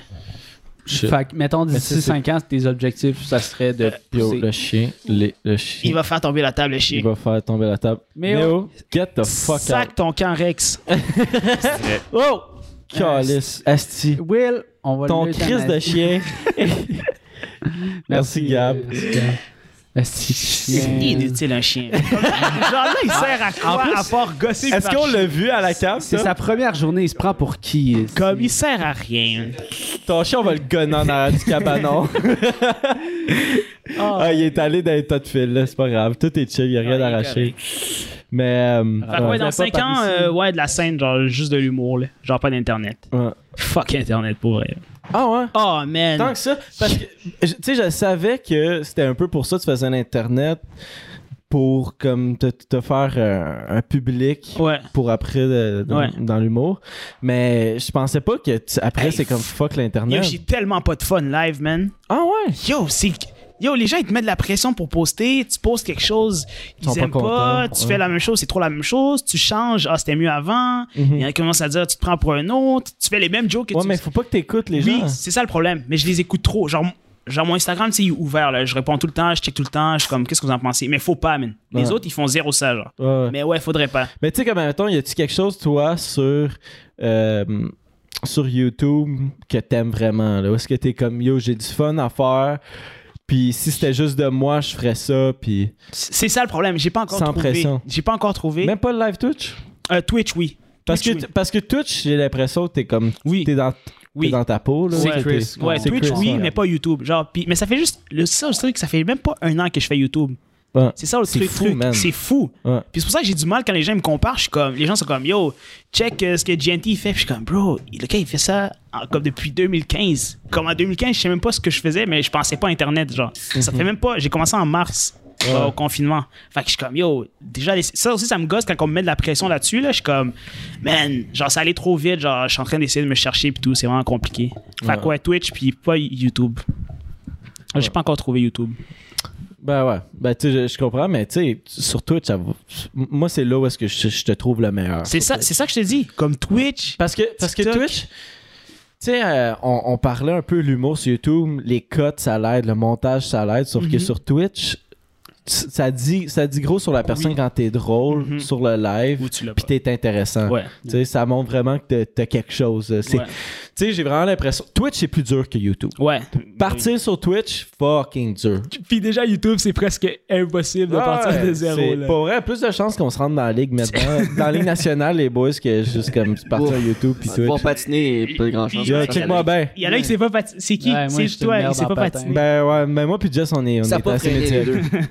A: Shit.
C: Fait que, mettons,
A: c'est-
C: d'ici 5 ans, tes objectifs, ça serait
B: Euh,
C: de
A: Yo,
C: pousser.
A: le chien, les- le chien.
B: Il va faire tomber la table, le chien.
A: il va faire tomber la table.
C: Méo.
A: get the fuck
B: Sac
A: out.
B: ton camp, Rex. oh!
A: Calice. Asti.
C: Will, on va
A: Ton
C: le-
A: crise de chien. Merci, Gab.
C: Merci, Gab. Merci,
B: C'est
C: chien.
B: inutile, un chien. Genre là, il sert à quoi
C: plus,
B: à part gosser
A: Est-ce
B: par
A: qu'on
B: chien?
A: l'a vu à la cave,
C: C'est
A: ça?
C: sa première journée, il se prend pour qui? est-ce?
B: Comme il sert à rien.
A: Ton chien, on va le gonner en arrière du cabanon.
B: Oh.
A: Ah, il est allé dans les tas de fils, là. C'est pas grave. Tout est chill, il n'y a rien
B: Ah, il est
A: d'arraché. Mais. euh,
B: Fait que ouais,
A: ouais.
B: dans
C: pas
B: 5
C: par
B: ans,
C: ici.
B: euh, ouais, de la scène, genre juste de l'humour, là. Genre pas d'internet.
A: Ouais.
B: Fuck internet pour vrai.
A: Ah ouais?
B: Oh man.
A: Tant que ça, parce que je- tu sais, je savais que c'était un peu pour ça que tu faisais l'internet pour comme te, te faire euh, un public
B: Ouais.
A: pour après euh, dans,
B: Ouais.
A: dans l'humour, mais je pensais pas que tu- après
B: Hey,
A: c'est comme fuck
B: Yo,
A: l'internet.
B: j'ai tellement pas de fun live, man.
A: Ah ouais.
B: Yo, c'est. Yo, les gens, ils te mettent de la pression pour poster. Tu postes quelque chose, ils
A: sont pas
B: aiment pas.
A: contents,
B: tu
A: ouais.
B: fais la même chose, c'est trop la même chose. Tu changes, ah, c'était mieux avant. Il y en a qui commencent à dire, tu te prends pour un autre. Tu fais les mêmes jokes que
A: Mhm. Ouais,
B: tu
A: mais faut pas que t'écoutes les
B: Oui,
A: gens.
B: c'est ça le problème. Mais je les écoute trop. Genre, genre mon Instagram, c'est ouvert. Là. Je réponds tout le temps, je check tout le temps. Je suis comme, qu'est-ce que vous en pensez? Mais faut pas, man. Les
A: Ouais.
B: autres, ils font zéro ça, genre.
A: Ouais, ouais. Mais,
B: Mais ouais, faudrait pas.
A: tu sais comme mettons, y a-tu quelque chose toi sur euh, sur YouTube que t'aimes vraiment là? Où est-ce que t'es comme yo j'ai du fun à faire? Puis si c'était juste de moi, je ferais ça. Puis
B: C'est ça le problème. J'ai pas encore
A: Sans
B: trouvé.
A: pression.
B: J'ai pas encore trouvé.
A: même pas le live Twitch.
B: Euh, Twitch, oui.
A: Parce que,
B: Twitch,
A: t- parce que Twitch, j'ai l'impression que t'es comme.
B: Oui.
A: T'es dans, t'es
B: oui.
A: dans ta peau, là.
B: Ouais,
A: T'es-
C: Chris,
A: t'es-
B: Ouais,
A: c'est
B: Twitch,
A: Chris,
B: oui,
A: ouais.
B: mais pas YouTube. Genre, pis- mais ça fait juste. Le, ça, le truc, ça fait même pas un an que je fais YouTube.
A: Ouais.
B: C'est ça le
A: C'est
B: truc.
A: fou,
B: truc.
A: man.
B: C'est fou.
A: Ouais.
B: Puis c'est pour ça que j'ai du mal quand les gens me comparent. Je suis comme, les gens sont comme, yo, check euh, ce que GNT il fait. Puis je suis comme, bro, le gars, il fait ça en- comme depuis 2015. Comme en 2015, je sais même pas ce que je faisais, mais je pensais pas à Internet. Genre, ça fait même pas. J'ai commencé en mars. genre, au confinement. Fait que je suis comme, yo, déjà, les- ça aussi, ça me gosse quand on me met de la pression là-dessus. Là, je suis comme, man, genre, ça allait trop vite. Genre, je suis en train d'essayer de me chercher, puis tout, c'est vraiment compliqué. Fait que ouais, Twitch, puis pas YouTube. J'ai pas encore trouvé YouTube.
A: Ben ouais. Ben tu sais, je, je comprends, mais tu sais, sur Twitch, ça va- moi, c'est là où est-ce que je, je te trouve le meilleur.
B: C'est ça, c'est ça que je te dis. Comme Twitch.
A: Parce que, parce que
B: TikTok.
A: Twitch. Tu sais, euh, on, on parlait
B: Mhm.
A: un peu l'humour sur YouTube, les cuts, ça l'aide, le montage, ça l'aide, sauf que sur Twitch, ça dit, ça dit gros sur la personne quand t'es drôle,
B: Mhm.
A: sur le live,
B: Ou tu l'as
A: puis t'es intéressant.
B: Ouais.
A: Tu sais, Ça montre vraiment que t'as- t'as quelque chose. euh, C'est-
B: Ouais.
A: Tu sais, j'ai vraiment l'impression. Twitch, c'est plus dur que YouTube.
B: Ouais.
A: Partir sur Twitch, fucking dur.
B: Puis déjà, YouTube, c'est presque impossible de partir de zéro.
A: C'est
B: Là.
A: Pas vrai, plus de chances qu'on se rende dans la ligue maintenant. dans la ligue nationale, les boys, que juste comme partir sur YouTube puis
D: Pour
A: Twitch.
D: patiner, pas de grand chose.
A: Yeah, Check-moi bien.
B: Il y en a qui sait pas patiner. C'est qui
C: Ouais, moi,
B: C'est
C: je suis
B: toi,
C: une
B: il sait
C: merde
B: pas
C: en patin.
B: patiner.
A: Ben ouais, mais moi puis Jess, on est, on
D: Ça
A: est
D: pas
A: assez
D: freiné les
A: médiocres.
D: deux.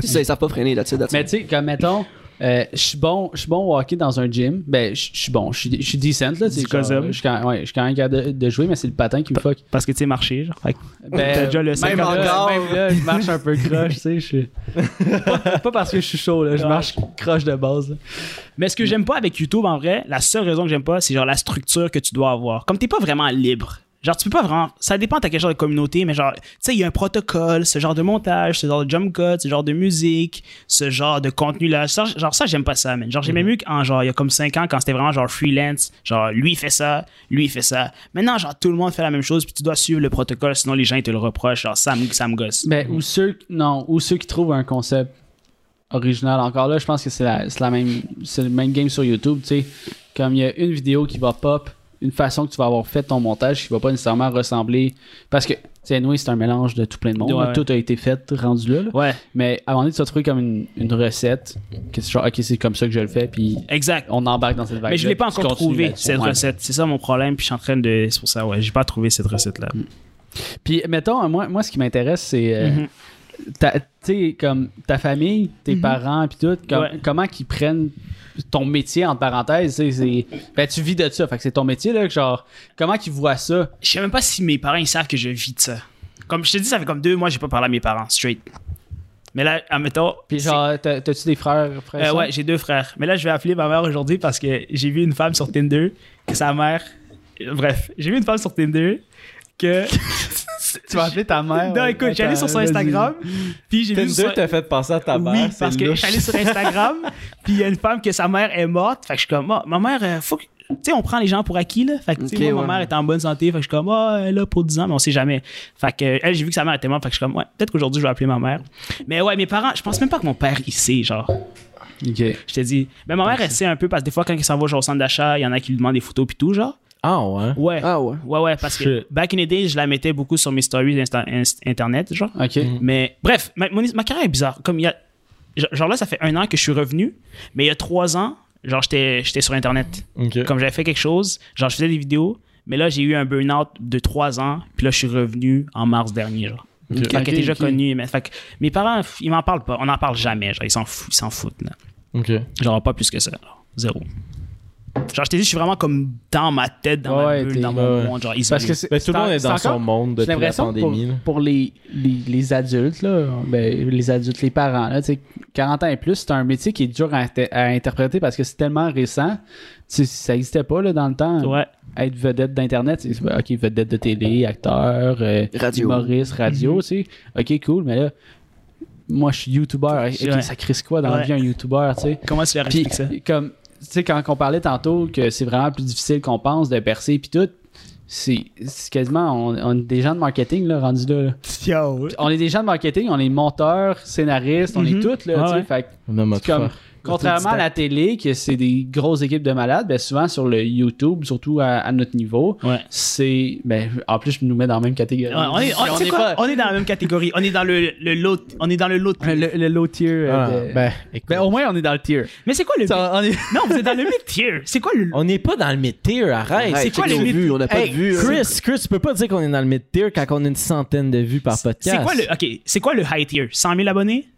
D: C'est ça, ça pas freiné là-dessus. là-dessus.
C: Mais tu sais, comme mettons, euh, je suis bon, je suis bon au hockey dans un gym. Ben, je je suis bon, je suis je suis decent là. tu sais,
B: Du cas
C: genre,
B: homme.
C: Je suis quand ouais, je suis quand même capable de, de jouer, mais c'est le patin qui me fuck.
B: Parce que tu sais marcher, genre. Fait que
C: Ben,
B: T'as déjà le sac
C: même
D: en
C: là,
D: encore.
C: même là, je marche un peu croche, tu sais. Je suis... pas, pas parce que je suis chaud là, je marche croche de base. là.
B: Mais ce que j'aime pas avec YouTube, en vrai, la seule raison que j'aime pas, c'est genre la structure que tu dois avoir. Comme t'es pas vraiment libre. Genre, tu peux pas vraiment. Ça dépend, t'as quel genre de communauté, mais genre, tu sais, il y a un protocole, ce genre de montage, ce genre de jump cut, ce genre de musique, ce genre de contenu-là. Ça, Genre, ça, j'aime pas ça, man. Genre, j'aimais mieux qu'en genre, il y a comme 5 ans, quand c'était vraiment genre freelance, genre, lui, il fait ça, lui, il fait ça. Maintenant, genre, tout le monde fait la même chose, puis tu dois suivre le protocole, sinon les gens, ils te le reprochent. Genre, ça me, ça me gosse.
C: Ben, ou ceux, non, ou ceux qui trouvent un concept original. Encore là, je pense que c'est la, c'est la même, c'est le même game sur YouTube, tu sais. Comme il y a une vidéo qui va pop, une façon que tu vas avoir fait ton montage qui va pas nécessairement ressembler, parce que, tu sais, anyway, c'est un mélange de tout plein de monde.
B: Ouais,
C: là.
B: ouais.
C: Tout a été fait, rendu là. là.
B: Ouais,
C: Mais à un moment donné, tu vas trouver comme une, une recette, que c'est genre, ok, c'est comme ça que je le fais, puis
B: exact.
C: on embarque dans cette vague.
B: Mais je l'ai pas encore trouvé, cette recette. C'est ça mon problème, puis je suis en train de. C'est pour ça, ouais, j'ai pas trouvé cette recette-là.
C: Mm. Puis, mettons, moi, moi ce qui m'intéresse, c'est. euh,
B: Mhm.
C: ta- tu sais, comme ta famille, tes parents, puis tout, com-
B: Ouais.
C: comment qu'ils prennent ton métier, entre parenthèses, tu sais, c'est- ben, tu vis de ça, fait que c'est ton métier, là, que genre, comment qu'ils voient ça?
B: Je sais même pas si mes parents ils savent que je vis de ça. Comme je te dis, ça fait comme deux mois j'ai pas parlé à mes parents, straight. Mais là, admettons.
C: Puis
B: c'est-
C: genre, t'as- t'as-tu des frères, frères
B: Euh,
C: sœurs?
B: ouais, j'ai deux frères. Mais là, je vais appeler ma mère aujourd'hui parce que j'ai vu une femme sur Tinder que sa mère. Bref, j'ai vu une femme sur Tinder que.
C: Tu vas appeler ta mère?
B: non, écoute, j'allais sur son
C: Attends,
B: Instagram, puis j'ai vu.
A: Tinder
B: son-
A: t'a fait passer à ta mère.
B: Oui,
A: c'est
B: parce que
A: louche.
B: j'allais sur Instagram, puis il y a une femme que sa mère est morte. Fait que je suis comme, Ah, ma mère, euh, faut que. Tu sais, on prend les gens pour acquis, là. Fait que, tu sais, moi,
D: Ok, ouais.
B: ma mère était en bonne santé. Fait que je suis comme, ah, elle est là pour 10 ans, mais on sait jamais. Fait que, euh, elle, j'ai vu que sa mère était morte. Fait que je suis comme, ouais, peut-être qu'aujourd'hui, je vais appeler ma mère. Mais ouais, mes parents, je pense même pas que mon père, il sait, genre.
C: vas-y. Ok.
B: Je te dis. Mais ma mère, elle sait un peu, parce que des fois, quand il s'en va genre, au centre d'achat, il y en a qui lui demandent des photos, puis tout, genre.
A: Ah ouais.
B: Ouais.
D: Ah ouais.
B: Ouais, ouais, parce que
A: Shit.
B: back in the day, je la mettais beaucoup sur mes stories Insta- Inst- Internet, genre.
C: Ok.
B: Mais bref, ma, mon- ma carrière est bizarre. Comme il y a, genre- genre là, ça fait un an que je suis revenu, mais il y a trois ans, genre j'étais j'étais sur Internet.
A: Ok.
B: Comme j'avais fait quelque chose, genre je faisais des vidéos, mais là j'ai eu un burn-out de trois ans, puis là je suis revenu en mars dernier. Genre.
A: Ok.
B: Fait que
C: Ok,
B: t'es déjà
C: ok.
B: connu. Mais, fait que mes parents, f- ils m'en parlent pas. On n'en parle jamais. Genre, ils s'en foutent. Ils s'en foutent là.
A: Ok.
B: Genre pas plus que ça. genre, Zéro. Genre je t'ai dit, je suis vraiment comme dans ma tête, dans
C: Ouais,
B: ma bulle,
C: t'es-
B: dans mon
A: ouais, ouais.
B: monde. Genre
C: Parce
B: isolé.
C: que c'est-
A: Ben, tout le
C: c'est
A: monde
C: en-
A: est
C: c'est
A: dans
C: encore-
A: son monde
C: J'ai
A: depuis la
C: l'impression que pour,
A: pandémie. là.
C: pour les, les, les adultes, là, ben, les adultes, les parents, là, tu sais, 40 ans et plus, c'est un métier qui est dur à, inter- à interpréter parce que c'est tellement récent. Tu sais, Ça n'existait pas là, dans le temps.
B: Ouais.
C: Être vedette d'Internet, c'est ben, OK, vedette de télé, acteur, euh,
D: Radio.
C: humoriste, radio,
B: Mm-hmm.
C: tu sais. OK, cool, mais là, moi, je suis YouTuber. OK,
B: Ouais.
C: ça crisse quoi dans la
B: Ouais.
C: vie un YouTuber, tu sais?
B: Comment tu leur
C: Puis,
B: expliques ça?
C: comme, tu sais, quand on parlait tantôt que c'est vraiment plus difficile qu'on pense de percer, puis tout, c'est c'est quasiment, on, on est des gens de marketing, là, rendus là. là. On est des gens de marketing, on est monteurs, scénaristes, on
B: Mhm.
C: est tous, là,
B: Ah
C: tu sais.
B: ouais.
C: Fait que
A: On a
C: c'est
A: notre
C: comme,
A: frère.
C: contrairement à la télé, que c'est des grosses équipes de malades, ben, souvent sur le YouTube, surtout à, à notre niveau,
B: Ouais.
C: c'est, ben, en plus, je nous mets dans la même catégorie.
B: Ouais, on, est, on- tu
C: On
B: sais
C: est
B: quoi?
C: pas-
B: On est dans la même catégorie. On est dans le, le lot. On est dans le lot.
C: le, le low tier. euh,
A: Ah,
C: de-
A: ben, écoute.
C: Ben, au moins, on est dans le tier.
B: Mais c'est quoi le
C: Ça, on est-
B: Non, vous êtes dans le mid-tier. C'est quoi le.
A: on n'est pas dans le mid-tier, arrête.
D: Hey,
B: c'est quoi
D: check
B: les
D: nos
B: mythes?
D: vues? On n'a pas
A: Hey,
D: de vues. hein.
A: Chris, Chris, tu peux pas dire qu'on est dans le mid-tier quand on a une centaine de vues par podcast.
B: C'est quoi le. Ok, c'est quoi le high tier 100 000 abonnés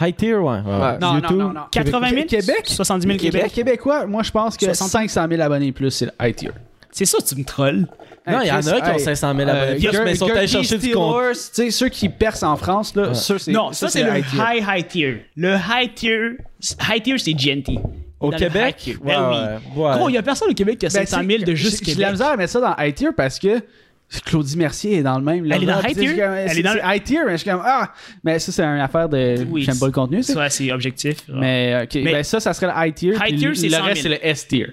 A: High-tier, ouais. ouais.
D: Ouais.
C: Non, non,
A: YouTube,
C: non, non.
B: 80 000
C: Québec?
B: 70 000 Québec.
C: Les Québécois, moi, je pense que
B: 60
C: 500 000 abonnés plus, c'est le high tier.
B: C'est ça, tu me trolls.
A: Non, il y en a qui ont 500 000 abonnés.
B: euh,
A: plus, mais ils sont allés chercher du contenu.
C: Tu sais, ceux qui percent en France, là, ceux, c'est-
B: Non, ça, c'est le
C: high tier. Ben,
B: high, high tier. Le high tier. High tier, c'est GNT.
A: Au
B: Dans le high
A: Québec,
B: tier. Ben oui. Gros, il y a personne au Québec qui a
C: Ben,
B: 500
C: tu
B: 000
C: sais,
B: de juste
C: j'ai-
B: Québec.
C: J'ai de la misère à mettre ça dans high tier parce que Claudie Mercier est dans le même.
B: Elle est dans
C: level.
B: high
C: Tu sais,
B: tier?
C: je suis comme,
B: Elle
C: c'est-
B: est dans
C: c'est
B: le-
C: high tier, mais je suis comme, ah, mais ça, c'est une affaire de.
B: Oui,
C: J'aime pas le contenu, tu sais.
B: Ouais, c'est objectif.
C: Mais, ok,
B: Mais-
C: ben ça, ça serait le high tier.
B: High
C: puis
B: tier,
C: le-
B: c'est
C: Le
B: 100 000.
C: reste, c'est le S tier.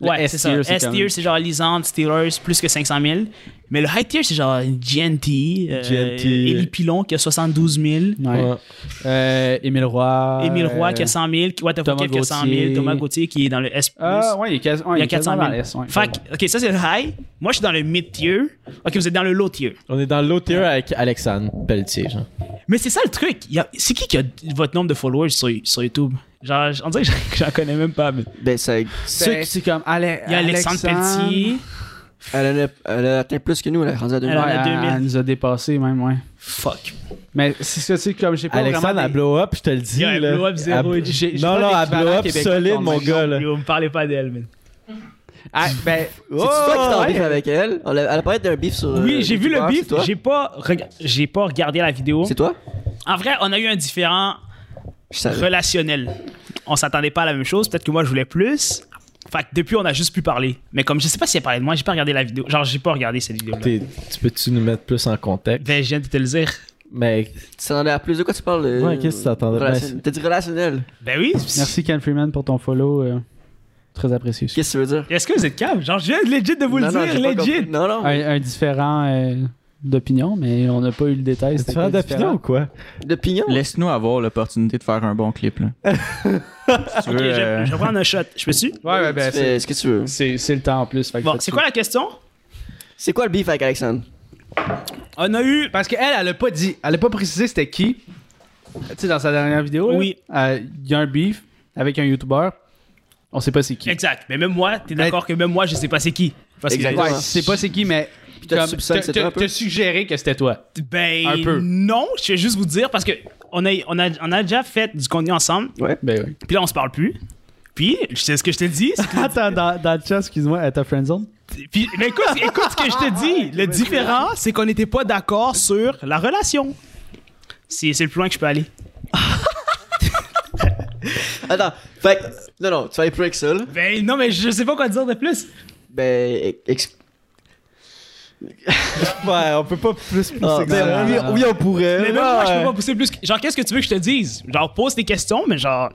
C: Le
B: ouais,
C: S
B: c'est
C: tier,
B: ça.
C: c'est
B: S
C: comme-
B: tier, c'est genre Lisande, Steelers, plus que 500 000. Mais le high tier, c'est genre GNT, euh,
A: GNT.
B: Élie Pilon qui a 72 000,
C: Ouais. Euh, Émile Roy.
B: Émile Roy qui a
C: euh,
B: 100 000, qui What the
C: Thomas
B: fuck qui a 100 000,
C: Gauthier.
B: Thomas Gauthier qui est dans le S+.
C: Ah, ouais, il est quasi- ouais,
B: il y a
C: est
B: 400
C: quasiment dans
B: 000.
C: le S, ouais.
B: Fait que, OK, ça c'est le high. Moi, je suis dans le mid tier. OK, vous êtes dans le low tier.
A: On est dans l'eau tier avec Alexandre Pelletier, genre.
B: Mais c'est ça le truc. Il y a- C'est qui qui a votre nombre de followers sur, sur YouTube? Genre, on dirait que j'en- j'en connais même pas. mais-
D: Ben, ça.
C: Ben, c'est comme Ale-
B: Il y a Alexandre Pelletier.
D: Elle, en a- elle a atteint plus que nous, elle est rendue à deux
B: Elle en
C: Ouais,
B: a
C: elle,
B: 2000.
C: elle nous a dépassé même, ouais.
B: Fuck.
C: Mais c'est ça, c'est comme j'ai pas
A: Alexandre, à
C: vraiment... des-
A: blow up, je te le dis.
B: Yeah, elle
A: là.
B: blow up zéro.
A: Elle-
C: J'ai- j'ai
A: Non,
C: pas
A: non, à blow
C: d'équivalent
A: up
C: québécois
A: solide,
C: dans
A: mon
C: mon
A: gars, là.
B: Yo, me parlez pas d'elle, man.
C: Ah, ben,
D: C'est toi qui t'es en
C: ouais.
D: bif avec elle On a- Elle a parlé d'un bif sur. euh,
B: Oui, j'ai vu le
D: YouTubeur,
B: beef.
D: c'est toi?
B: J'ai pas, rega- j'ai pas regardé la vidéo.
D: C'est toi
B: En vrai, on a eu un différent
D: Je savais.
B: relationnel. On s'attendait pas à la même chose. Peut-être que moi, je voulais plus. Fait que depuis, on a juste pu parler. Mais comme je sais pas si elle parlait de moi, j'ai pas regardé la vidéo. Genre, j'ai pas regardé cette vidéo-là.
A: T'es- Tu peux-tu nous mettre plus en contexte?
B: Ben, je viens de te le dire.
A: Mais
D: Tu t'en as plus de quoi tu parles euh,
A: Ouais, qu'est-ce que tu t'attendais?
D: relation-
A: Ben,
D: T'as dit relationnel.
B: Ben oui.
C: Merci Ken Freeman pour ton follow. euh, très apprécié.
D: Qu'est-ce que tu veux dire
B: Est-ce que vous êtes calme? Genre, je viens legit de vous
D: Non,
B: le
D: non,
B: dire,
D: j'ai pas
B: legit.
D: compris. Non, non.
C: Un, un différent euh, d'opinion, mais on n'a pas eu le détail.
A: c'est
C: c'était
A: différent
C: quoi
A: d'opinion ou quoi?
D: De pignon
E: Laisse-nous avoir l'opportunité de faire un bon clip. Là. Si tu
B: Ok,
E: veux,
B: je,
E: euh,
B: je vais prendre un shot. Je peux su?
C: Ouais, ouais, ben,
D: Tu fais ce que tu veux.
C: c'est c'est le temps en plus. fait que
B: Bon,
C: faites
B: c'est
C: ça.
B: quoi la question?
D: C'est quoi le beef avec Alexandre
B: On a eu.
C: Parce qu'elle, elle a pas dit, elle a pas précisé c'était qui. Tu sais, dans sa dernière vidéo, là,
B: Oui.
C: euh, il y a un beef avec un YouTuber. On sait pas c'est qui.
B: Exact. Mais même moi, t'es d'accord que même moi, je sais pas c'est qui. Parce que.
D: Ben, Exact.
C: Ouais, c'est pas c'est qui, mais
D: t'as
C: comme-
D: soupçonné que
C: t'as
D: c'était toi
C: t'as-
D: un peu?
C: t'as suggéré que c'était toi.
B: Ben.
C: Un peu.
B: Non, je vais juste vous dire parce que on a, on a, on a déjà fait du contenu ensemble.
C: Ben oui.
B: Puis là, on se parle plus. Puis, je sais ce que je te dis. c'est
C: Attends, dans, dans le chat, excuse-moi, à ta friendzone.
B: que- Puis, mais écoute, écoute ce que je te dis. Le différent, c'est qu'on n'était pas d'accord sur la relation. C'est c'est le plus loin que je peux aller.
D: Attends, fait que. Non, non, tu vas aller plus avec ça, là.
B: Ben non, mais je sais pas quoi dire de plus.
D: Ben. ex-
A: Ouais, on peut pas plus pousser
D: Ah,
A: que ça.
D: ben, oui,
C: non, non.
D: oui, on pourrait.
B: Mais même moi, je peux
D: ouais.
B: pas pousser plus. que- Genre, qu'est-ce que tu veux que je te dise? Genre, pose tes questions, mais genre.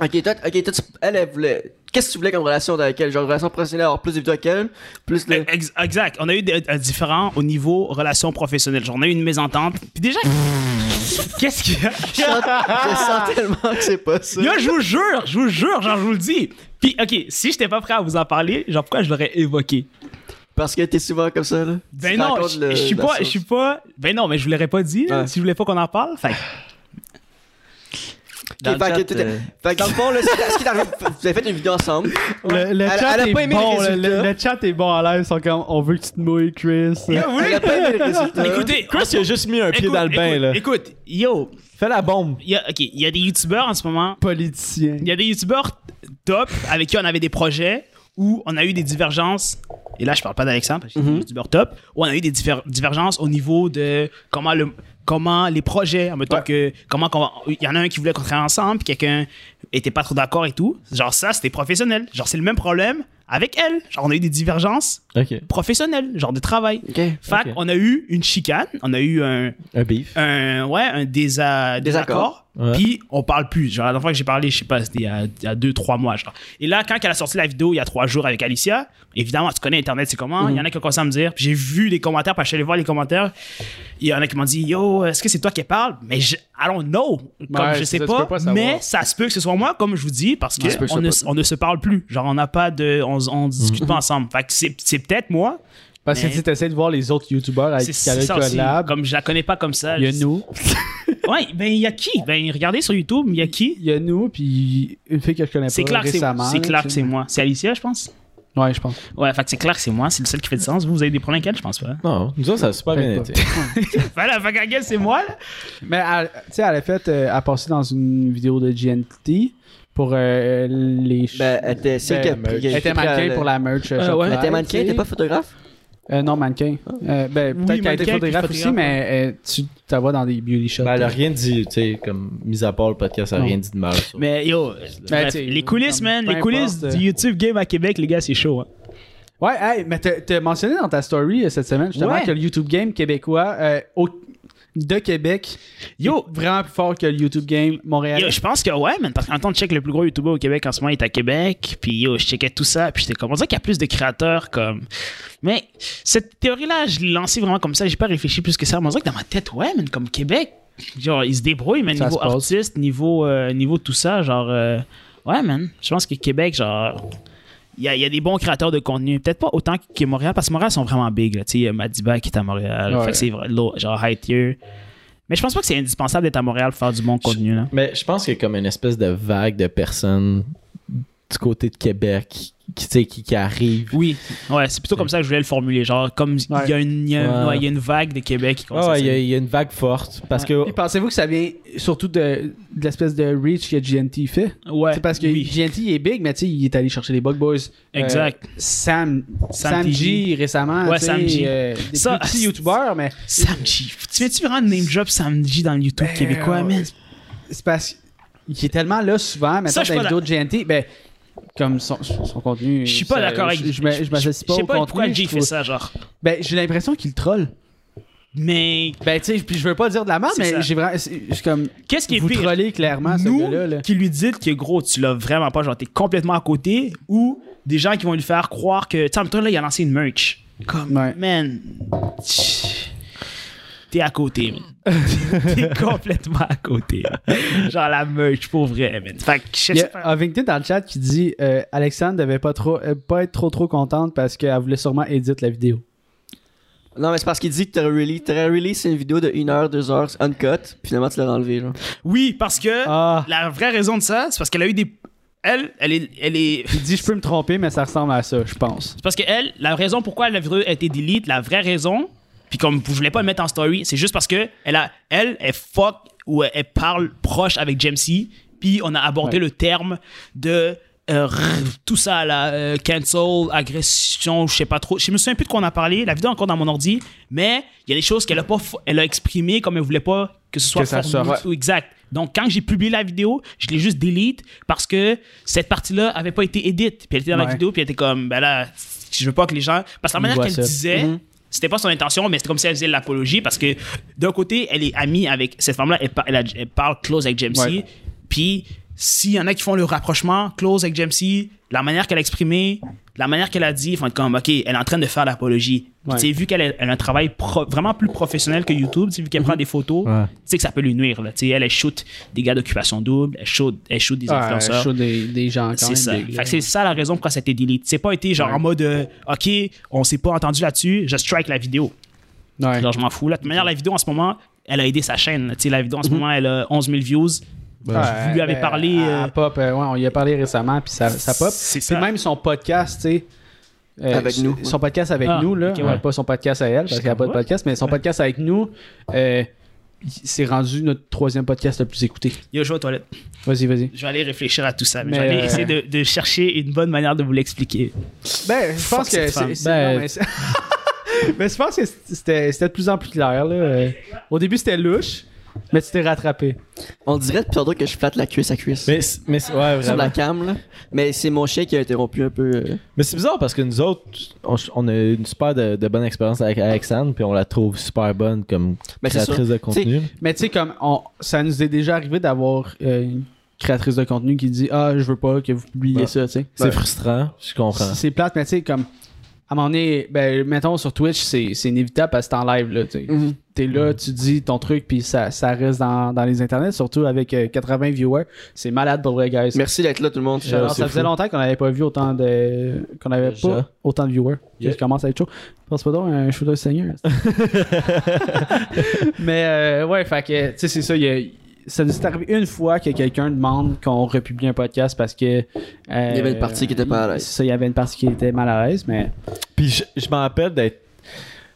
D: Ok, toi, ok, toi, tu- elle, elle voulait. Qu'est-ce que tu voulais comme relation avec elle Genre, relation professionnelle, avoir plus de vidéos avec elle, plus le.
B: E, Ex- Exact. On a eu des, un différent au niveau relation professionnelle. Genre, on a eu une mésentente. Puis déjà. qu'est-ce qu'il y a?
D: Je sens, je sens tellement que c'est pas ça.
B: Yo, je vous jure, je vous jure, genre, je vous le dis. Puis, ok, si j'étais pas prêt à vous en parler, genre, pourquoi je l'aurais évoqué?
D: Parce que t'es souvent comme ça, là.
B: Ben
D: Tu
B: non,
D: racontes
B: je
D: le-
B: je suis
D: la
B: pas, je
D: sauce.
B: suis pas. Ben non, mais je vous l'aurais pas dit là,
D: Ouais.
B: si je voulais pas qu'on en parle. Fait que-
E: dans
D: Ok,
E: le
D: fait, que
E: chat,
D: t'étais-
E: euh,
D: fait que dans le fond, là, c'est- ce qui t'arrive, vous avez fait une vidéo ensemble.
C: Le, le
D: Elle-
C: chat
D: elle a
C: est
D: pas aimé le
C: bon, le,
D: résultat.
C: le- le chat est bon à l'air, ils sont comme on veut que tu te mouilles, Chris.
D: Elle a pas aimé le résultat.
B: Écoutez,
A: Euh, Chris, il a juste mis un pied dans le bain, là.
B: Écoute, écoute, yo,
A: Fais la bombe.
B: il y a- ok, il y a des youtubeurs en ce moment
C: Politicien.
B: Il y a des youtubeurs top avec qui on avait des projets où on a eu des divergences. Et là, je parle pas d'Alexandre parce que c'est un youtubeur top. Où on a eu des diffé- divergences au niveau de comment le comment les projets, en même temps que comment qu'on va- il y en a un qui voulait qu'on travaille ensemble, puis quelqu'un était pas trop d'accord et tout. Genre ça, c'était professionnel. Genre c'est le même problème avec elle. Genre on a eu des divergences
A: Ok.
B: professionnelles, genre de travail.
D: Ok.
B: Fait
A: Ok.
B: qu'on a eu une chicane, on a eu un,
A: Un beef.
B: un ouais un désa- désaccord
D: Désaccord.
A: Ouais.
B: puis on parle plus genre la dernière fois que j'ai parlé je sais pas c'était il y a, il y a deux trois mois genre et là quand elle a sorti la vidéo il y a trois jours avec Alicia évidemment tu connais internet c'est comment il y en a qui ont commencé à me dire puis j'ai vu les commentaires parce que je suis allé voir les commentaires il y en a qui m'ont dit yo est-ce que c'est toi qui parle mais je, I don't know comme
C: Ouais,
B: je
C: c'est
B: sais
C: ça, tu
B: pas,
C: peux pas savoir.
B: mais ça se peut que ce soit moi comme je vous dis parce que
D: Ouais. Ça se peut que
B: on,
D: ce
B: ne,
D: soit
B: on ne se parle plus genre on n'a pas de on, on
C: Mm-hmm.
B: discute pas ensemble fait que c'est c'est peut-être moi
C: Parce que
B: Mais-
C: tu essaies de voir les autres YouTubers avec
B: c'est
C: qui
B: c'est
C: tu
B: ça aussi
C: collab.
B: comme je la connais pas comme ça
C: Il y a
B: je-
C: nous.
B: Ouais, ben il y a qui Ben regardez sur YouTube, il y a qui
C: Il y a nous, puis une fille que je connais pas
B: C'est clair que c'est
C: récemment.
B: c'est
C: là,
B: clair
C: tu
B: que
C: sais.
B: c'est moi. C'est Alicia, je pense.
C: Ouais, je pense.
B: Ouais, fait que c'est clair que c'est moi, c'est le seul qui fait du sens. Vous, vous avez des problèmes avec elle, je pense pas.
A: Non, nous autres, ça a super bien
C: Peut-être
A: été.
B: voilà, fait que c'est moi, là.
C: Mais elle- tu sais, elle a fait, euh, elle a passé dans une vidéo de GNT pour euh, les. ch-
D: Ben, elle était. C'est elle qui a
C: ben,
D: pris- qui a
C: Elle était
D: pris
C: mannequin
D: le-
C: pour la merch. euh,
B: Ah,
C: Shop
B: ouais.
D: Elle était
C: Live,
D: mannequin,
C: tu sais.
D: t'es pas Ah. photographe
C: Euh, non, mannequin. Euh, ben,
B: Oui,
C: peut-être qu'elle était
B: mannequin,
C: photographe
B: puis
C: aussi,
B: photographe.
C: mais euh, tu la vois dans des beauty shots.
A: Ben, elle a rien dit, tu sais, comme, mis à part le podcast, elle a
C: Non.
A: rien dit de mal. sur-
B: Mais yo, bref,
C: t'sais,
B: les coulisses,
C: Ben,
B: man,
C: comme, peu
B: les coulisses
C: importe, euh.
B: du YouTube game à Québec, les gars, c'est chaud. Hein.
C: Ouais, hey, mais t'as t'as mentionné dans ta story euh, cette semaine justement
B: Ouais.
C: que le YouTube Game québécois, euh, au- de Québec
B: Yo!
C: est vraiment plus fort que le YouTube Game Montréal.
B: Yo, je pense que ouais, man, parce qu'en temps de check, le plus gros YouTuber au Québec en ce moment il est à Québec. Puis yo, je checkais tout ça, puis j'étais comme, on dirait qu'il y a plus de créateurs comme. Mais cette théorie-là, je l'ai lancée vraiment comme ça, j'ai pas réfléchi plus que ça. Mais on dirait que dans ma tête, ouais, man, comme Québec, genre, ils se débrouillent, man,
C: Ça
B: niveau
C: se passe.
B: artiste, niveau, euh, niveau tout ça, genre, euh, ouais, man, je pense que Québec, genre. Il y, a, il y a des bons créateurs de contenu. Peut-être pas autant que Montréal, parce que Montréal sont vraiment big. là. Tu sais, il y a Madiba qui est à Montréal.
C: Ouais.
B: Fait que c'est vrai- low- genre high tier. Mais je pense pas que c'est indispensable d'être à Montréal pour faire du bon contenu. Là.
A: Mais je pense qu'il y a comme une espèce de vague de personnes du côté de Québec qui, tu sais, qui, qui arrivent.
B: Oui, ouais, c'est plutôt comme ça que je voulais le formuler. Genre, comme il y, a une- il y a-
A: Ouais.
B: ouais, il y a une vague de Québec qui commence
A: Ouais,
B: à
A: ouais, il y, a-
B: se-
A: il y a une vague forte. Parce que.
C: Puis pensez-vous que ça vient surtout de, de l'espèce de reach que GNT fait?
B: Ouais,
C: C'est parce que
B: oui.
C: GNT il est big, mais tu sais, il est allé chercher les Bug Boys. Euh,
B: Exact.
C: Sam,
B: Sam
C: Sam,
B: G.
C: G récemment.
B: Ouais,
C: tu sais,
B: Sam G.
C: euh, des
B: Ça, ah,
C: plus petits
B: c'est-
C: youtubeurs, mais
B: Samji. Tu viens-tu vraiment de name drop Samji dans le YouTube
C: Ben,
B: québécois, man?
C: c'est parce qu'il est tellement là souvent, mais
B: Ça,
C: dans
B: je suis
C: les
B: pas
C: vidéos de GNT, ben, comme son, son contenu.
B: Je suis pas
C: ça-
B: d'accord avec.
C: Je, je, me- je m'associe pas
B: Je
C: au
B: sais pas
C: contenu.
B: pourquoi G
C: je
B: fait
C: trouve-
B: ça, genre.
C: Ben, j'ai l'impression qu'il troll.
B: Mais
C: Ben, tu sais, puis je veux pas dire de la merde,
B: C'est ça.
C: mais j'ai vraiment. c'est- Je suis comme.
B: qu'est-ce qui est
C: Vous
B: pire?
C: trollez clairement ce
B: Nous,
C: gars-là. là.
B: qui lui dites que gros, tu l'as vraiment pas, genre t'es complètement à côté, ou des gens qui vont lui faire croire que. Tu sais, en même temps, là, il a lancé une merch. Comme,
C: Ouais.
B: man. tch, T'es à côté, man. t'es complètement à côté. genre la merch, pour vrai, man. Fait que je sais
C: Il y a
B: pas.
C: Ovington dans le chat qui dit euh, Alexandre devait pas trop euh, pas être trop trop contente parce qu'elle voulait sûrement éditer la vidéo.
D: Non, mais c'est parce qu'il dit que t'as release. T'as release, c'est une vidéo de 1h, 2h, uncut. puis Finalement, tu l'as enlevé. Genre.
B: Oui, parce que
C: Ah,
B: la vraie raison de ça, c'est parce qu'elle a eu des. Elle, elle est. Elle est...
C: il dit je peux me tromper mais ça ressemble à ça, je pense.
B: C'est parce que elle, la raison pourquoi la vidéo a été delete, la vraie raison, puis comme je voulais pas le mettre en story, c'est juste parce que elle a, elle, elle fuck ou elle, elle parle proche avec Jamesy, puis on a abordé
C: Ouais.
B: le terme de euh, rrr, tout ça là, euh, cancel, agression, je sais pas trop. Je me souviens plus de quoi on a parlé. La vidéo est encore dans mon ordi, mais il y a des choses qu'elle a pas, fo- elle a exprimées comme elle voulait pas que ce soit
C: Que ça
B: formulé-
C: sorte.
B: ou exact. Donc quand j'ai publié la vidéo, je l'ai juste delete parce que cette partie-là avait pas été édite, puis elle était dans la
C: Ouais.
B: vidéo puis elle était comme, ben là, je veux pas que les gens. Parce que la
C: Ils
B: manière
C: voient
B: qu'elle
C: ça.
B: disait, c'était pas son intention, mais c'était comme si elle faisait de l'apologie parce que d'un côté, elle est amie avec cette femme-là, elle, par- elle a- elle parle close avec James C.
C: Ouais.
B: Puis s'il y en a qui font le rapprochement close avec James C, la manière qu'elle a exprimé, la manière qu'elle a dit, ils vont être comme, OK, elle est en train de faire l'apologie. Puis,
C: Ouais.
B: tu sais, vu qu'elle a, elle a un travail pro- vraiment plus professionnel que YouTube, tu sais, vu qu'elle prend des photos,
A: Ouais.
B: tu sais que ça peut lui nuire. Là. Tu sais, Elle, elle shoot des gars d'occupation double, elle shoot, elle shoot des
C: Ah,
B: influenceurs.
C: je trouve des, des gens Ah, quand
B: C'est ça.
C: même. big, là.
B: Fait que c'est ça la raison pourquoi ça a été delete. C'est pas été genre en mode euh, OK, on s'est pas entendu là-dessus, je strike la vidéo.
C: Ouais.
B: Genre, je m'en fous. Là, de toute manière, la vidéo en ce moment, elle a aidé sa chaîne. là. Tu sais, la vidéo en ce
C: Mhm.
B: moment, elle a 11 000 views.
C: Ouais,
B: vous lui avez
C: ben,
B: parlé,
C: à
B: euh,
C: pop, euh, ouais, on y a parlé récemment puis ça ça pop.
B: C'est
C: Puis
B: ça.
C: même son podcast, tu sais. euh,
D: Avec nous,
C: Son podcast avec
B: Ah,
C: nous, là.
B: ok, ouais.
C: Pas son podcast à elle, parce
B: J'étais
C: qu'elle n'a pas de
B: comme, what?
C: podcast, mais son podcast avec nous, euh, c'est rendu notre troisième podcast le plus écouté.
B: Yo, je vais aux toilettes.
C: Vas-y, vas-y.
B: Je vais aller réfléchir à tout ça. Mais je
C: Mais,
B: vais aller
C: euh,
B: essayer de, de chercher une bonne manière de vous l'expliquer.
C: Ben, je
B: Fuck
C: pense que
B: cette femme.
C: c'est. c'est-
A: Ben,
C: non, mais c'est- mais je pense que c'était c'était de plus en plus clair, là. Euh, Au début, c'était louche, mais tu t'es rattrapé.
D: On dirait depuis tantôt que je flatte la cuisse à cuisse.
A: Mais, c'est- mais c'est- ouais,
D: sur
A: vraiment.
D: la cam, là. Mais c'est mon chien qui a interrompu un peu. euh.
A: Mais c'est bizarre parce que nous autres, on, on a une super de, de bonne expérience avec Alexandre, puis on la trouve super bonne comme
D: Mais c'est sûr.
A: créatrice de contenu.
C: Mais tu sais, comme on, ça nous est déjà arrivé d'avoir euh, une créatrice de contenu qui dit Ah, je veux pas que vous publiez
A: Ouais.
C: ça, tu sais.
A: C'est frustrant, je comprends.
C: C'est- C'est plate, mais tu sais, comme. À un moment donné, ben, mettons sur Twitch, c'est c'est inévitable parce que c'est en live, là. tu
A: Mm.
C: sais.
D: Mhm.
C: T'es là, tu dis ton truc, puis ça, ça reste dans, dans les internets, surtout avec euh, 80 viewers. C'est malade pour vrai, guys.
D: Merci d'être là, tout le monde.
A: Euh,
C: Alors,
A: c'est
C: ça faisait
A: fou.
C: longtemps qu'on n'avait pas vu autant de. qu'on n'avait
A: Déjà.
C: pas autant de viewers.
A: Yeah.
C: Je commence à être chaud. Pense pas donc à un shooter seigneur. Mais euh, ouais, fait que, tu sais, c'est ça. il y a- ça nous est arrivé une fois que quelqu'un demande qu'on republie un podcast parce que. euh,
D: Il y avait une partie qui était pas à l'aise.
C: C'est ça, il y avait une partie qui était mal à l'aise, mais.
A: Puis je, je m'en rappelle d'être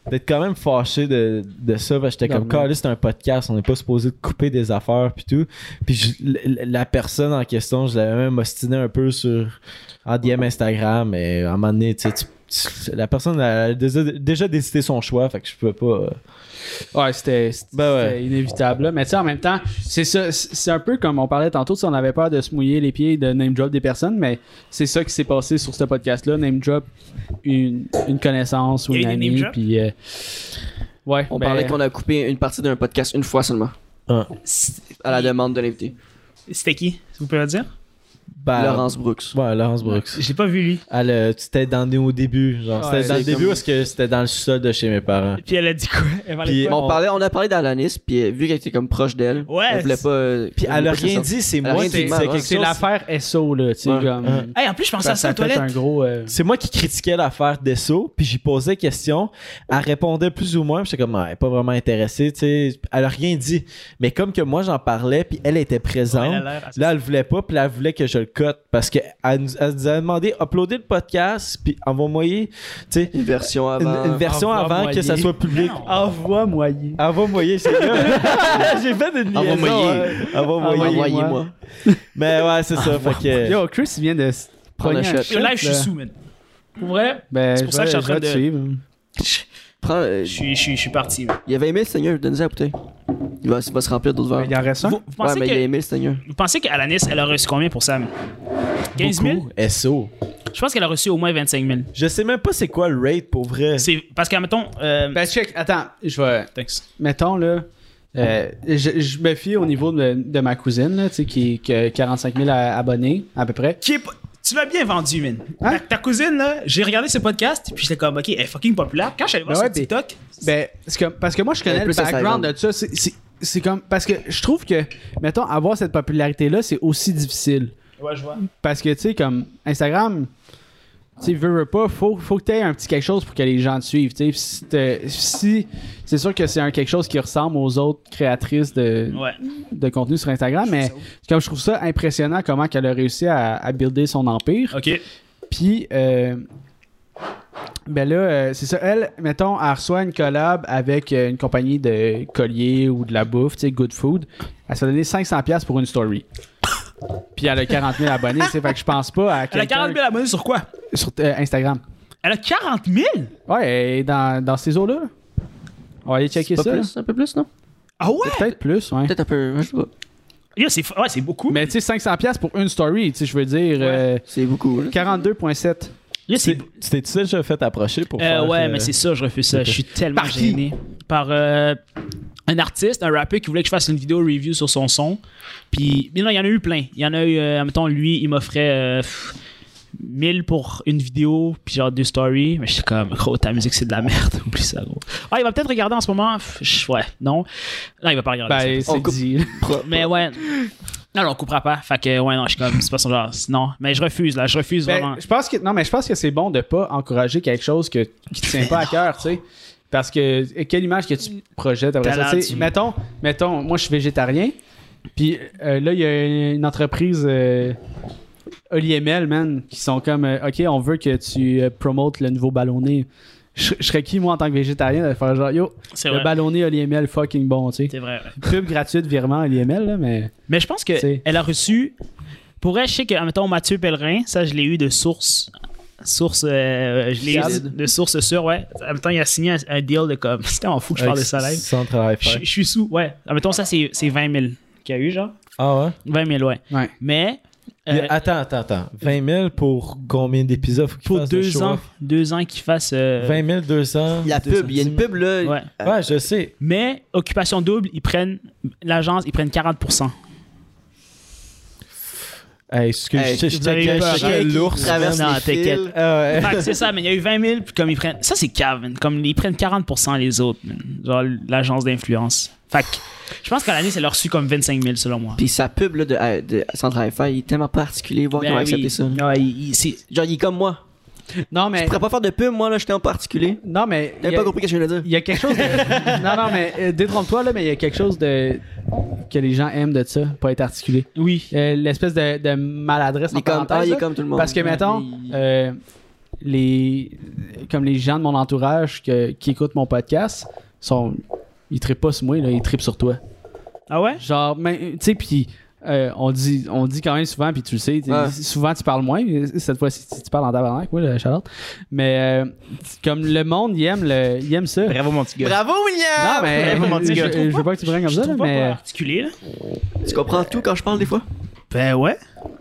A: d'être quand même fâché de, de ça parce que j'étais comme
C: Normal.
A: Carlis c'est un podcast on n'est pas supposé de couper des affaires puis tout puis je- l- l- la personne en question je l'avais même ostiné un peu sur en DM Instagram et à un moment donné tu sais, tu- tu- la personne elle a déjà, déjà décidé son choix fait que je pouvais pas euh,
C: Ouais, c'était c'était
A: Ben ouais.
C: inévitable. là. Mais tu sais, en même temps, c'est ça. C'est c'est un peu comme on parlait tantôt, si on avait peur de se mouiller les pieds et de name drop des personnes, mais c'est ça qui s'est passé sur ce podcast-là. Name drop une, une connaissance ou
B: Il y
C: une
B: a eu des name
C: amie.
B: drops?
C: Puis, euh, Ouais,
D: On
C: ben,
D: parlait qu'on a coupé une partie d'un podcast une fois seulement,
A: Ah.
B: C-
D: à la demande de l'invité.
B: C'était qui Vous pouvez le dire
A: Ben,
D: Laurence Brooks.
A: Ouais, Laurence Brooks.
B: J'ai pas vu lui.
A: Elle, euh, c'était dans au début. Genre,
C: Ouais,
A: c'était dans le
D: c'est
A: début
D: comme-
A: parce que c'était dans le sol de chez mes parents.
B: Puis elle a dit quoi Elle parlait
A: Puis-
B: de quoi?
D: On,
A: on-
D: parlait, on a parlé d'Alanis, puis euh, vu qu'elle était comme proche d'elle,
B: Ouais,
D: elle voulait
B: c'est-
D: pas. euh,
A: Puis
D: voulait
A: elle a
D: pas que ça
A: rien
D: sorte.
A: dit, c'est
D: Elle a
A: moi
D: rien
A: c'est
D: dit,
A: c'est
D: ouais.
A: quelque
C: C'est
A: chose-
C: l'affaire SO, là, tu sais,
D: Ouais.
C: comme.
A: Ouais.
B: Hey, en plus, je pensais à ça aux
C: fait un
B: toilettes.
C: gros. euh,
A: C'est moi qui critiquais l'affaire Desso, puis j'y posais question. Elle répondait plus ou moins, puis j'étais comme, Ah, elle est pas vraiment intéressée, tu sais. Elle a rien dit. Mais comme que moi, j'en parlais, puis elle était présente,
B: Oh, Elle a l'air assez-
A: là, elle voulait pas, puis là, elle voulait que je le cote parce qu'elle nous elle nous a demandé uploader le podcast, puis envoie-moi, tu sais,
D: Une version
A: une,
D: avant.
A: une version avant
C: Envoie-moi.
A: que ça soit public.
B: Non.
C: Ah, Envoie-moi.
A: Envoie-moi, c'est
C: Ah,
A: là. J'ai fait
D: Ah,
A: une liaison.
D: Envoie-moi.
A: hein. Envoie-moi.
C: Envoie-moi.
D: Envoyez-moi.
A: Mais ouais, c'est ça, fait que...
C: Yo, Chris, il vient de. s-
D: Prendre un
C: pogner un
D: shot.
B: Yo, Là,
C: shot,
B: je suis
C: là.
B: sous, man. Pour vrai,
C: Ben,
B: C'est pour ça que je suis en train
C: vais-
B: de-
C: vais te suivre.
D: Prends, euh,
B: je suis, je suis, je suis parti. man.
D: il avait aimé le Seigneur, donnez-le à bouteille. Il va, il va se remplir d'autres verres.
C: Il en reste un.
B: Vous, vous
D: Ouais,
B: pensez
D: mais il a
B: que,
D: aimé le Seigneur.
B: vous pensez qu'Alanis, elle a reçu combien pour ça man? 15 000
A: Beaucoup. SO.
B: Je pense qu'elle a reçu au moins 25 000.
A: Je sais même pas c'est quoi le rate pour vrai.
B: C'est parce que, mettons. euh,
C: Ben, check, attends, je vais.
B: thanks.
C: Mettons, là. euh, je, je me fie au niveau de, de ma cousine, là, tu sais, qui, qui a 45 000 à- abonnés, à peu près.
B: Qui est pas- Tu l'as bien vendu, man.
C: Hein?
B: Ta, ta cousine, là, j'ai regardé ses podcasts, puis j'étais comme, ok, elle est fucking populaire. Quand je suis allé voir
C: Ben
B: sur
C: ouais, puis-
B: TikTok,
C: Ben, c'est comme- parce que moi, je
D: Elle est
C: connais le
D: plus à
C: background
D: Saigon.
C: de ça. C'est- c'est- C'est comme. Parce que je trouve que, mettons, avoir cette popularité-là, c'est aussi difficile.
B: ouais, je vois.
C: Parce que, tu sais, comme Instagram, tu sais, veux, veux pas, faut, faut que tu aies un petit quelque chose pour que les gens te suivent. Tu sais, Puis si, t'es- si c'est sûr que c'est un quelque chose qui ressemble aux autres créatrices de,
B: Ouais.
C: de contenu sur Instagram, Ah, mais comme je trouve ça impressionnant comment qu'elle a réussi à, à builder son empire.
B: Ok.
C: Puis, euh, ben là, euh, c'est ça. Elle, mettons, elle reçoit une collab avec euh, une compagnie de colliers ou de la bouffe, tu sais, Good Food. Elle se fait donner 500$ pour une story. Puis elle a 40 000 abonnés, tu sais, fait que je pense pas à
B: Elle a
C: quelqu'un
B: 40 000 abonnés sur quoi
C: sur euh, Instagram.
B: Elle a 40 000
C: Ouais, elle est dans, dans ces eaux-là. On va aller checker
D: Pas
C: ça.
D: plus, un peu plus, non
B: Ah ouais
C: Peut-être plus, ouais.
D: Peut-être un peu. Je sais pas.
B: Yo, c'est f- ouais, c'est beaucoup.
C: Mais tu sais, 500$ pour une story, tu sais, je veux dire, euh,
D: C'est beaucoup. là.
C: 42,7.
B: Yo, c'est.
A: C'était-tu ça que j'ai fait approcher pour
B: Euh,
A: faire,
B: ouais,
A: euh,
B: mais c'est ça, je refuse ça.
A: ok.
B: Je suis tellement
C: Par qui?
B: gêné. Par euh, un artiste, un rappeur qui voulait que je fasse une vidéo review sur son son. Puis, mais non, il y en a eu plein. Il y en a eu, euh, mettons, lui, il m'offrait euh, pff, 1000 pour une vidéo, puis genre deux stories. Mais j'étais comme, gros, ta musique, c'est de la merde. Oublie ça, gros. Ah, il va peut-être regarder en ce moment. Pff, je- ouais, non. Non, il va Ah, pas regarder. ça.
C: Ben,
D: On
C: c'est
D: coupe.
C: dit.
D: Pro-
B: mais ouais. Non, non, on coupera pas. Fait que, ouais, non, je suis comme, c'est pas son genre. Non, mais je refuse, là, je refuse
C: Ben,
B: vraiment.
C: je pense que non, mais je pense que c'est bon de pas encourager quelque chose que, qui te tient pas à cœur, tu sais. Parce que euh, quelle image que tu projettes après
B: T'as
C: ça,
B: l'air
C: tu sais.
B: du-
C: Mettons, mettons, moi je suis végétarien. Puis euh, là, il y a une entreprise euh, OliML, man, qui sont comme euh, OK, on veut que tu euh, promotes le nouveau ballonné. Je je serais qui, moi, en tant que végétarien, de faire genre Yo,
B: C'est
C: le
B: vrai.
C: ballonné OliML fucking bon, tu sais.
B: C'est vrai, ouais.
C: Pub gratuite, virement OliML, là, mais.
B: Mais je pense
C: C'est-
B: qu'elle a reçu. Pour elle, je sais que, mettons, Mathieu Pellerin, ça, je l'ai eu de source. Source, euh, je l'ai eu
D: Fiable.
B: de source sûre, ouais. En même temps, il a signé un, un deal de comme. C'était en fou que je parle de ça live.
A: Sans travail
B: Je
A: fait.
B: je suis sous, ouais. En même temps, ça, c'est c'est 20 000 qu'il y a eu, genre.
A: Ah ouais?
B: 20 000, ouais.
C: Ouais.
B: Mais.
A: Mais
B: euh,
A: attends, attends, attends. 20 000 pour combien d'épisodes? Faut qu'il
B: pour
A: fasse le
B: deux
A: show
B: ans,
A: off.
B: deux ans qu'il fasse. euh,
A: 20 000, 200.
D: La pub, il y a une
A: 210
D: pub là.
B: 000. Ouais.
A: mille. Ouais, je sais.
B: Mais, occupation double, ils prennent. L'agence, ils prennent 40
A: Hey, excuse,
D: Hey,
A: je je
B: vous avez eu
A: checkais-
B: peur,
A: je
D: Chien
A: checkais
D: qui
A: l'ours.
D: traverse
B: Non,
D: les
B: t'inquiète.
D: fils.
A: Ah ouais.
B: Fait que c'est ça, mais il y a eu 20 000, puis comme ils prennent. Ça, c'est cave, man. Comme ils prennent 40 les autres, man. Genre l'agence d'influence. Fait que je pense qu'à l'année, ça leur reçu comme 25 000, selon moi.
D: Puis sa pub là, de, euh, de Sandra Hi-Fi, il est tellement particulier. Voir
B: Ben
D: comment
B: oui.
D: accepter ça. là.
B: Ouais, il- il- c'est-
D: Genre, il est comme moi.
C: Non, mais.
D: Je pourrais pas faire de pub, moi, là, j'étais en particulier.
C: Non, mais. il
D: T'avais
C: y a-
D: pas compris ce que je viens de
C: Il
D: dire.
C: y a quelque chose. de- non, non, mais euh, détrompe-toi, là, mais il y a quelque chose de que les gens aiment de ça, pas être articulé.
B: oui.
C: Euh, L'espèce de, de maladresse
D: Il
C: en
D: est comme, ah,
C: parenthèse,
D: il est
C: là.
D: comme tout le monde.
C: Parce que,
D: Ouais,
C: mettons,
D: il-
C: euh, les, comme les gens de mon entourage que- qui écoutent mon podcast, sont, ils trippent pas sur moi, là, ils trippent sur toi.
B: Ah ouais?
C: Genre, mais, tu sais, puis euh, on, dit, on dit quand même souvent, puis tu le sais, tu-
D: Ouais.
C: souvent tu parles moins. Cette fois-ci, tu, tu parles en tabarnak, moi, le Charlotte. Mais euh, comme le monde, il aime, le, il aime ça.
E: Bravo, mon petit gars.
D: Bravo,
C: Non,
D: William!
C: mais
E: Vraiment,
C: Ah, je,
E: dis-le.
C: je- je veux pas que tu me prennes comme
B: Je
C: ça, là,
B: trouve pas
C: mais
B: particulier, là.
D: Tu comprends tout quand je parle des fois?
B: Ben ouais.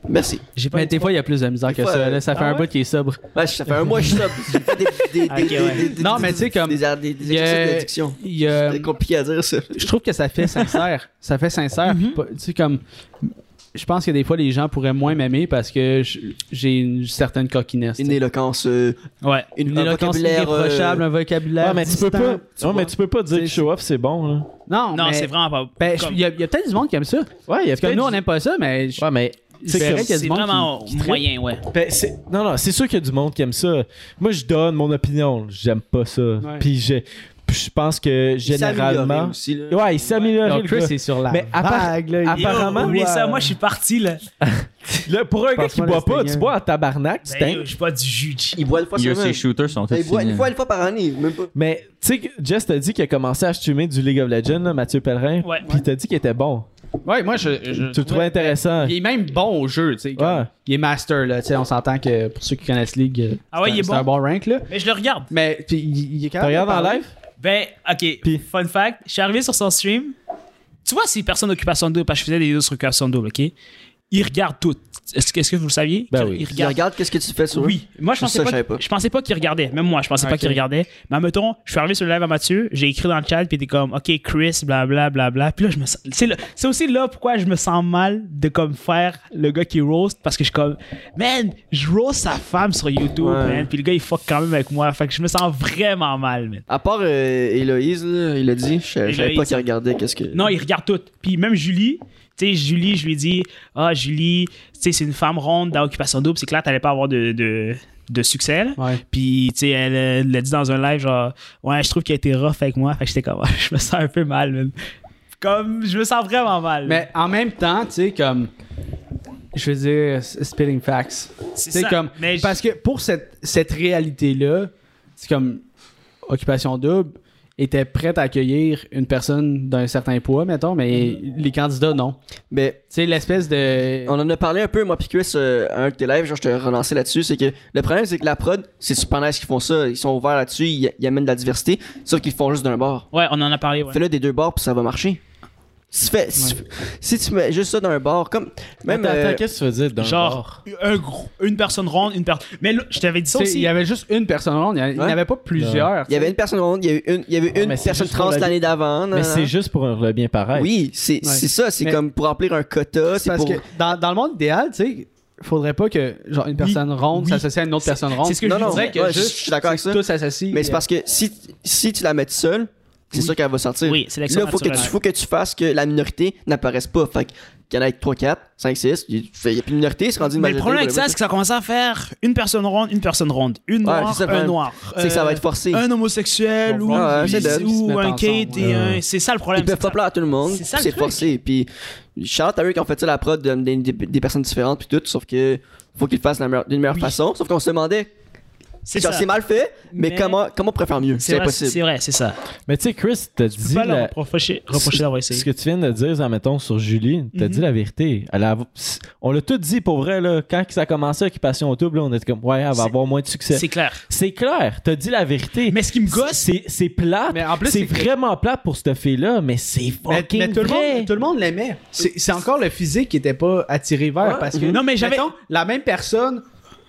D: Merci.
B: J'ai pas
C: Mais des fois, il y a plus de misère
D: Des
C: que
D: fois,
C: ça.
D: euh,
C: là. ça fait
B: ah
C: un
B: ouais?
C: bout qui est sobre.
D: Ouais, Bah, ça fait un mois que je suis sobre. J'ai fait des, des, des,
B: Ok,
D: des-
B: ouais.
D: des- des-
C: Non,
D: des-
C: mais tu sais, comme-
D: Des, des, des
C: Il y a-
D: exercices d'addiction.
C: il y a- euh,
D: C'est compliqué à dire, ça.
C: je trouve que ça fait sincère. ça fait sincère. puis pas- Tu sais, comme. Je pense que des fois, les gens pourraient moins m'aimer parce que je- j'ai une certaine coquinesse.
D: Une
C: tu sais.
D: éloquence, euh,
B: Ouais.
D: une,
C: Une
D: un
C: éloquence
D: vocabulaire, euh,
C: irréprochable, un vocabulaire.
A: Ouais, mais tu peux
C: distant.
A: pas,
C: tu
A: ouais,
C: vois.
A: mais tu peux pas dire que
C: C'est-
A: show off c'est bon. Là.
C: Non,
B: Non,
C: mais-
B: c'est vraiment pas.
C: Ben, je-
B: comme-
C: il y a, il y a peut-être du monde qui aime ça.
A: Ouais, il y a
C: Parce que
A: peut-être
C: nous, on
A: du-
C: n'aime pas ça, mais je-
A: Ouais, mais
C: je verrais qu'il y a
B: c'est
C: du monde
B: vraiment
C: qui- qui tripe.
B: moyen, ouais.
A: Ben, c'est- non, non, c'est sûr qu'il y a du monde qui aime ça. Moi, je donne mon opinion. J'aime pas ça. Puis je, puis je pense que
D: il s'est amélioré
A: généralement.
D: aussi, là.
A: Ouais, il s'est amélioré.
C: Alors,
A: le
C: Chris
A: gars.
C: est sur la
A: Mais à part-
C: vague, là, il-
A: à part- Apparemment,
B: Yo, oubliez
A: ouais.
C: euh,
B: ça, moi je suis parti là.
A: Là, pour un gars qui
C: Passe-moi
A: boit
C: le
A: pas, tu
C: Stinger.
A: bois en tabarnak,
B: Ben,
A: c'est
B: yo,
A: dingue.
B: je suis pas du jus. de-
D: Il boit une fois
E: Yo,
D: sur
E: ces
D: semaine.
E: shooters sont tous
D: Il boit une
E: finis.
D: fois, une fois par année, même pas.
A: Mais tu sais que Jess t'a dit qu'il a commencé à streamer du League of Legends, là, Mathieu Pellerin.
B: Ouais.
A: Puis il t'a dit qu'il était bon.
C: ah, Ouais, moi, je. je-
A: Tu le trouvais intéressant.
C: Il est même bon au jeu, tu sais. comme-
A: Ouais.
C: Il est master, là. Tu sais, on s'entend que pour ceux qui connaissent League, euh,
B: Ah ouais,
C: c'est
B: il est
C: un- c'est
B: bon.
C: un bon rank, là.
B: Mais je le regarde.
C: Mais puis, il, il est
A: Tu
C: capable.
A: regardes
C: de
A: en
C: parler.
A: live?
B: Ben, ok.
A: Puis-
B: Fun fact, je suis arrivé sur son stream. Tu vois, c'est une personne d'occupation double, parce que je faisais des vidéos sur occupation double, ok? Il regarde tout. Est-ce que, est-ce que vous le saviez?
A: Ben
B: Qu'il-
A: oui.
B: Il
D: Il
B: regarde.
D: regarde qu'est-ce que tu fais sur
B: Oui. Moi, je
D: hein.
B: pensais
D: Ça, je
B: pas,
D: savais pas. Ah,
B: je pensais pas qu'il regardait. Même moi, je pensais pas
C: Ok.
B: qu'il regardait. Mais mettons, je suis arrivé sur le live à Mathieu, j'ai écrit dans le chat, puis t'es comme, ok, Chris, blablabla. Bla, bla. Puis là, je me sens. C'est là- c'est aussi là pourquoi je me sens mal de comme faire le gars qui roast, parce que je suis comme, man, je roast sa femme sur YouTube,
D: Ouais.
B: man. Puis le gars, il fuck quand même avec moi. Fait que je me sens vraiment mal, man.
D: À part euh, Héloïse, là, il a dit, je je savais pas
B: Héloïse.
D: qu'il regardait qu'est-ce que.
B: Non, il regarde tout. Puis même Julie, tu sais, Julie, je lui dis Ah, Julie, tu sais, c'est une femme ronde dans Occupation Double, c'est clair, t'allais pas avoir de, de, de succès. là.
C: Ouais.
B: Puis, tu sais, elle, euh, l'a dit dans un live genre, ouais, je trouve qu'elle a été rough avec moi. Fait que j'étais comme, Ah, je me sens un peu mal, man. Comme, je me sens vraiment mal.
C: Mais en même temps, tu sais, comme. Je veux dire, s- spitting facts.
B: c'est
C: C'est
B: ça.
C: comme.
B: Mais j-
C: Parce que pour cette, cette réalité-là, c'est comme. Occupation double était prête à accueillir une personne d'un certain poids, mettons, mais les candidats, non.
D: Mais
C: Tu sais, l'espèce de.
D: On en a parlé un peu, moi, pis Chris, euh, à un de tes lives, genre, je te relançais là-dessus. C'est que le problème, c'est que la prod, c'est super nice qu'ils font ça. Ils sont ouverts là-dessus, ils, ils amènent de la diversité. Sauf qu'ils le font juste d'un bord.
B: Ouais, on en a parlé, ouais.
D: Fais-le des deux bords, puis ça va marcher. Si tu, fais, si, tu- si tu mets juste ça d'un bord, comme. Même.
A: Attends, attends,
D: euh,
A: qu'est-ce que tu veux dire? d'un bord?
B: Genre, un gros, une personne ronde, une personne. Mais là, je t'avais dit ça
C: Tu sais,
B: aussi.
C: Il y avait juste une personne ronde, il n'y
D: Ouais.
C: en avait pas plusieurs.
D: il y avait une personne ronde, il y a eu une, il y avait une
A: mais c'est
D: personne
A: juste pour
D: trans
A: la-
D: l'année d'avant.
A: Mais
D: nan,
A: c'est
D: nan.
A: juste pour un bien pareil.
D: Oui, c'est
C: Ouais.
D: c'est ça, c'est
C: Mais-
D: comme pour remplir un quota,
C: C'est
D: c'est
C: parce
D: pour.
C: que dans, dans le monde idéal, tu sais, faudrait pas que genre une personne ronde
B: oui.
C: s'associe à une autre personne ronde.
B: c'est ce que
D: Non,
B: je lui
D: non,
B: disais
D: ouais,
B: que
D: ouais,
B: juste-
D: je suis d'accord avec ça.
C: Tous s'associent.
D: Mais c'est parce que si, si tu la mets toute seule, c'est sûr qu'elle va sortir.
B: Oui, c'est
D: Là,
B: l'action
D: faut que tu
B: naturelle.
D: faut que tu fasses que la minorité n'apparaisse pas. Fait que, qu'il y en a avec 3, 4, 5, 6, il fait- il y a plus de minorité, c'est rendu une
B: Mais le
D: majorité,
B: problème avec ça,
D: whatever.
B: c'est que ça commence à faire une personne ronde, une personne ronde, une
D: Ouais,
B: noire,
D: c'est ça le
B: un
D: problème.
B: noir.
D: c'est que ça va
B: Euh,
D: être forcé.
B: Un homosexuel
C: Bon,
B: ou,
D: ouais,
B: ou-
D: c'est dead.
B: ou
C: Ils se mettent
B: un
C: ensemble,
B: Kate et
A: ouais.
B: un. C'est ça le problème.
D: Ils peuvent
B: c'est
D: pas
B: ça.
D: plaire à tout le monde,
B: C'est ça, le
D: c'est
B: truc.
D: forcé. Puis, chante à eux qui ont fait ça la prod de- des, des- des personnes différentes, puis tout, sauf que faut qu'ils le fassent de la meilleure- d'une meilleure
B: Oui.
D: façon. Sauf qu'on se demandait,
B: C'est
D: genre,
B: ça.
D: c'est mal fait, mais,
B: Mais-
D: comment, comment on pourrait faire mieux? C'est
B: C'est vrai, c'est
D: impossible.
B: vrai, c'est ça.
A: Mais tu sais, Chris, t'as dit
B: Tu peux pas
A: la-
B: leur reprocher, reprocher d'avoir essayé.
A: ce que tu viens de dire, admettons, sur Julie. T'as
B: Mhm.
A: dit la vérité. Elle a- On l'a tout dit pour vrai, là. Quand ça a commencé Occupation au double, là, on était comme, ouais, elle va
B: C'est-
A: avoir moins de succès.
B: C'est clair.
A: C'est clair, t'as dit la vérité.
B: Mais ce qui me gosse,
A: c'est c'est plate.
C: Mais en plus,
A: c'est
C: c'est que-
A: vraiment plate pour cette fille-là, mais c'est
C: Mais,
A: fucking
C: mais tout, le
A: vrai.
C: monde, tout le monde l'aimait. C'est c'est encore le physique qui était pas attiré vers. Parce que,
B: Non, mais j'avais-
C: mettons, la même personne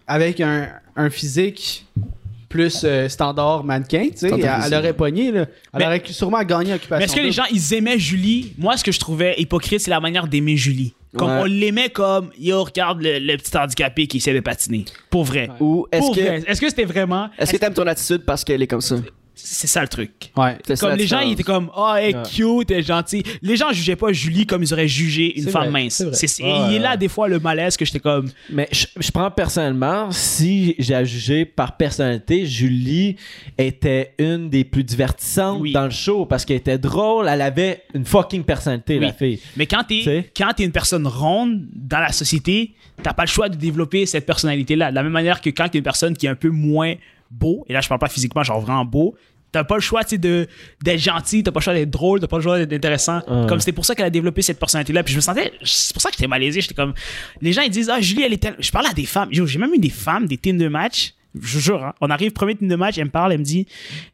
C: avec un, un physique plus euh, standard mannequin, tu sais, elle,
D: Standardisé.
C: elle aurait pogné. là. Elle
B: Mais-
C: aurait sûrement gagné Occupation.
B: Mais est-ce que les
C: Double.
B: gens, ils aimaient Julie Moi, ce que je trouvais hypocrite, c'est la manière d'aimer Julie. Comme
D: Ouais.
B: on l'aimait comme, yo, regarde le, le petit handicapé qui savait patiner. Pour vrai.
D: Ou est-ce
B: Pour
D: que
B: vrai. Est-ce que c'était vraiment.
D: est-ce que t'aimes ton attitude parce qu'elle est comme ça?
B: C'est ça le truc.
C: Ouais.
D: C'est ça
B: Comme
D: la
B: les gens,
D: différence.
B: ils étaient comme, ah, oh, elle est cute, elle est gentille. Les gens jugeaient pas Julie comme ils auraient jugé une
C: C'est
B: femme
C: vrai,
B: mince.
C: c'est vrai.
B: C'est- c'est-
A: Ouais,
B: il est
A: ouais.
B: là, des fois, le malaise que j'étais comme.
A: Mais je, je prends personnellement, si j'ai à juger par personnalité, Julie était une des plus divertissantes
B: Oui.
A: dans le show parce qu'elle était drôle, elle avait une fucking personnalité,
B: Oui.
A: la fille.
B: Mais quand
A: Tu sais?
B: t'es, quand t'es une personne ronde dans la société, t'as pas le choix de développer cette personnalité-là. De la même manière que quand t'es une personne qui est un peu moins beau, et là je parle pas physiquement, genre vraiment beau, t'as pas le choix tu sais, de, d'être gentil, t'as pas le choix d'être drôle, t'as pas le choix d'être intéressant.
A: Hum.
B: Comme c'était pour ça qu'elle a développé cette personnalité-là. Puis je me sentais, c'est pour ça que j'étais malaisé. J'étais comme, les gens ils disent, ah Julie, elle est telle. Je parle à des femmes. Yo, J'ai même eu des femmes, des teams de match. Je vous jure, hein. on arrive premier team de match, elle me parle, elle me dit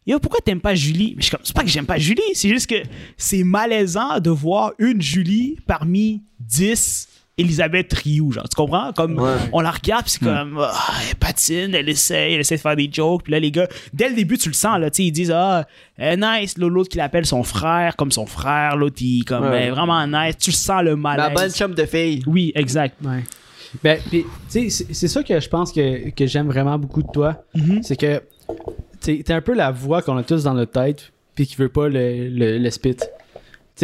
B: Yo, pourquoi t'aimes pas Julie Mais je suis comme, c'est pas que j'aime pas Julie, c'est juste que c'est malaisant de voir une Julie parmi 10 Elisabeth Rioux, genre, tu comprends? Comme,
D: Ouais.
B: on la regarde, puis c'est comme, ah, elle patine, elle essaie, elle essaie de faire des jokes, puis là, les gars, dès le début, tu le sens, là, tu sais, ils disent, ah, elle est nice, là, l'autre qui l'appelle son frère, comme son frère, l'autre, il, comme,
D: Ouais.
B: elle est vraiment nice, tu le sens le
D: Ma
B: malaise.
D: bonne chum de fille.
B: Oui, exact.
C: Ouais. Ben, pis, tu sais, c'est c'est ça que je pense que, que j'aime vraiment beaucoup de toi.
B: Mhm.
C: C'est que t'es t'es un peu la voix qu'on a tous dans notre tête, puis qui veut pas le, le, le spit. Tu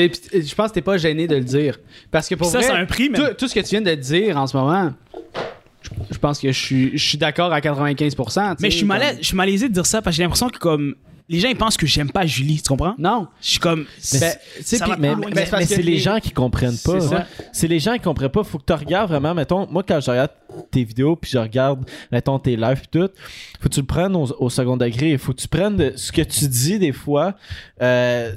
C: sais, pis t- je pense que t'es pas gêné de le dire. Parce que pour
B: Ça,
C: vrai,
B: c'est un prix, mais.
C: tout, tout ce que tu viens de dire en ce moment, je- je pense que je suis, je suis d'accord à 95%. tu
B: Mais
C: sais,
B: je suis
C: comme-
B: malais- je suis malaisé de dire ça, parce que j'ai l'impression que, comme, les gens, ils pensent que j'aime pas Julie, tu comprends?
C: Non.
B: Je suis comme,
C: Ben, tu sais,
B: ça
C: pis-
B: va
A: Mais,
B: plus loin
A: mais-
B: que
A: mais
B: ça.
C: parce que
A: c'est les
C: les-
A: gens qui comprennent pas.
C: C'est ça.
A: ouais. C'est les gens qui comprennent pas. Faut que tu regardes vraiment, mettons, moi quand je regarde tes vidéos puis je regarde, mettons, tes lives pis tout, faut que tu le prennes au, au second degré. Faut que tu prennes de- ce que tu dis des fois. euh,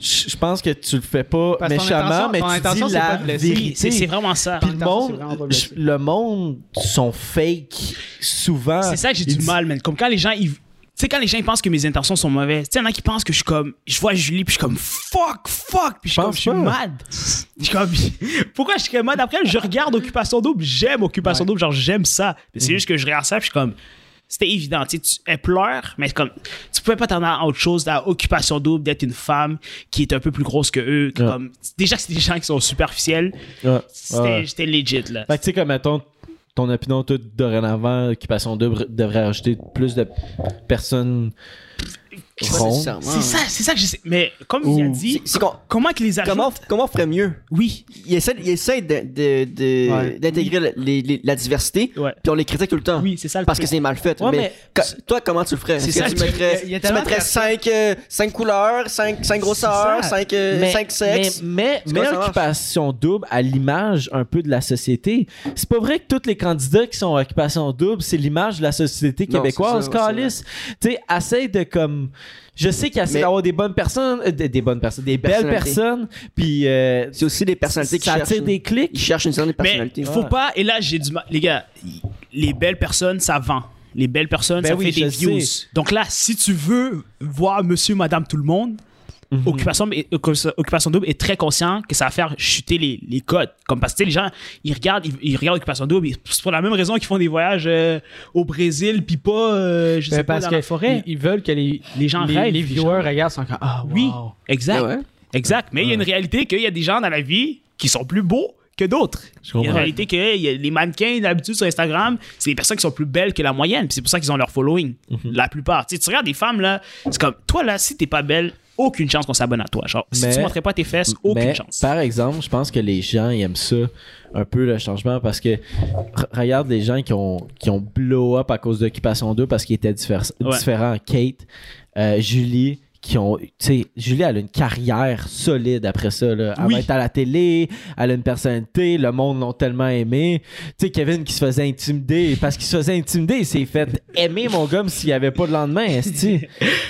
A: je je pense que tu le fais pas
C: Parce que ton
A: méchamment,
C: intention-
A: mais
C: ton
A: tu
C: intention,
A: dis
C: c'est
A: la
C: pas de blesser.
B: Oui,
A: vérité.
B: c'est c'est vraiment ça.
A: Puis le
C: L'intention, c'est vraiment pas
A: monde,
C: de blesser.
A: je- le monde sont fake souvent.
B: C'est ça que j'ai
A: Ils
B: du
A: disent-
B: mal, man. Comme quand les gens, ils. Tu sais, quand les gens ils pensent que mes intentions sont mauvaises, tu sais, y en a qui pensent que je suis comme. Je vois Julie, puis je suis comme fuck, fuck, puis je suis
A: Pense
B: comme, je suis
A: pas.
B: mad. Je suis comme. Pourquoi je suis mad après? Je regarde Occupation Double, j'aime Occupation Double, genre j'aime ça. Mais
A: Mm.
B: c'est juste que je regarde ça, puis je suis comme. C'était évident, tu sais, tu- elle pleure, mais comme. Tu pouvais pas t'attendre à autre chose, à Occupation Double, d'être une femme qui est un peu plus grosse que eux. que
A: Ouais.
B: Comme, déjà, que c'est des gens qui sont superficiels.
A: Ouais,
B: C'était
A: ouais.
B: j'étais legit, là.
A: Fait que tu sais, comme mettons, ton opinion toute dorénavant, Occupation 2 devrait ajouter plus de personnes
D: Pas
A: rondes.
D: nécessairement.
B: C'est ça, c'est ça que je sais. Mais comme il a dit,
D: C'est- c'est con-
B: comment que les agents.
D: Comment, comment on ferait mieux?
B: Oui,
D: Il essaie, il essaie de- de- de-
C: Ouais.
D: d'intégrer la- les- les- la diversité,
B: Ouais.
D: puis on les critique tout le temps.
B: oui, c'est ça le
D: Parce que
B: truc.
D: c'est mal fait.
A: Ouais,
D: mais
A: mais-
D: ca- toi, comment tu le ferais?
B: C'est
D: Est-ce que
B: ça,
D: tu
B: tu-
D: mettrais,
C: il y a- il y a
D: tu
C: tellement
D: mettrais
C: de
D: 5, couleurs, 5, grosseurs,
B: ça.
D: 5,
A: Mais-
D: Euh, sexes.
A: Mais, mais,
D: C'est quoi,
A: mais
D: ça marche?
A: occupation double à l'image un peu de la société. C'est pas vrai que tous les candidats qui sont à occupation double, c'est l'image de la société
D: Non,
A: québécoise,
D: c'est ça, ouais,
A: Calis. Tu sais, essaye de comme. Je sais qu'il essaie
D: Mais-
A: d'avoir des bonnes personnes, euh, des, des bonnes personnes, des belles
D: Personnalités.
A: personnes, puis euh,
D: C'est aussi des personnalités qui
A: ça
D: cherchent.
A: attire des
D: Ils
A: clics.
D: cherchent une certaine
B: Mais
D: personnalité.
B: il faut
A: Ouais.
B: pas. Et là, j'ai du mal. Les gars, les belles personnes, ça vend. Les belles personnes,
A: Ben
B: ça
A: oui,
B: fait des
A: je
B: views.
A: sais.
B: Donc là, si tu veux voir monsieur, madame, tout le monde, Occupation, mais- Occupation Double est très conscient que ça va faire chuter les, les codes. Comme parce que tu sais, les gens, ils regardent, ils, ils regardent Occupation Double, et c'est pour la même raison qu'ils font des voyages euh, au Brésil, puis pas, euh, je sais
C: Ben,
B: pas,
C: parce
B: dans
C: que
B: la forêt.
C: Ils, ils veulent que les,
B: Les gens
C: les,
B: rêvent,
C: les
B: les
C: viewers regardent sont comme Ah,
B: Oui,
C: wow.
B: exact.
D: Ouais, ouais.
B: Exact. Mais il y
A: Ah.
B: a une réalité qu'il y a des gens dans la vie qui sont plus beaux que d'autres. Il y a une
A: comprends.
B: réalité que il y a les mannequins, d'habitude, sur Instagram, c'est des personnes qui sont plus belles que la moyenne. Puis c'est pour ça qu'ils ont leur following.
A: Mhm.
B: La plupart. Tu sais, tu regardes des femmes, là, c'est comme, toi, là, si t'es pas belle, aucune chance qu'on s'abonne à toi. Genre, si
A: Mais-
B: tu montrais pas tes fesses, aucune
A: Mais,
B: chance.
A: Par exemple, je pense que les gens ils aiment ça un peu le changement parce que re- regarde les gens qui ont, qui ont blow up à cause d'Occupation 2 parce qu'ils étaient diffère-
B: Ouais.
A: différents. Kate, euh, Julie, qui ont. Tu sais, Julie, elle a une carrière solide après ça. là. Elle
B: Oui.
A: va être à la télé, elle a une personnalité, le monde l'ont tellement aimé. Tu sais, Kevin qui se faisait intimider parce qu'il se faisait intimider, il s'est fait aimer, mon gars, s'il n'y avait pas de lendemain, est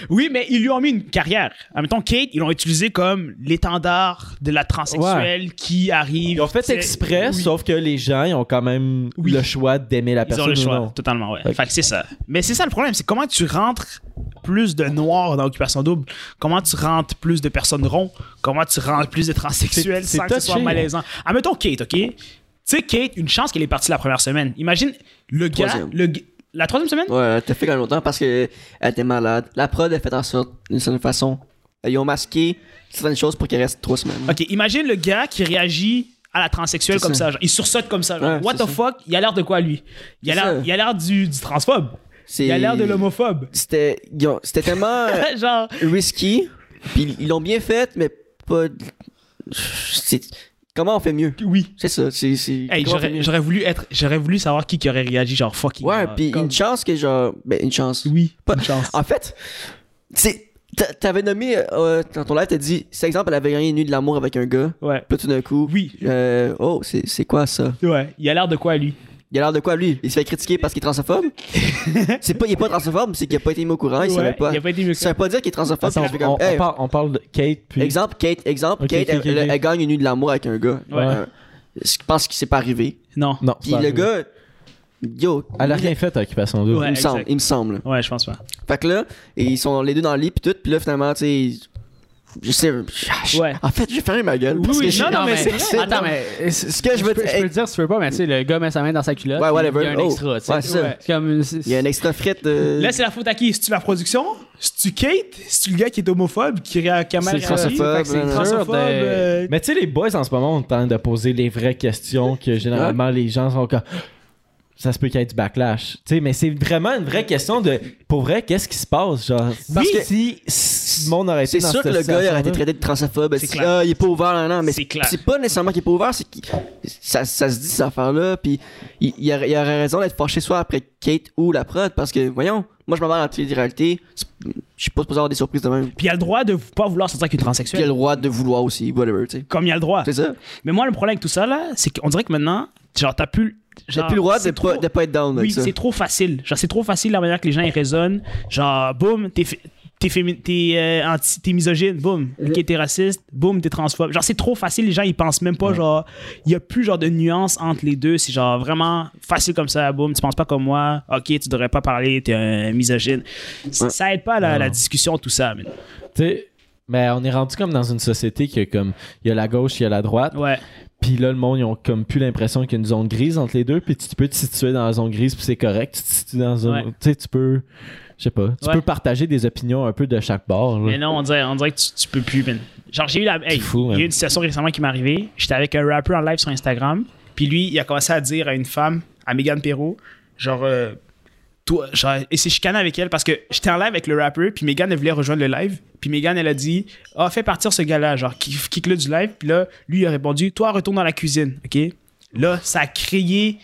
B: Oui, mais ils lui ont mis une carrière. En même temps, Kate, ils l'ont utilisé comme l'étendard de la transsexuelle qui arrive.
A: Ils ont fait
B: C'est-
A: exprès,
B: Oui.
A: sauf que les gens, ils ont quand même
B: Oui.
A: le choix d'aimer la
B: Ils ont
A: personne
B: le
A: ou
B: choix,
A: non.
B: totalement, ouais.
A: Ok.
B: Fait que c'est ça. Mais c'est ça le problème, c'est comment tu rentres plus de noirs dans Occupation Double, comment tu rentres plus de personnes ronds, comment tu rentres plus de transsexuels
A: C'est- c'est
B: sans que ce soit
A: touché.
B: malaisant. Admettons Kate, OK? Tu sais, Kate, une chance qu'elle est partie la première semaine. Imagine le
D: Troisième.
B: gars... Le, g- la troisième semaine?
D: Ouais, t'as fait quand même longtemps parce qu'elle était malade. La prod a fait en sorte, d'une certaine façon, ils ont masqué certaines choses pour qu'elle reste trois semaines.
B: OK, imagine le gars qui réagit à la transsexuelle
D: C'est
B: comme
D: ça.
B: ça. genre, il sursaute comme ça. genre,
D: Ouais,
B: What the
D: c'est ça.
B: fuck? Il a l'air de quoi, lui? Il a
D: C'est
B: l'air-
D: ça.
B: il a l'air du, du transphobe.
D: C'est-
B: Il a l'air de l'homophobe.
D: C'était ils ont- c'était tellement euh,
B: genre...
D: risky, puis ils l'ont bien fait, mais pas. c'est- Comment on fait mieux?
B: Oui.
D: C'est ça, c'est. c'est-
B: Hey,
D: comment on fait
B: j'aurais
D: mieux?
B: j'aurais voulu être j'aurais voulu savoir qui qui aurait réagi genre fucking
D: Ouais,
B: genre,
D: puis
B: comme-
D: une chance que genre. Ben, une chance.
B: oui
D: Pas-
B: une chance
D: En fait, c'est. t'a- T'avais nommé euh, dans ton live, t'as dit, cet exemple, elle avait gagné une nuit de l'amour avec un gars.
B: ouais
D: Puis tout d'un coup,
B: oui
D: euh, oh, c'est c'est quoi ça?
B: ouais il a l'air de quoi lui
D: Il a l'air de quoi, lui? Il se fait critiquer parce qu'il est transphobe? c'est pas, il est pas transphobe, c'est qu'il a pas été mis au courant, Ah, il savait
B: ouais,
D: pas.
B: il a pas été mieux que
D: Ça
B: ça
D: veut pas dire qu'il est transphobe.
A: Attends,
D: puis il fait
A: on,
D: comme,
A: on
D: hey,
A: parle, on parle de Kate, puis.
D: exemple, Kate, exemple,
A: Ok, ok,
D: Kate, elle,
A: ok,
D: elle-
A: ok.
D: elle gagne une nuit de l'amour avec un gars.
B: Ouais.
D: Euh, je pense que c'est pas arrivé.
B: non
A: Non, c'est
D: Puis
A: pas
D: le
A: arrivé.
D: gars, yo,
A: Elle a rien fait à Occupation 2.
D: il
B: Ouais.
D: me semble,
B: exact.
D: il me semble.
B: ouais je pense pas
D: Fait que là, et ils sont les deux dans le lit, puis tout, puis là, finalement, tu sais, ils- je sais. je-
B: Ouais.
D: En fait, j'ai fermé ma gueule. parce que
B: oui,
D: j'ai-
B: non, non, mais c'est
D: c'est-
C: Attends, mais.
D: ce que je veux
C: peux-
D: dire-
C: Je peux le dire si tu veux pas, mais tu sais, le gars met sa main dans sa culotte.
D: Ouais,
C: puis
D: whatever.
C: Il y a un
D: Oh.
C: extra, tu sais.
D: Ouais, c'est ça.
C: C'est comme une-
D: Il y a un extra euh, frit de.
B: Là, c'est la faute à qui C'est-tu la production C'est-tu Kate C'est-tu le gars qui est homophobe, qui rit à la caméra
C: C'est
B: qui-
D: transphobe,
C: fait que c'est
D: euh,
C: dur
B: transphobe,
C: de...
B: euh,
A: Mais tu sais, les boys en ce moment, on est en train de poser les vraies questions que généralement les gens sont comme. Ça se peut qu'il y ait du backlash. Tu sais, mais c'est vraiment une vraie question de. Pour vrai, qu'est-ce qui se passe? Genre,
D: Parce que-
A: si, si le monde aurait été
D: C'est
A: dans
D: sûr que
A: cette
D: le gars il aurait été
A: situation-là-
D: traité de transphobe.
B: C'est
D: si,
B: clair.
D: ah, il est pas ouvert, non, non, mais
B: C'est
D: c'est
B: clair.
D: c'est pas nécessairement qu'il est pas ouvert, c'est qu'il- ça, ça se dit cette affaire-là, puis il, il aurait, il aurait raison d'être fâché soit après Kate ou la prod, parce que voyons, moi je m'en vais dans la télé-réalité, c'est- je suis pas supposé avoir des surprises de même.
B: Puis il a le droit de pas vouloir sortir avec une
D: Puis il a
B: transsexuelle.
D: le droit de vouloir aussi, whatever, tu sais.
B: Comme il a le droit.
D: C'est ça.
B: Mais moi, le problème avec tout ça, là, c'est qu'on dirait que maintenant, genre, t'as plus.
D: J'ai
B: genre,
D: plus le droit de,
B: c'est trop-
D: pas, de pas être down avec
B: Oui,
D: ça.
B: c'est trop facile. Genre, c'est trop facile la manière que les gens ils raisonnent. Genre, boum, t'es. fé- T'es, fémi- t'es, euh, anti- t'es misogyne, boum. Ok, t'es raciste, boum, t'es transphobe. Genre, c'est trop facile, les gens, ils pensent même pas, genre, il y a plus, genre, de nuance entre les deux. C'est genre vraiment facile comme ça, boum, tu penses pas comme moi, ok, tu devrais pas parler, t'es un misogyne. Ça, ça aide pas la, la discussion, tout ça, man.
A: Tu sais, mais on est rendu comme dans une société qui est comme. Il y a la gauche, il y a la droite.
B: Ouais.
A: Puis là, le monde, ils ont comme plus l'impression qu'il y a une zone grise entre les deux. Puis tu tu peux te situer dans la zone grise, puis c'est correct. Tu te situes dans la zone.
B: Ouais.
A: Tu sais, tu peux. Je sais pas. Tu
B: Ouais.
A: peux partager des opinions un peu de chaque bord. là.
B: Mais non, on dirait, on dirait que tu, tu peux plus, man. Genre, j'ai eu la. Hey,
A: fou,
B: il y
A: man.
B: a une situation récemment qui m'est arrivée. J'étais avec un rappeur en live sur Instagram. Puis lui, il a commencé à dire à une femme, à Megan Perrault, genre. euh, toi, genre, et c'est chicané avec elle parce que j'étais en live avec le rappeur, puis Megan, elle voulait rejoindre le live. Puis Megan, elle a dit Ah, fais partir ce gars-là, genre, kick- kick-le du live. Puis là, lui, il a répondu Toi, retourne dans la cuisine, OK Là, ça a créé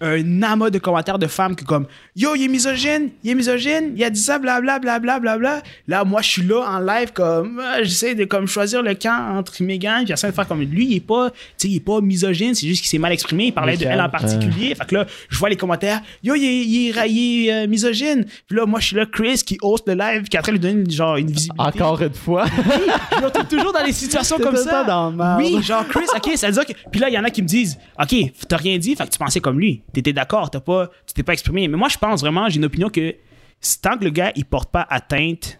B: un amas de commentaires de femmes que comme Yo, il est misogyne, il est misogyne, il a dit ça, blablabla, blablabla. Bla, bla. Là, moi, je suis là en live, comme ah, j'essaie de comme choisir le camp entre Megan, puis j'essaie de faire comme lui, il est pas, tu sais, il est pas misogyne, c'est juste qu'il s'est mal exprimé, il parlait de
A: Méchant,
B: elle en
A: hein.
B: particulier. Fait que là, je vois les commentaires Yo, il est, il est, ra- il est, euh, misogyne. Puis là, moi, je suis là, Chris qui hausse le live, qui est en train de lui donner une- genre une visibilité.
A: Encore une fois.
B: Je me retrouve toujours dans des situations comme
C: tout le
B: ça.
C: temps dans la merde.
B: oui, genre Chris, ok, ça veut dire que. Puis là, il y en a qui me disent, ok, t'as rien dit, fait que tu pensais comme lui. T'étais d'accord, t'as pas, tu t'es pas exprimé. Mais moi, je pense vraiment, j'ai une opinion que c'est tant que le gars, il porte pas atteinte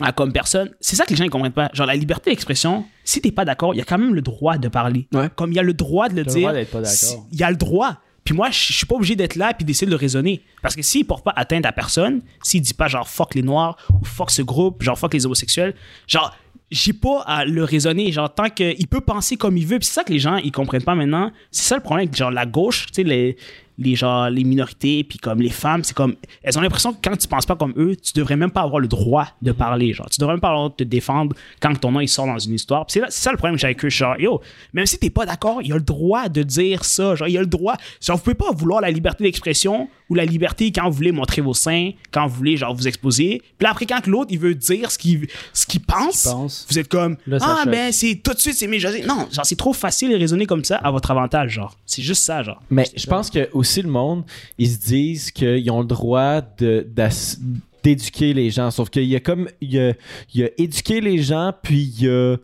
B: à comme personne, c'est ça que les gens ne comprennent pas. Genre la liberté d'expression, si t'es pas d'accord, il y a quand même le droit de parler.
D: Ouais.
B: Comme il y a le droit de le
C: le
B: dire.
C: droit d'être pas d'accord.
B: si- Il y a le droit. Puis moi, je je suis pas obligé d'être là puis d'essayer de le raisonner. Parce que s'il porte pas atteinte à personne, s'il dit pas genre fuck les noirs ou fuck ce groupe, genre fuck les homosexuels, genre j'ai pas à le raisonner. Genre tant que il peut penser comme il veut. Puis c'est ça que les gens ils comprennent pas maintenant. C'est ça le problème. Genre la gauche, tu sais les les genre les minorités puis comme les femmes, c'est comme elles ont l'impression que quand tu penses pas comme eux, tu devrais même pas avoir le droit de parler. Genre tu devrais même pas avoir le droit de te défendre quand ton nom il sort dans une histoire. Puis c'est là- c'est ça le problème que j'ai avec eux. Genre yo, même si t'es pas d'accord, il a le droit de dire ça. Genre il a le droit. Genre vous pouvez pas vouloir la liberté d'expression ou la liberté quand vous voulez montrer vos seins, quand vous voulez genre vous exposer. Puis là, après quand que l'autre il veut dire ce qu'il ce qu'il pense,
C: pense.
B: vous êtes comme
C: Là, ça
B: ah
C: choque.
B: ben c'est tout de suite c'est méjosé. Non genre c'est trop facile de raisonner comme ça à votre avantage genre. C'est juste ça genre.
A: Mais je pense que aussi le monde, ils se disent qu'ils ont le droit de- d'ass- d'éduquer les gens. Sauf qu'il y a comme. Il y a, il y a éduquer les gens, puis il y a.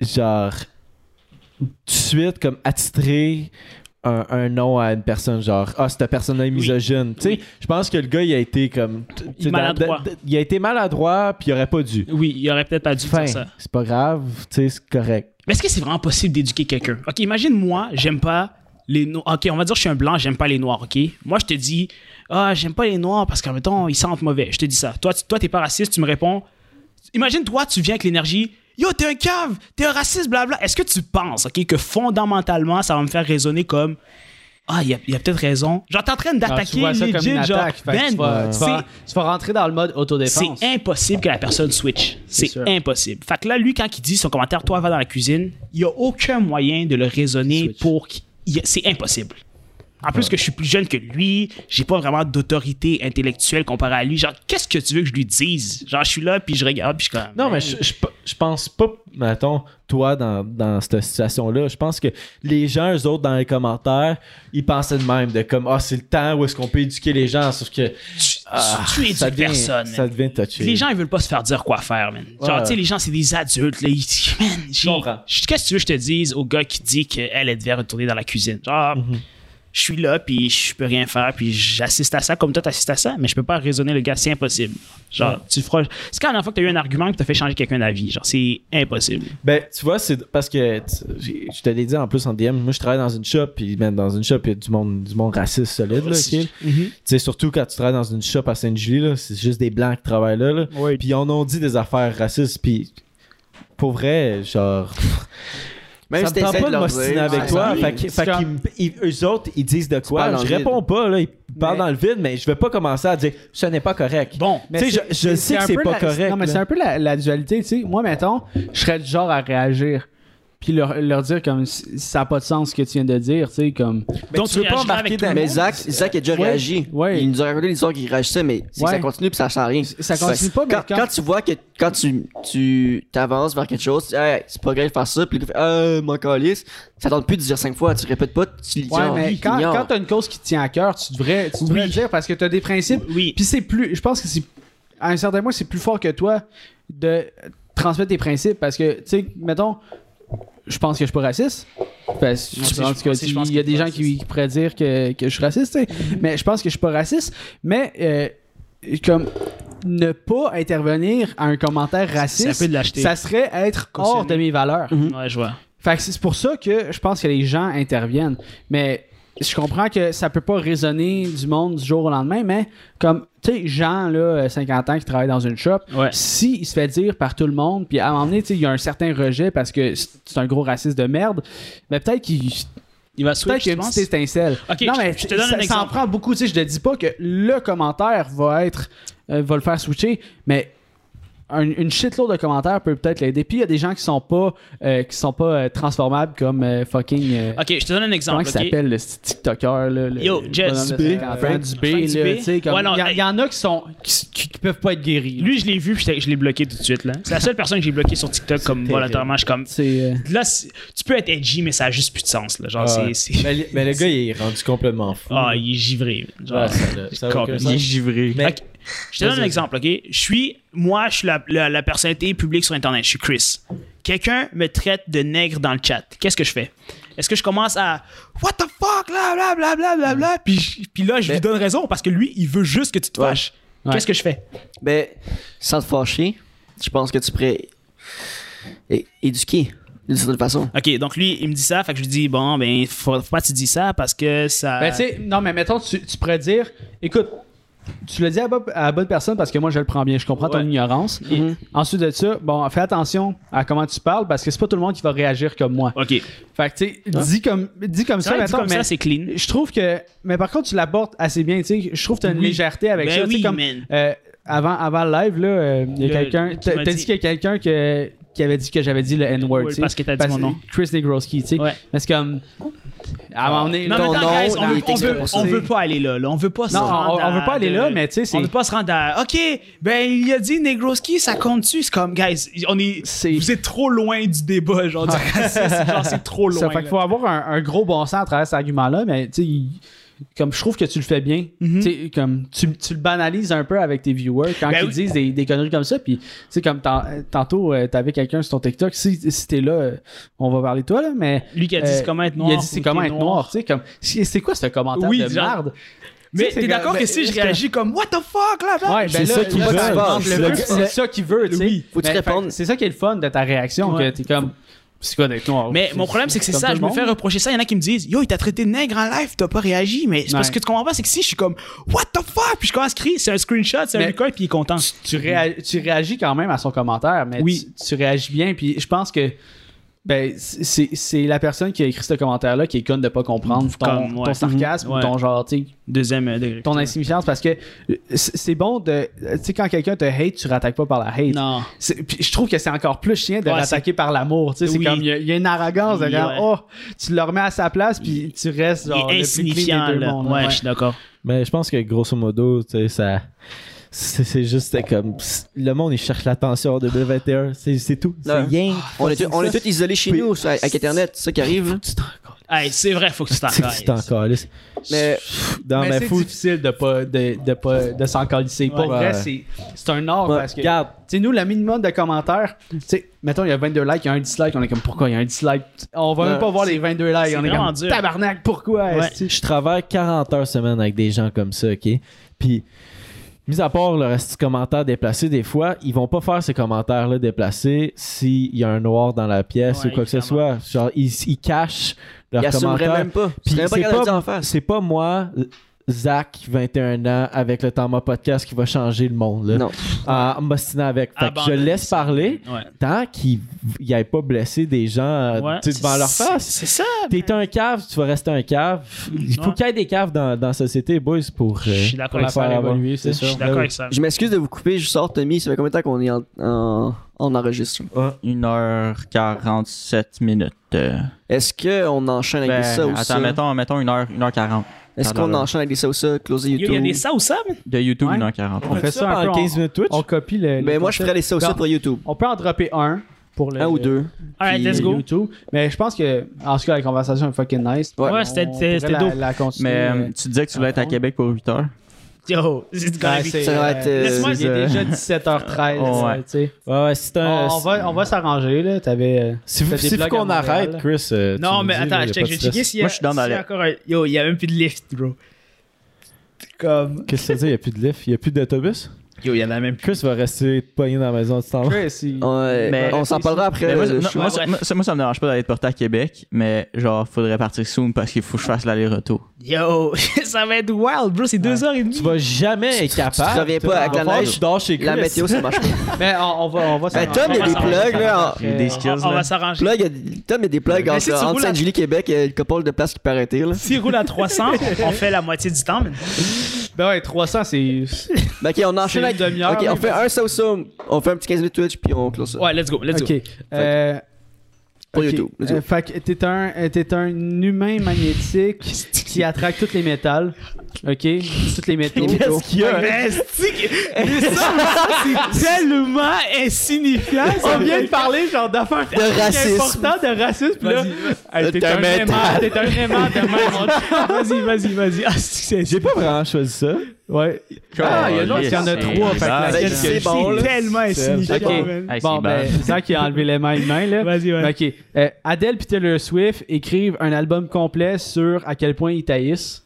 A: Genre. Tout de suite, comme attitrer un, un nom à une personne. Genre, ah, cette personne-là est misogyne. Tu sais,
B: Oui.
A: je pense que le gars, il a été comme. tu sais, dans-
B: Maladroit.
A: dans- il a été maladroit, puis il aurait pas dû.
B: Oui, il aurait peut-être pas dû
A: Fin.
B: faire ça.
A: C'est pas grave, tu sais, c'est correct.
B: Mais est-ce que c'est vraiment possible d'éduquer quelqu'un? OK, imagine moi, j'aime pas les noirs. OK, on va dire je suis un blanc, j'aime pas les noirs, OK? Moi, je te dis, ah, j'aime pas les noirs parce qu'en même temps, ils sentent mauvais. Je te dis ça. Toi, tu, toi, t'es pas raciste, tu me réponds. Imagine toi, tu viens avec l'énergie. Yo, t'es un cave, t'es un raciste, blabla. Est-ce que tu penses, OK, que fondamentalement, ça va me faire raisonner comme. Ah, il y a, il y a peut-être raison. Genre, t'es en train
C: Non,
B: d'attaquer
C: Ah, tu vois ça
B: les
C: comme une
B: jeans, genre,
C: attaque. fait que
B: Ben,
C: tu, vas, tu, vas,
B: c'est-
C: tu vas rentrer dans le mode autodéfense.
B: c'est impossible que la personne switch. C'est
C: sûr.
B: impossible. Fait que là, lui, quand il dit son commentaire, toi, va dans la cuisine, il n'y a aucun moyen de le raisonner
C: Switch.
B: pour. qu'il- il- C'est impossible. En plus que je suis plus jeune que lui, j'ai pas vraiment d'autorité intellectuelle comparée à lui. Genre, qu'est-ce que tu veux que je lui dise? Genre, je suis là, puis je regarde, puis je suis comme.
A: Non, mais je, je, je pense pas, mettons, toi, dans, dans cette situation-là. Je pense que les gens, eux autres, dans les commentaires, ils pensaient de même, de comme, ah, c'est le temps où est-ce qu'on peut éduquer les gens, sauf que.
B: Tu,
A: ah,
B: tu es
A: ça
B: une
A: devient-
B: personne.
A: Ça
B: man.
A: devient touché.
B: Les gens, ils veulent pas se faire dire quoi faire, man. Genre,
A: Ouais.
B: tu sais, les gens, c'est des adultes, là. Ils disent, man, j'ai-
A: comprends. Mhm.
B: qu'est-ce que tu veux que je te dise au gars qui dit qu'elle, elle devait retourner dans la cuisine? Genre, je suis là, puis je peux rien faire, puis j'assiste à ça comme toi, t'assistes à ça, mais je peux pas raisonner le gars, c'est impossible. Genre, tu feras. C'est quand la dernière fois que t'as eu un argument que t'as fait changer quelqu'un d'avis. Genre, c'est impossible.
A: Ben, tu vois, c'est parce que tu- j'ai- je te l'ai dit en plus en DM, moi je travaille dans une shop, puis man, dans une shop, il y a du monde, du monde raciste solide, là, ok?
B: Mm-hmm.
A: Tu sais, surtout quand tu travailles dans une shop à Sainte-Julie, là, c'est juste des blancs qui travaillent là, là.
B: Ouais.
A: Puis ils en ont dit des affaires racistes, puis pour vrai, genre.
D: Même
A: ça
D: si
A: me tente
D: t'essaies
A: pas
D: de
A: de
D: leur
A: m'ostiner
D: dire, Ah,
A: avec
D: ça
A: toi.
D: arrive.
A: Fait, que- fait
C: C'est
A: qu'ils me- ils- eux autres, ils disent de quoi.
D: parles dans
A: Je
D: le
A: réponds pas, là. Ils parlent
C: Mais-
A: dans le vide, mais je vais pas commencer à dire ce n'est pas correct.
B: Bon,
C: Mais
A: Tu sais,
C: c'est-
A: je- je sais que
C: un
A: c'est
C: peu
A: pas
C: la-
A: correct,
C: Non, mais
A: là.
C: c'est un peu la, la dualité, tu sais. Moi, mettons, je serais du genre à réagir. Puis leur, leur dire comme si- ça n'a pas de sens ce que tu viens de dire, tu sais, comme.
B: donc
A: tu
B: tu
A: veux pas
B: réagiras
A: embarquer
B: avec tout
A: dans-
B: le
D: Mais
B: monde.
D: Zach, Zach a déjà
C: Ouais,
D: réagi.
C: ouais.
D: Il nous a raconté l'histoire qu'il réagissait, mais c'est que
C: Ouais.
D: ça continue puis ça change rien.
C: Ça continue
D: Fait-
C: pas, mais
D: quand,
C: quand-
D: quand tu vois que quand tu tu t'avances vers quelque chose, tu dis, Hey, c'est pas grave de faire ça, puis le gars fait, euh, mon calice, ça tente plus de dire cinq fois, tu répètes pas, tu l'ignores.
C: Ouais, mais
D: tu
C: quand,
D: l'ignores.
C: quand t'as une cause qui te tient à cœur, tu devrais, tu devrais
B: Oui.
C: le dire parce que t'as des principes.
B: Oui.
C: Puis c'est plus. Je pense que c'est. À un certain point, c'est plus fort que toi de transmettre tes principes parce que, tu sais, mettons, je pense que je suis pas raciste. Parce que,
B: Non, c'est-
C: en
B: je
C: tout cas,
B: pense- je pense
C: il y a
B: que t'es
C: des gens
B: raciste. Mm-hmm.
C: qui, qui pourraient dire que, que je suis raciste, tu sais. Mais je pense que je suis pas raciste. Mais, euh, comme. Ne pas intervenir à un
B: C'est
C: commentaire
B: un peu
C: raciste,
B: de lâcheté.
C: ça serait être hors
B: Cautionner.
C: de mes valeurs.
B: Mhm. Ouais, je vois.
C: Fait que c'est pour ça que je pense que les gens interviennent. Mais je comprends que ça peut pas résonner du monde du jour au lendemain, mais comme, tu sais, Jean, là, 50 ans, qui travaille dans une shop,
B: Ouais.
C: si il se fait dire par tout le monde, puis à un moment donné, tu sais, il y a un certain rejet parce que c'est un gros raciste de merde, mais peut-être qu'il...
B: Il va
C: Peut-être
B: switch,
C: qu'il y
B: tu
C: a une
B: penses?
C: petite étincelle.
B: Ok,
C: non,
B: je-
C: mais
B: je te donne
C: ça,
B: un
C: ça en
B: exemple.
C: prend beaucoup. Tu sais, je te dis pas que le commentaire va être euh, va le faire switcher, mais un- une shitload de commentaires peut peut-être l'aider. Puis il y a des gens qui sont pas euh, qui sont pas euh, transformables comme euh, fucking. euh,
B: Ok, je te donne un
C: Comment
B: exemple.
C: il
B: ok?
C: s'appelle le petit TikToker là, le-
B: Yo,
C: le
B: Jess.
C: bonhomme de
A: Dubé.
C: 50 ans,
A: Frank
C: Dubé,
B: Frank
C: là,
B: Dubé.
C: tu sais, comme-
B: Ouais, non,
C: il y a-
B: hey.
C: il y, en a qui sont qui, qui- qui peuvent pas être guéris. là.
B: Lui, je l'ai vu, puis je l'ai- je l'ai bloqué tout de suite. là. C'est la seule personne que j'ai bloquée sur TikTok comme
A: terrible.
B: volontairement. Je suis comme.
C: c'est euh,
B: Là, c'est- tu peux être edgy, mais ça a juste plus de sens. Là. Genre,
A: Ah,
B: c'est-
A: ouais.
B: c'est.
A: Mais, le- mais le gars, il est rendu complètement fou.
B: Ah, il est givré. man. Genre,
A: Ouais, ça l'a- ça l'a aucun
E: Il est
A: sens.
E: givré.
A: Mais-
B: Ok, Je te donne un
A: Vas-y.
B: exemple, OK? Je suis... Moi, je suis la, la- la personnalité publique sur Internet. Je suis Chris. Quelqu'un me traite de nègre dans le chat. Qu'est-ce que je fais? Est-ce que je commence à « What the fuck? Là, bla, bla, bla, bla, bla. Puis, je- puis là, je lui donne raison parce que lui, il veut juste que tu te
D: Ouais.
B: fâches.
C: Ouais.
B: Qu'est-ce que je fais?
D: Ben, sans te fâcher, je pense que tu pourrais é- éduquer d'une certaine façon.
B: OK, donc lui, il me dit ça. Fait que je lui dis « Bon, ben, faut, faut pas que tu dis ça parce que ça...
C: Ben, tu sais, non, mais mettons, tu, tu pourrais dire, écoute, tu le dis à, la bo- à la bonne personne parce que moi, je le prends bien, je comprends ton
B: Ouais.
C: ignorance.
D: Mhm.
C: Ensuite de ça, bon, fais attention à comment tu parles parce que c'est pas tout le monde qui va réagir comme moi.
B: OK.
C: Fait que, tu sais, dis comme, dis comme
B: C'est
C: ça,
B: vrai, dit
C: mettons,
B: comme ça,
C: mais
B: c'est clean.
C: je trouve que, mais par contre, tu l'apportes assez bien, tu sais, je trouve que t'as une
B: Oui.
C: légèreté avec
B: Ben
C: ça, tu sais,
B: oui,
C: comme,
B: man.
C: euh, avant, avant le live, là, euh, il y
B: Le-
C: a quelqu'un,
B: tu m'as
C: t'as t'as
B: dit-
C: dit qu'il y a quelqu'un que- qui avait dit que j'avais dit le N-word, tu sais.
B: Parce que t'as dit mon nom.
C: Chris Negroski, tu sais.
B: Ouais.
C: Mais c'est comme, à un moment donné,
B: Non,
C: là,
B: mais
D: Ton
B: attends,
D: nom,
B: guys, on,
D: les
B: veut- on
D: textes
B: veut,
D: proposés.
B: on veut pas aller là, là. On veut pas se
C: Non,
B: rendre
C: on- on veut
B: à-
C: pas aller
B: de-
C: là, mais tu sais, c'est-
B: On veut pas se rendre à. Ok, ben il a dit Negroski, ça compte-tu? C'est comme, guys, on est,
C: C'est-
B: vous êtes trop loin du débat, genre, du racisme. Genre, c'est trop loin.
C: Ça fait qu'il
B: là.
C: faut avoir un, un gros bon sens à travers cet argument-là, mais tu sais, il- comme je trouve que tu le fais bien,
B: Mhm.
C: Tu sais, comme tu, tu le banalises un peu avec tes viewers quand
B: Ben
C: ils
B: oui.
C: disent des, des conneries comme ça, puis tu sais, comme tant- tantôt, euh, t'avais quelqu'un sur ton TikTok, si, si t'es là, euh, on va parler de toi, là, mais...
B: Lui qui a dit
C: euh,
B: c'est comment être noir.
C: Il a dit c'est
B: ou
C: comment
B: t'es
C: être noir, tu sais, comme, c'est c'est quoi ce commentaire
B: Oui,
C: de
B: genre-
C: merde?
B: Mais
C: Tu sais,
B: t'es
C: c'est
B: d'accord
C: comme-
B: que si je
C: est-ce que-
B: réagis comme What the fuck là, bas
C: Ouais, ben
A: C'est ça qu'ils
C: là,
A: veulent.
C: tu penses,
D: C'est
C: le
D: le-
C: gars, C'est ça qu'il veut, tu sais.
D: Oui, faut que tu
C: Mais,
D: répondes.
C: fait que C'est ça qui est le fun de ta réaction,
B: Ouais.
C: que t'es comme, c'est quoi d'être noir?
B: Mais mon problème, Oh, c'est que c'est
C: comme
B: ça.
C: tout
B: Je
C: le
B: me fais
C: monde.
B: reprocher ça. Il y en a qui me disent Yo, il t'a traité de nègre en live, t'as pas réagi. Mais c'est parce
C: Ouais.
B: que tu comprends pas, c'est que si je suis comme What the fuck, puis je commence à crier, c'est un screenshot, c'est un
C: Mais-
B: record, puis il est content.
C: tu, réa- tu réagis quand même à son commentaire, mais
B: Oui.
C: tu, tu réagis bien. Puis je pense que ben, c'est c'est la personne qui a écrit ce commentaire-là qui est conne de pas comprendre ton,
B: Comme, ouais.
C: ton sarcasme
B: Mhm.
C: ou
B: Ouais.
C: ton genre, tu sais,
B: Deuxième euh, degré.
C: ton insignifiance parce que euh, c'est c'est bon de. euh, Tu sais, quand quelqu'un te hate, tu rattaques pas par la hate.
B: Non.
C: C'est- Puis je trouve que c'est encore plus chiant de
B: Ouais,
C: l'attaquer par l'amour. Tu sais, c'est
B: Oui.
C: comme il y, a- il y a une arrogance de
B: Oui,
C: genre,
B: ouais.
C: oh, tu le remets à sa place, puis tu restes
B: Il est
C: genre, le plus clean
B: insignifiant,
C: des deux
B: là.
C: mondes.
B: ouais,
C: Ouais.
B: je suis d'accord.
A: Mais je pense que grosso modo, tu sais, ça. C'est c'est juste c'était comme. Le monde, il cherche l'attention en 2021. C'est c'est tout. C'est
D: Non.
A: rien.
D: On est, tous- on est tous isolés chez
A: Puis-
D: nous ça, avec Internet, c'est ça qui arrive.
A: Tu t'en colles.
B: Hey, c'est vrai, faut que tu t'en
A: C'est que tu t'en
B: calles.
A: calisses.
D: Mais
A: Dans
C: mais
A: ma
C: c'est
A: foule.
C: difficile de pas de, de pas de s'en calisser. Pour
A: Ouais.
C: vrai,
A: Ouais.
C: c'est c'est un art
A: Ouais,
C: parce que
A: regarde.
C: tu sais nous la minimum de commentaires, tu sais mettons il y a 22 likes, il y a un dislike, on est comme pourquoi il y a un dislike On va
D: Ouais.
C: même pas voir les 22 likes,
B: c'est
C: on est
B: vraiment
C: comme
B: dur.
C: tabarnak, pourquoi
B: Ouais.
C: est-ce que-
A: Je travaille 40 heures semaine avec des gens comme ça, ok? Puis, mis à part le reste du commentaire déplacé, des fois, ils vont pas faire ces commentaires-là déplacés s'il y a un noir dans la pièce
B: Ouais,
A: ou quoi que ce soit. Genre, ils, ils cachent leurs
D: il assumerait
A: commentaires.
D: même pas.
A: Puis
D: Puis même pas
A: c'est
D: capable de
A: pas-
D: dire en face.
A: C'est pas moi, Zach, 21 ans, avec le Tama Podcast qui va changer le monde, là.
D: Non.
A: En m'ostinant avec. Fait que je
B: Abandonne.
A: laisse parler
B: Ouais.
A: tant qu'ils n'aient pas blessé des gens euh,
B: Ouais.
A: tu sais, devant leur
B: C'est-
A: face.
B: C'est ça.
A: T'es un cave, tu vas rester un cave. Il faut
B: Ouais.
A: qu'il y ait des caves dans, dans la société, boys, pour,
B: Je suis
A: euh,
B: d'accord
A: pour la
B: avec ça,
A: faire
C: les boys.
A: évoluer, c'est
C: Je suis
A: sûr.
B: Je suis d'accord
A: Ouais,
B: avec ça.
D: Je m'excuse de vous couper, je sors Tommy, ça fait combien de temps qu'on est en, en, en enregistrement?
E: 1h47 minutes. euh.
D: Est-ce qu'on enchaîne avec
E: Ben,
D: des Ben, ça ou
E: attends,
D: ça?
E: mettons, mettons 1h, 1h40.
D: Est-ce qu'on
E: pardon.
D: enchaîne avec des ça ou ça, closer
B: Yo,
D: YouTube?
B: Il y a des ça ou ça, mais
E: De YouTube,
C: Ouais.
E: 1h40.
C: On fait
A: ouais.
C: ça un peu
A: en 15
C: on,
A: minutes Twitch.
C: on copie
B: euh,
C: le
D: Ben
C: le
D: moi je ferais
C: concept.
D: des ça ou ça
C: Regarde,
D: pour YouTube.
C: On peut en dropper un pour
B: Ben,
C: le
D: Un
B: euh,
D: ou
C: le-
D: deux.
B: Alright,
D: Puis-
B: let's go.
C: YouTube. Mais je pense que, en tout cas, la conversation est fucking nice.
D: Ouais.
B: Ouais, Ah, c'était-
C: On
B: c'était
C: pourrait
B: c'était
C: la-
B: dope.
C: la continuer,
E: Mais
C: euh,
E: euh, tu disais que tu voulais être à
C: Ah,
E: Québec pour 8
D: Euh,
E: heures.
B: Yo, c'est du
C: ben,
B: gravy.
C: c'est-
D: Ça va être, euh,
B: Laisse-moi-
C: il est
E: euh,
C: déjà 17h13.
E: Oh, ouais.
C: euh, tu sais.
A: Ouais, ouais, c'est un.
C: on, on va, on va s'arranger, là. T'avais. euh,
A: Si vous
C: fait des
A: si vous
C: blogs à
A: qu'on
C: Montréal, là.
A: arrête, Chris. euh, tu
B: Non,
A: nous
B: mais
A: dis, là, y
B: attends,
A: a pas
B: check, je
A: de
B: vais
A: stress.
B: checker s'il y a.
E: Moi, je suis dans
B: s'il y a
E: la-
B: encore un. Yo, il y a même plus de lift, bro. Comme.
A: Qu'est-ce que ça dit? Il n'y a plus de lift, il n'y a plus d'autobus.
B: Yo, il y en a même plus.
A: Chris va rester pogné dans la maison du temps.
C: Chris, il-
D: Ouais, Ben,
E: Mais-
D: on s'en parlera après. euh,
E: Mais Ben, moi,
D: le
E: non,
D: show.
E: moi,
B: ouais,
E: ça-
B: ouais.
E: moi, ça- moi, ça me dérange pas d'aller te porter à Québec, mais genre, faudrait partir soon parce qu'il faut que je fasse l'aller-retour.
B: Yo, ça va être wild, bro. C'est deux heures et demie.
A: Tu vas jamais être capable.
D: tu reviens pas
A: toi.
D: avec
A: Il va
D: la
A: falloir
D: neige.
A: que Je dors chez Chris.
D: La météo ça marche pas.
C: Mais on, on va, on va
D: Ben, Tom, il y a des
B: ça va,
D: plugs là. en-
E: J'ai des skills.
B: On, on
E: là.
B: va s'arranger.
D: Plug, il y a des- Tom, il y a des plugs
B: Mais
D: entre,
B: si tu
D: entre
B: roules à-
D: Sainte-Julie, Québec, il y a une couple de places qui peut arrêter. Là.
B: S'il roule à 300, on fait la moitié du temps. man.
C: Ben ouais, 300, c'est.
D: Ben, ok, on enchaîne
C: C'est une demi-heure,
D: Ok,
C: mais
D: on fait
C: parce-
D: un ça ou ça. On fait un petit 15 minutes Twitch, puis on close ça.
B: Ouais, let's go, let's
C: Ok. Euh,
D: Pour
C: ok,
D: YouTube, let's go.
C: euh, fait que t'es un, euh, t'es un humain magnétique qui attrape tous les métals. Ok? Toutes les métaux.
D: Qu'est-ce qu'il y
B: go.
D: a?
B: Mais c'est que- Ah, mais ça, c'est tellement insignifiant. ça.
C: On vient de parler genre d'affaires
D: De racisme.
C: importantes de racisme. Puis là, hey, Euh, t'es
D: T'es un
C: un aimant,
D: métal.
C: t'es un aimant de même. Vas-y, vas-y, vas-y. Ah, c'est- c'est-
A: J'ai pas vraiment choisi ça.
C: Ouais. Ah, il y a genre, il y en a
E: C'est
C: trois. Fait que
E: vague.
C: laquelle
D: C'est
C: que je
D: bon,
C: dis?
D: là.
B: tellement insignifiant.
C: Ok.
B: man.
E: Hey, c'est
C: Bon, ben,
E: bad.
C: Zach qui a enlevé les mains humains, là.
B: Vas-y, ouais.
C: Ok. Euh, Adele puis Taylor Swift écrivent un album complet sur à quel point ils taillissent.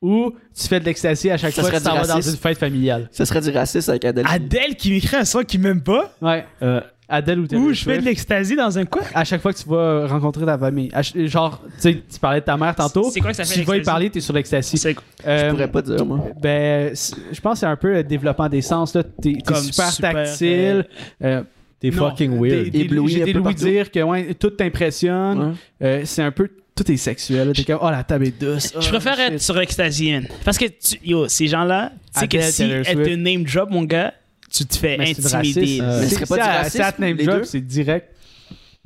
C: Ou tu fais de l'extasie à chaque
D: Ça
C: fois que
D: serait
C: tu t'en
D: du
C: vas dans
D: racisme.
C: une fête familiale.
D: Ça serait du racisme avec Adèle.
B: Adèle qui m'écrit un son qui m'aime pas.
C: Ouais.
A: Euh,
C: Adele ou Taylor
B: Ou je
C: Swift.
B: fais de l'extasie dans un quoi
C: À chaque fois que tu vas rencontrer ta famille. À ch- genre, tu sais, tu parlais de ta mère tantôt.
B: C'est quoi que ça fait,
C: Tu vas y
B: l'extasie?
C: parler, t'es sur l'extasie.
B: C'est
D: Je
C: Euh,
D: pourrais pas dire, moi.
C: Ben, c'est- je pense que c'est un peu le développement des sens. là. T'es t'es
B: Comme
C: super,
B: super,
C: tactile. Euh,
A: T'es
C: Non,
A: fucking
C: des-
A: weird.
C: des-
D: Ébloui
C: J'ai
D: un
C: des
D: peu
C: louis
D: partout.
C: dire que ouais, tout t'impressionne.
D: Ouais.
C: Euh, c'est un peu. Tout est sexuel. là. T'es comme, oh la table est douce.
B: Je préfère être sur l'extasie, man. Parce que, tu- yo, ces gens-là, tu sais que
C: Adele,
B: si
C: Taylor
B: elle te
C: Swift.
B: name drop, mon gars, tu te fais
C: Mais c'est du
B: intimider.
C: racisme.
B: là.
D: Mais ce
C: C'est
D: serait pas
C: ça,
D: du
C: à-
D: racisme,
C: c'est à name
D: les
C: drop,
D: deux?
C: c'est direct.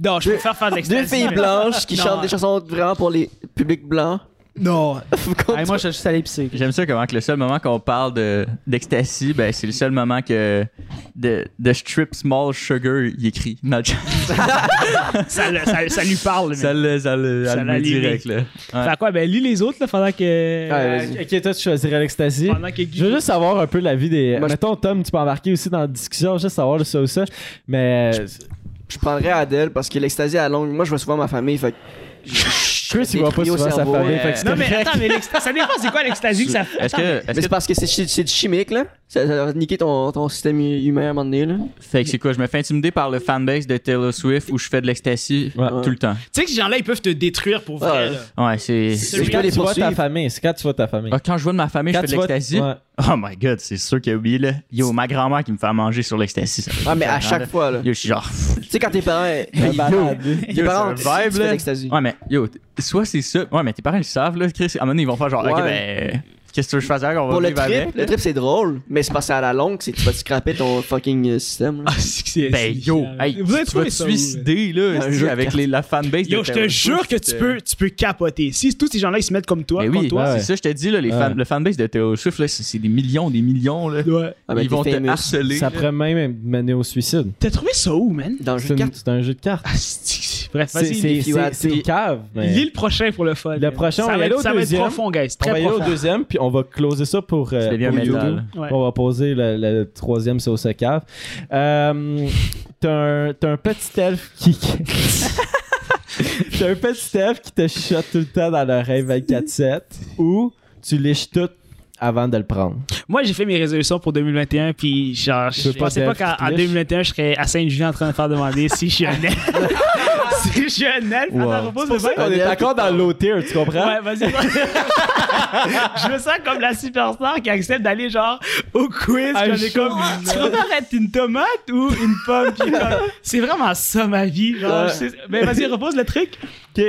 B: Non, je préfère faire de l'extasie.
D: Deux filles
B: man.
D: blanches qui
B: Non.
D: chantent des chansons vraiment pour les publics blancs.
B: Non.
D: Vous comprenez?
C: Hey, moi, je suis juste allé pisser.
E: J'aime ça comment que le seul moment qu'on parle de- d'ecstasy, ben, c'est le seul moment que de, de strip small sugar, il écrit. dans le chat.
B: Ça, le- ça- ça lui parle, man.
E: ça le, ça le,
B: Ça
E: ça le
B: l'a
E: met
B: allumé.
E: direct, là.
B: Fait à quoi? Ben, lis les autres, là, pendant que.
D: Ouais.
A: Euh, Ok, toi, tu choisirais l'extasie.
B: Pendant que Guy-
A: Je veux juste savoir un peu l'avis des.
D: Moi, je-
A: Mettons, Tom, tu peux embarquer aussi dans la discussion, juste savoir de ça ou ça. Mais euh,
D: Je prendrais Adèle parce que l'extasie à longue. Moi, je vais souvent ma famille. Fait que
A: Chris, il
D: Des
A: voit pas
D: trios
A: souvent sa
D: cerveau,
A: famille.
E: euh,
A: fait que c'est
B: Non, mais
A: correct.
B: attends, mais l'exta- ça dépend, c'est quoi l'extasie que ça fait?
E: Est-ce que,
D: Mais
E: est-ce
D: c'est
E: que,
D: parce que c'est chi- c'est du chimique, là. Ça ça va niquer ton, ton système hu- humain à un moment donné, là.
E: fait que c'est quoi? Je me fais intimider par le fanbase de Taylor Swift où je fais de l'ecstasy
A: Ouais.
E: tout le temps.
B: Tu sais que ces gens-là, ils peuvent te détruire pour vrai.
D: Ouais.
B: là.
E: Ouais, c'est.
D: C'est
B: quand
D: je peux les
A: tu vois ta
D: poursuivre.
A: famille. C'est quand tu vois ta famille.
E: Ah, quand je vois de ma famille,
A: Quand
E: je fais
A: tu
E: de
A: vois-
E: l'ecstasy.
A: Ouais.
E: Oh my god, c'est sûr qu'il a oublié là. Yo, ma grand-mère qui me fait à manger sur l'ecstasy. ça.
D: Ah, mais à chaque fois, là.
E: Yo, je suis genre. pff,
D: Tu sais, quand tes parents.
A: Un malade.
E: Yo,
D: Tes parents,
E: c'est un
D: tu
E: vibe
D: fais
E: là.
D: l'extasie.
E: Ouais, mais yo, t- soit c'est ça. Ouais, mais tes parents le savent là, Chris. À un moment donné, ils vont faire genre, ok,
D: Ouais.
E: ben. Qu'est-ce que tu veux que je fasse avec? On va
D: Pour le
E: vivre avec.
D: trip, le
E: là.
D: trip c'est drôle, mais c'est parce que à la longue, c'est que tu vas te scraper ton fucking euh, système. là.
B: c'est que c'est-
E: Ben
B: c'est-
E: yo, hey,
B: Vous allez
E: tu vas
B: trouver
E: te
B: ça où,
E: suicider là,
D: Un
E: esti,
D: jeu de
E: avec
D: cartes.
E: les, la fanbase
B: Yo,
E: de
B: je te
E: Taylor
B: jure
E: Swift,
B: que tu
E: euh,
B: peux, tu peux capoter. Si tous ces gens-là, ils se mettent comme toi,
E: Ben
B: contre
E: oui,
B: toi,
E: c'est
A: ouais.
E: ça, je te dis, là, les fans,
A: Ouais.
E: le fanbase de Taylor Swift, là, c'est c'est des millions, des millions. Là.
B: ouais.
D: Ah, mais
E: Ils
D: t'es
E: vont te
D: famous.
E: harceler.
A: Ça
E: là.
A: pourrait même mener au suicide.
B: T'as trouvé ça où, man?
D: Dans le
A: C'est
D: jeu de
A: une-
D: cartes.
A: c'est un jeu de cartes.
B: Ah, c'est- Bref,
A: C'est-
B: vas-y.
A: C'est
D: if you
A: c'est-
D: had
A: c'est
D: to.
A: cave. mais-
B: Lis le prochain pour le fun.
A: Le prochain, on
B: ça
A: va
B: va,
A: aller au
B: être, ça va être
A: deuxième.
B: profond, guys.
A: on va
B: Très
A: y aller au
B: profond.
A: deuxième, puis on va closer ça pour, euh,
E: Tu deviens
A: pour
E: métal.
A: YouTube.
B: Ouais.
A: On va poser le, le troisième sauce à cave. Euh, T'as un, t'as un petit elfe qui. T'as un petit elfe qui te chuchote tout le temps dans l'oreille 24-7 ou tu liches tout avant de le prendre.
B: Moi, j'ai fait mes résolutions pour 2021, puis genre,
A: Tu
B: je
A: veux pas
B: pensais pas
A: d'elfe
B: qu'en
A: qui
B: en
A: lèche?
B: 2021, je serais à Saint-Julien en train de faire demander si je suis un elfe. si je suis un elfe,
E: Wow.
B: attends, repose le bain.
A: On est encore dans low tier, tu comprends?
B: Ouais, vas-y. je me sens comme la superstar qui accepte d'aller genre au quiz.
A: Un
B: qu'on est
A: show.
B: comme, tu préfères être une tomate ou une pomme? Puis comme, c'est vraiment ça ma vie. Genre,
A: Ouais.
B: je sais- mais vas-y, repose le truc.
A: Ok.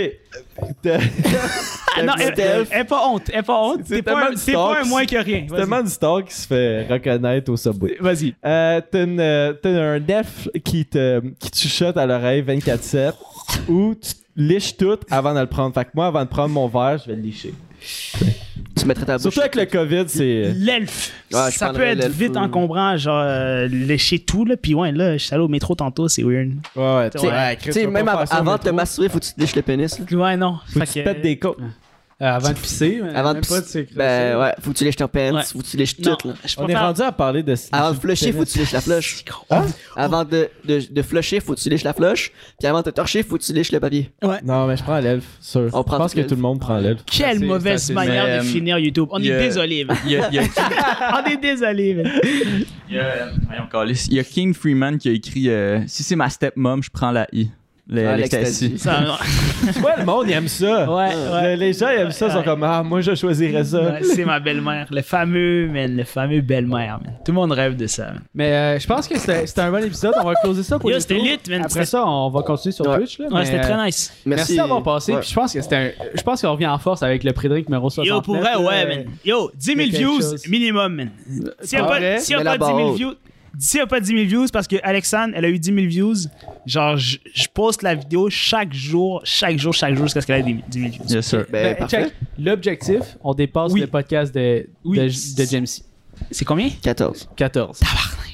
A: T'as-
B: Ah, non,
A: petit
B: elle,
A: elfe.
B: elle est pas honte. Elle est pas honte.
A: C'est
B: T'es
A: tellement
B: pas, un-
A: du
B: t'es pas un
A: stalk.
B: moins que rien.
A: C'est
B: Vas-y.
A: tellement du stock qui se fait reconnaître au subway.
B: Vas-y.
A: Euh, t'as une, euh, t'as un elfe qui te qui te chuchote à l'oreille 24-7 ou tu liches tout avant de le prendre. Fait que moi, avant de prendre mon verre, je vais le licher.
D: Tu mettrais ta bouche.
A: Surtout avec le COVID, c'est.
B: Euh, L'elfe.
D: Ouais, je
B: ça peut
D: prendrais
B: être
D: l'elfe
B: vite
D: ou-
B: encombrant, genre euh, lécher tout. Là, puis ouais, là, je suis allé au métro tantôt, c'est weird.
A: Ouais, ouais.
D: Tu sais,
B: Ouais,
D: tu sais, même av- avant de te masturber, faut que tu te liches le pénis. là.
B: Ouais, non.
A: Faut que tu
B: Fait
A: te
B: que-
A: pètes des côtes.
C: Euh, avant de pisser, mais
D: Avant de
C: même
D: pisser.
C: pas de s'écraser.
D: Ben ouais, faut que tu liches ton pants,
B: Ouais.
D: faut que tu liches
B: Non,
D: tout. là.
B: je
A: On est
B: préfère-
A: rendu à parler de.
D: Avant de flusher, faut que tu liches la flush.
A: Hein?
D: Avant de, de, de flusher, faut que tu liches la flush. Puis avant de te torcher, faut que tu liches le papier.
A: Non, mais je prends l'elfe, sûr.
D: On
A: je
D: prend
A: pense
D: tout
A: que
D: l'elfe.
A: tout le monde prend l'elfe.
B: Quelle
C: assez-
B: mauvaise
C: c'est assez-
B: manière
E: Mais,
B: de
E: euh,
B: finir YouTube. On
E: il y
B: est
E: a-
B: désolé, man.
E: Il y a, il y a-
B: On est désolé, man.
E: il y a, euh, voyons, câlisse. Il y a King Freeman qui a écrit euh, Si c'est ma stepmom, je prends la I. Le-
D: Ah,
E: L'ecstasy.
D: l'ecstasy.
B: Ça-
A: Tu vois, le monde, il aime ça.
B: ouais,
D: Ah.
B: ouais.
A: Le- Les gens, ils aiment ça. Ils sont
B: Ouais.
A: comme, ah, moi, je choisirais ça.
B: Ouais, c'est ma belle-mère. Le fameux, man. Le fameux belle-mère, man. Tout le monde rêve de ça, man.
C: Mais euh, je pense que c'était c'était un bon épisode. On va closer ça pour
B: Yo,
C: les
B: c'était
C: pros.
B: lit, man.
C: Après ça, on va continuer sur
D: Ouais.
C: Twitch. Là,
B: Ouais,
C: mais,
B: c'était
C: euh,
B: très nice.
C: Merci d'avoir passé.
D: Ouais.
C: Puis je pense que c'était un... Je pense qu'on revient en force avec le Prédric numéro 69.
B: Yo, pour vrai,
C: là,
B: ouais,
C: euh,
A: Eh,
B: man. Yo, 10 000
C: quelque
B: views
C: chose.
B: minimum, man. S'il n'y a,
C: Pas
B: pas-
C: vrai,
B: s'il y a
D: mais
B: pas
D: la barre
B: 10 000
D: haute.
B: views, s'il y a pas 10 000 views, parce que Alexandre, elle a eu 10 000 views, genre, je, je poste la vidéo chaque jour, chaque jour, chaque jour, jusqu'à ce qu'elle ait 10 000 views.
E: Yes, sir.
D: Ben,
C: ben,
D: parfait.
C: check. L'objectif, on dépasse
B: Oui.
C: le podcast de,
B: Oui.
C: de, de Jamesy.
B: C'est combien?
D: 14.
C: 14.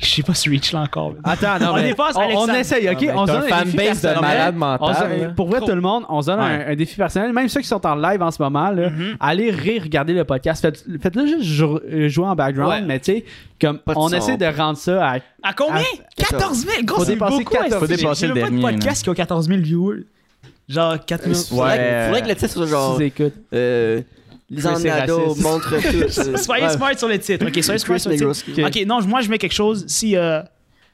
B: Je sais pas si Reach là encore. man.
C: Attends, non,
B: On
C: mais
B: dépasse
C: on, on
B: Alexandre.
C: essaye, ok?
A: Ah, mais
C: on se
A: t'as
C: donne
A: un
C: un défi
A: fanbase de
C: personnel.
A: malade mental, hein.
C: On se donne-
A: là.
C: Pour vrai, tout le monde, on se donne un, un défi personnel. Même ceux qui sont en live en ce moment, là,
B: Mm-hmm.
C: allez rire, regarder le podcast. Faites- Faites-le juste jou- euh, jouer en background,
B: Ouais.
C: mais tu sais, comme
D: Pas de
C: on
D: son.
C: essaie de rendre ça à.
B: À combien?
D: Ah,
B: 14 000! Gros,
C: Faut
B: c'est
C: dépasser
B: beaucoup!
C: 14 000.
B: hein.
E: Faut dépasser
B: J'ai
E: le
B: même
E: dernier,
B: pas de podcast qui a 14 000 viewers. Genre 4 000.
D: Faudrait, que-
E: Ouais.
D: faudrait que le titre soit genre.
C: six écoutes.
D: Euh, les
C: Mais c'est
D: Ornado
C: raciste.
D: montrent tout. euh,
B: Soyez smart sur le titre. Ok, soyez smart
D: Chris
B: sur le titre.
D: Negroski.
B: Ok, non, moi je mets quelque chose. Si euh,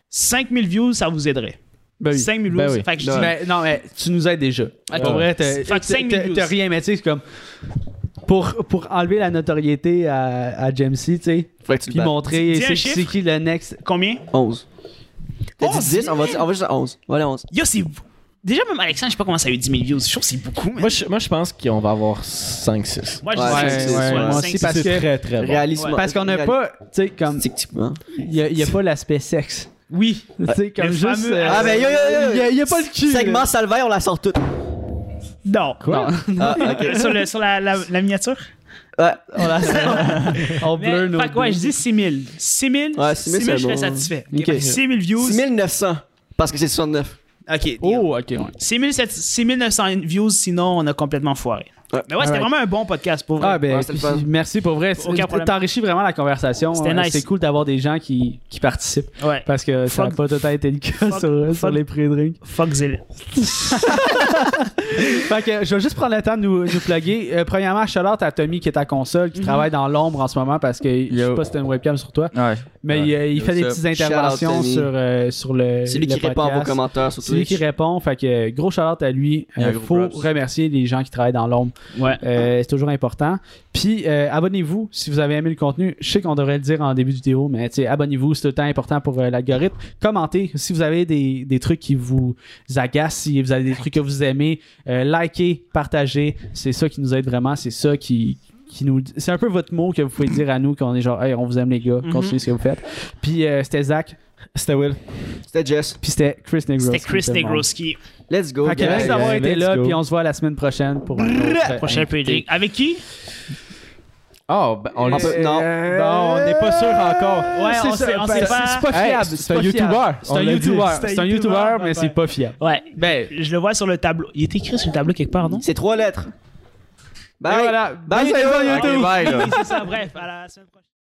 B: 5 000 views, ça vous aiderait.
C: Ben oui.
B: 5 000 views,
A: Ben oui.
B: fait que je dis-
C: Mais, non, mais tu nous aides déjà. Pour vrai, t'as-
B: Ah, Fait que cinq
C: t'as
B: mille
C: t'as-
B: views.
C: t'as rien, mais tu sais, c'est comme. Pour, pour enlever la notoriété à, à Jamesy, tu sais,
D: Faudrait que tu
C: puis
D: le battes.
C: montrer
B: Ben, Dis un
C: c'est
B: chiffre.
C: c'est qui le next.
B: Combien?
D: 11. T'as
B: Onze,
D: dit 10, on va, dire- on va juste à 11. Voilà 11.
B: Yo, c'est. Déjà, même Alexandre, je sais pas comment ça a eu 10 000 views. Je trouve que c'est beaucoup. man.
A: Moi, je, moi, je pense qu'on va avoir 5-6.
B: Moi, je
D: Ouais,
B: dis
D: ouais,
B: cinq, six,
D: ouais,
B: ouais,
D: moi
B: cinq,
C: aussi,
B: six.
C: parce
A: C'est
C: que-
A: très, très bon.
D: Réalisme.
B: Ouais.
C: Parce qu'on n'a pas, tu sais, comme.
D: Statistiquement.
C: Il n'y a, pas l'aspect sexe. Oui. Tu sais, comme
B: Le
C: juste.
B: fameux-
C: euh,
D: Ah, ben yo yo
C: Il y
D: yo!
C: a- il y a, pas le cul. là.
D: Segment Salvaire, on la sort toute.
B: Non.
C: Non,
D: Ah, ok.
B: Euh, sur le- sur la, la- la miniature?
D: Ouais.
C: on la On
B: Mais,
C: blur nos.
B: fait que ouais, je dis 6 000. 6 000,
D: Ouais,
B: 6
D: 6
B: 000, je serais
D: 000, c'est bon.
B: satisfait.
C: Ok.
B: Ok, 6 000 views.
D: 6900. Parce que c'est 69.
B: Ok,
C: Oh, ok, ouais.
B: 6900 views, sinon on a complètement foiré.
D: Ouais.
B: Mais ouais, c'était
C: Alright.
B: vraiment un bon podcast pour vrai.
C: Ah, ben,
D: Ouais, c'était le
C: puis
D: fun.
C: merci pour vrai. C'est-
B: problème.
C: T'enrichis vraiment la conversation.
B: C'était
C: Euh,
B: nice.
C: C'est cool d'avoir des gens qui, qui participent.
B: ouais.
C: Parce que ça n'a
B: Fuck-
C: pas totalement été le cas
B: fuck-
C: sur, sur
B: fuck-
C: les pré-drinks.
B: Fuck Zélé.
C: Fait que je vais juste prendre le temps de nous, nous plugger. Euh, premièrement, shout out à Tommy qui est à console,
D: Mhm.
C: qui travaille dans l'ombre en ce moment parce que je sais
E: Yo.
C: pas si t'as une webcam sur toi.
E: Ouais.
C: Mais il, euh, il
E: Yo,
C: fait des
E: what's
C: petites interventions
D: Shout out, Tommy.
C: sur, euh, sur le.
D: C'est lui
C: le
D: qui répond à vos
C: podcast.
D: commentaires sur
C: C'est lui
D: Twitch.
C: qui répond. Fait que euh, gros shout-out à lui. Il
E: Yeah, gros
C: faut
E: props.
C: remercier les gens qui travaillent dans l'ombre.
B: Ouais.
C: Euh, c'est toujours important. Puis euh, abonnez-vous si vous avez aimé le contenu. Je sais qu'on devrait le dire en début de vidéo, mais tu sais, abonnez-vous, c'est tout le temps important pour euh, l'algorithme. Commentez si vous avez des, des trucs qui vous agacent, si vous avez des trucs que vous aimez. Euh, likez, partagez. C'est ça qui nous aide vraiment. C'est ça qui, qui nous. C'est un peu votre mot que vous pouvez dire à nous quand on est genre, hey, on vous aime les
B: Mhm.
C: gars, continuez ce que vous faites. Puis euh, c'était Zach,
A: C'était Will.
D: C'était Jess.
C: puis c'était Chris Negros.
B: C'était Chris
C: Tout le monde.
B: Negroski.
D: Let's go.
C: Fait que merci
D: guys.
C: d'avoir été
A: let's
C: là,
A: go.
C: puis on se voit la semaine prochaine pour un autre, euh,
B: Prochain
C: invité.
B: Avec qui
A: Ah, ben, on
D: On
A: le
D: peut- non.
A: Non, on n'est pas sûr encore.
B: Ouais,
C: C'est
B: on
C: ça,
B: sait- on
C: ben,
B: sait
C: c'est-
B: pas.
C: C'est pas
A: Hey,
C: fiable.
A: c'est
C: c'est
A: un
C: pas fiable.
A: YouTuber.
C: C'est
A: On
C: un
A: l'a dit.
C: YouTuber.
B: C'est un
C: C'est un
B: YouTuber,
C: YouTuber, mais
B: ouais.
C: c'est pas fiable.
B: Ouais.
C: Ben,
B: Je le vois sur le tableau. Il est écrit sur le tableau quelque part, non?
D: C'est trois lettres. Bye.
C: Ben voilà.
D: Bye,
C: Bonne saison,
A: Ben
D: YouTube.
E: Ok, bye, là.
B: Oui, c'est ça. Bref, à la semaine prochaine.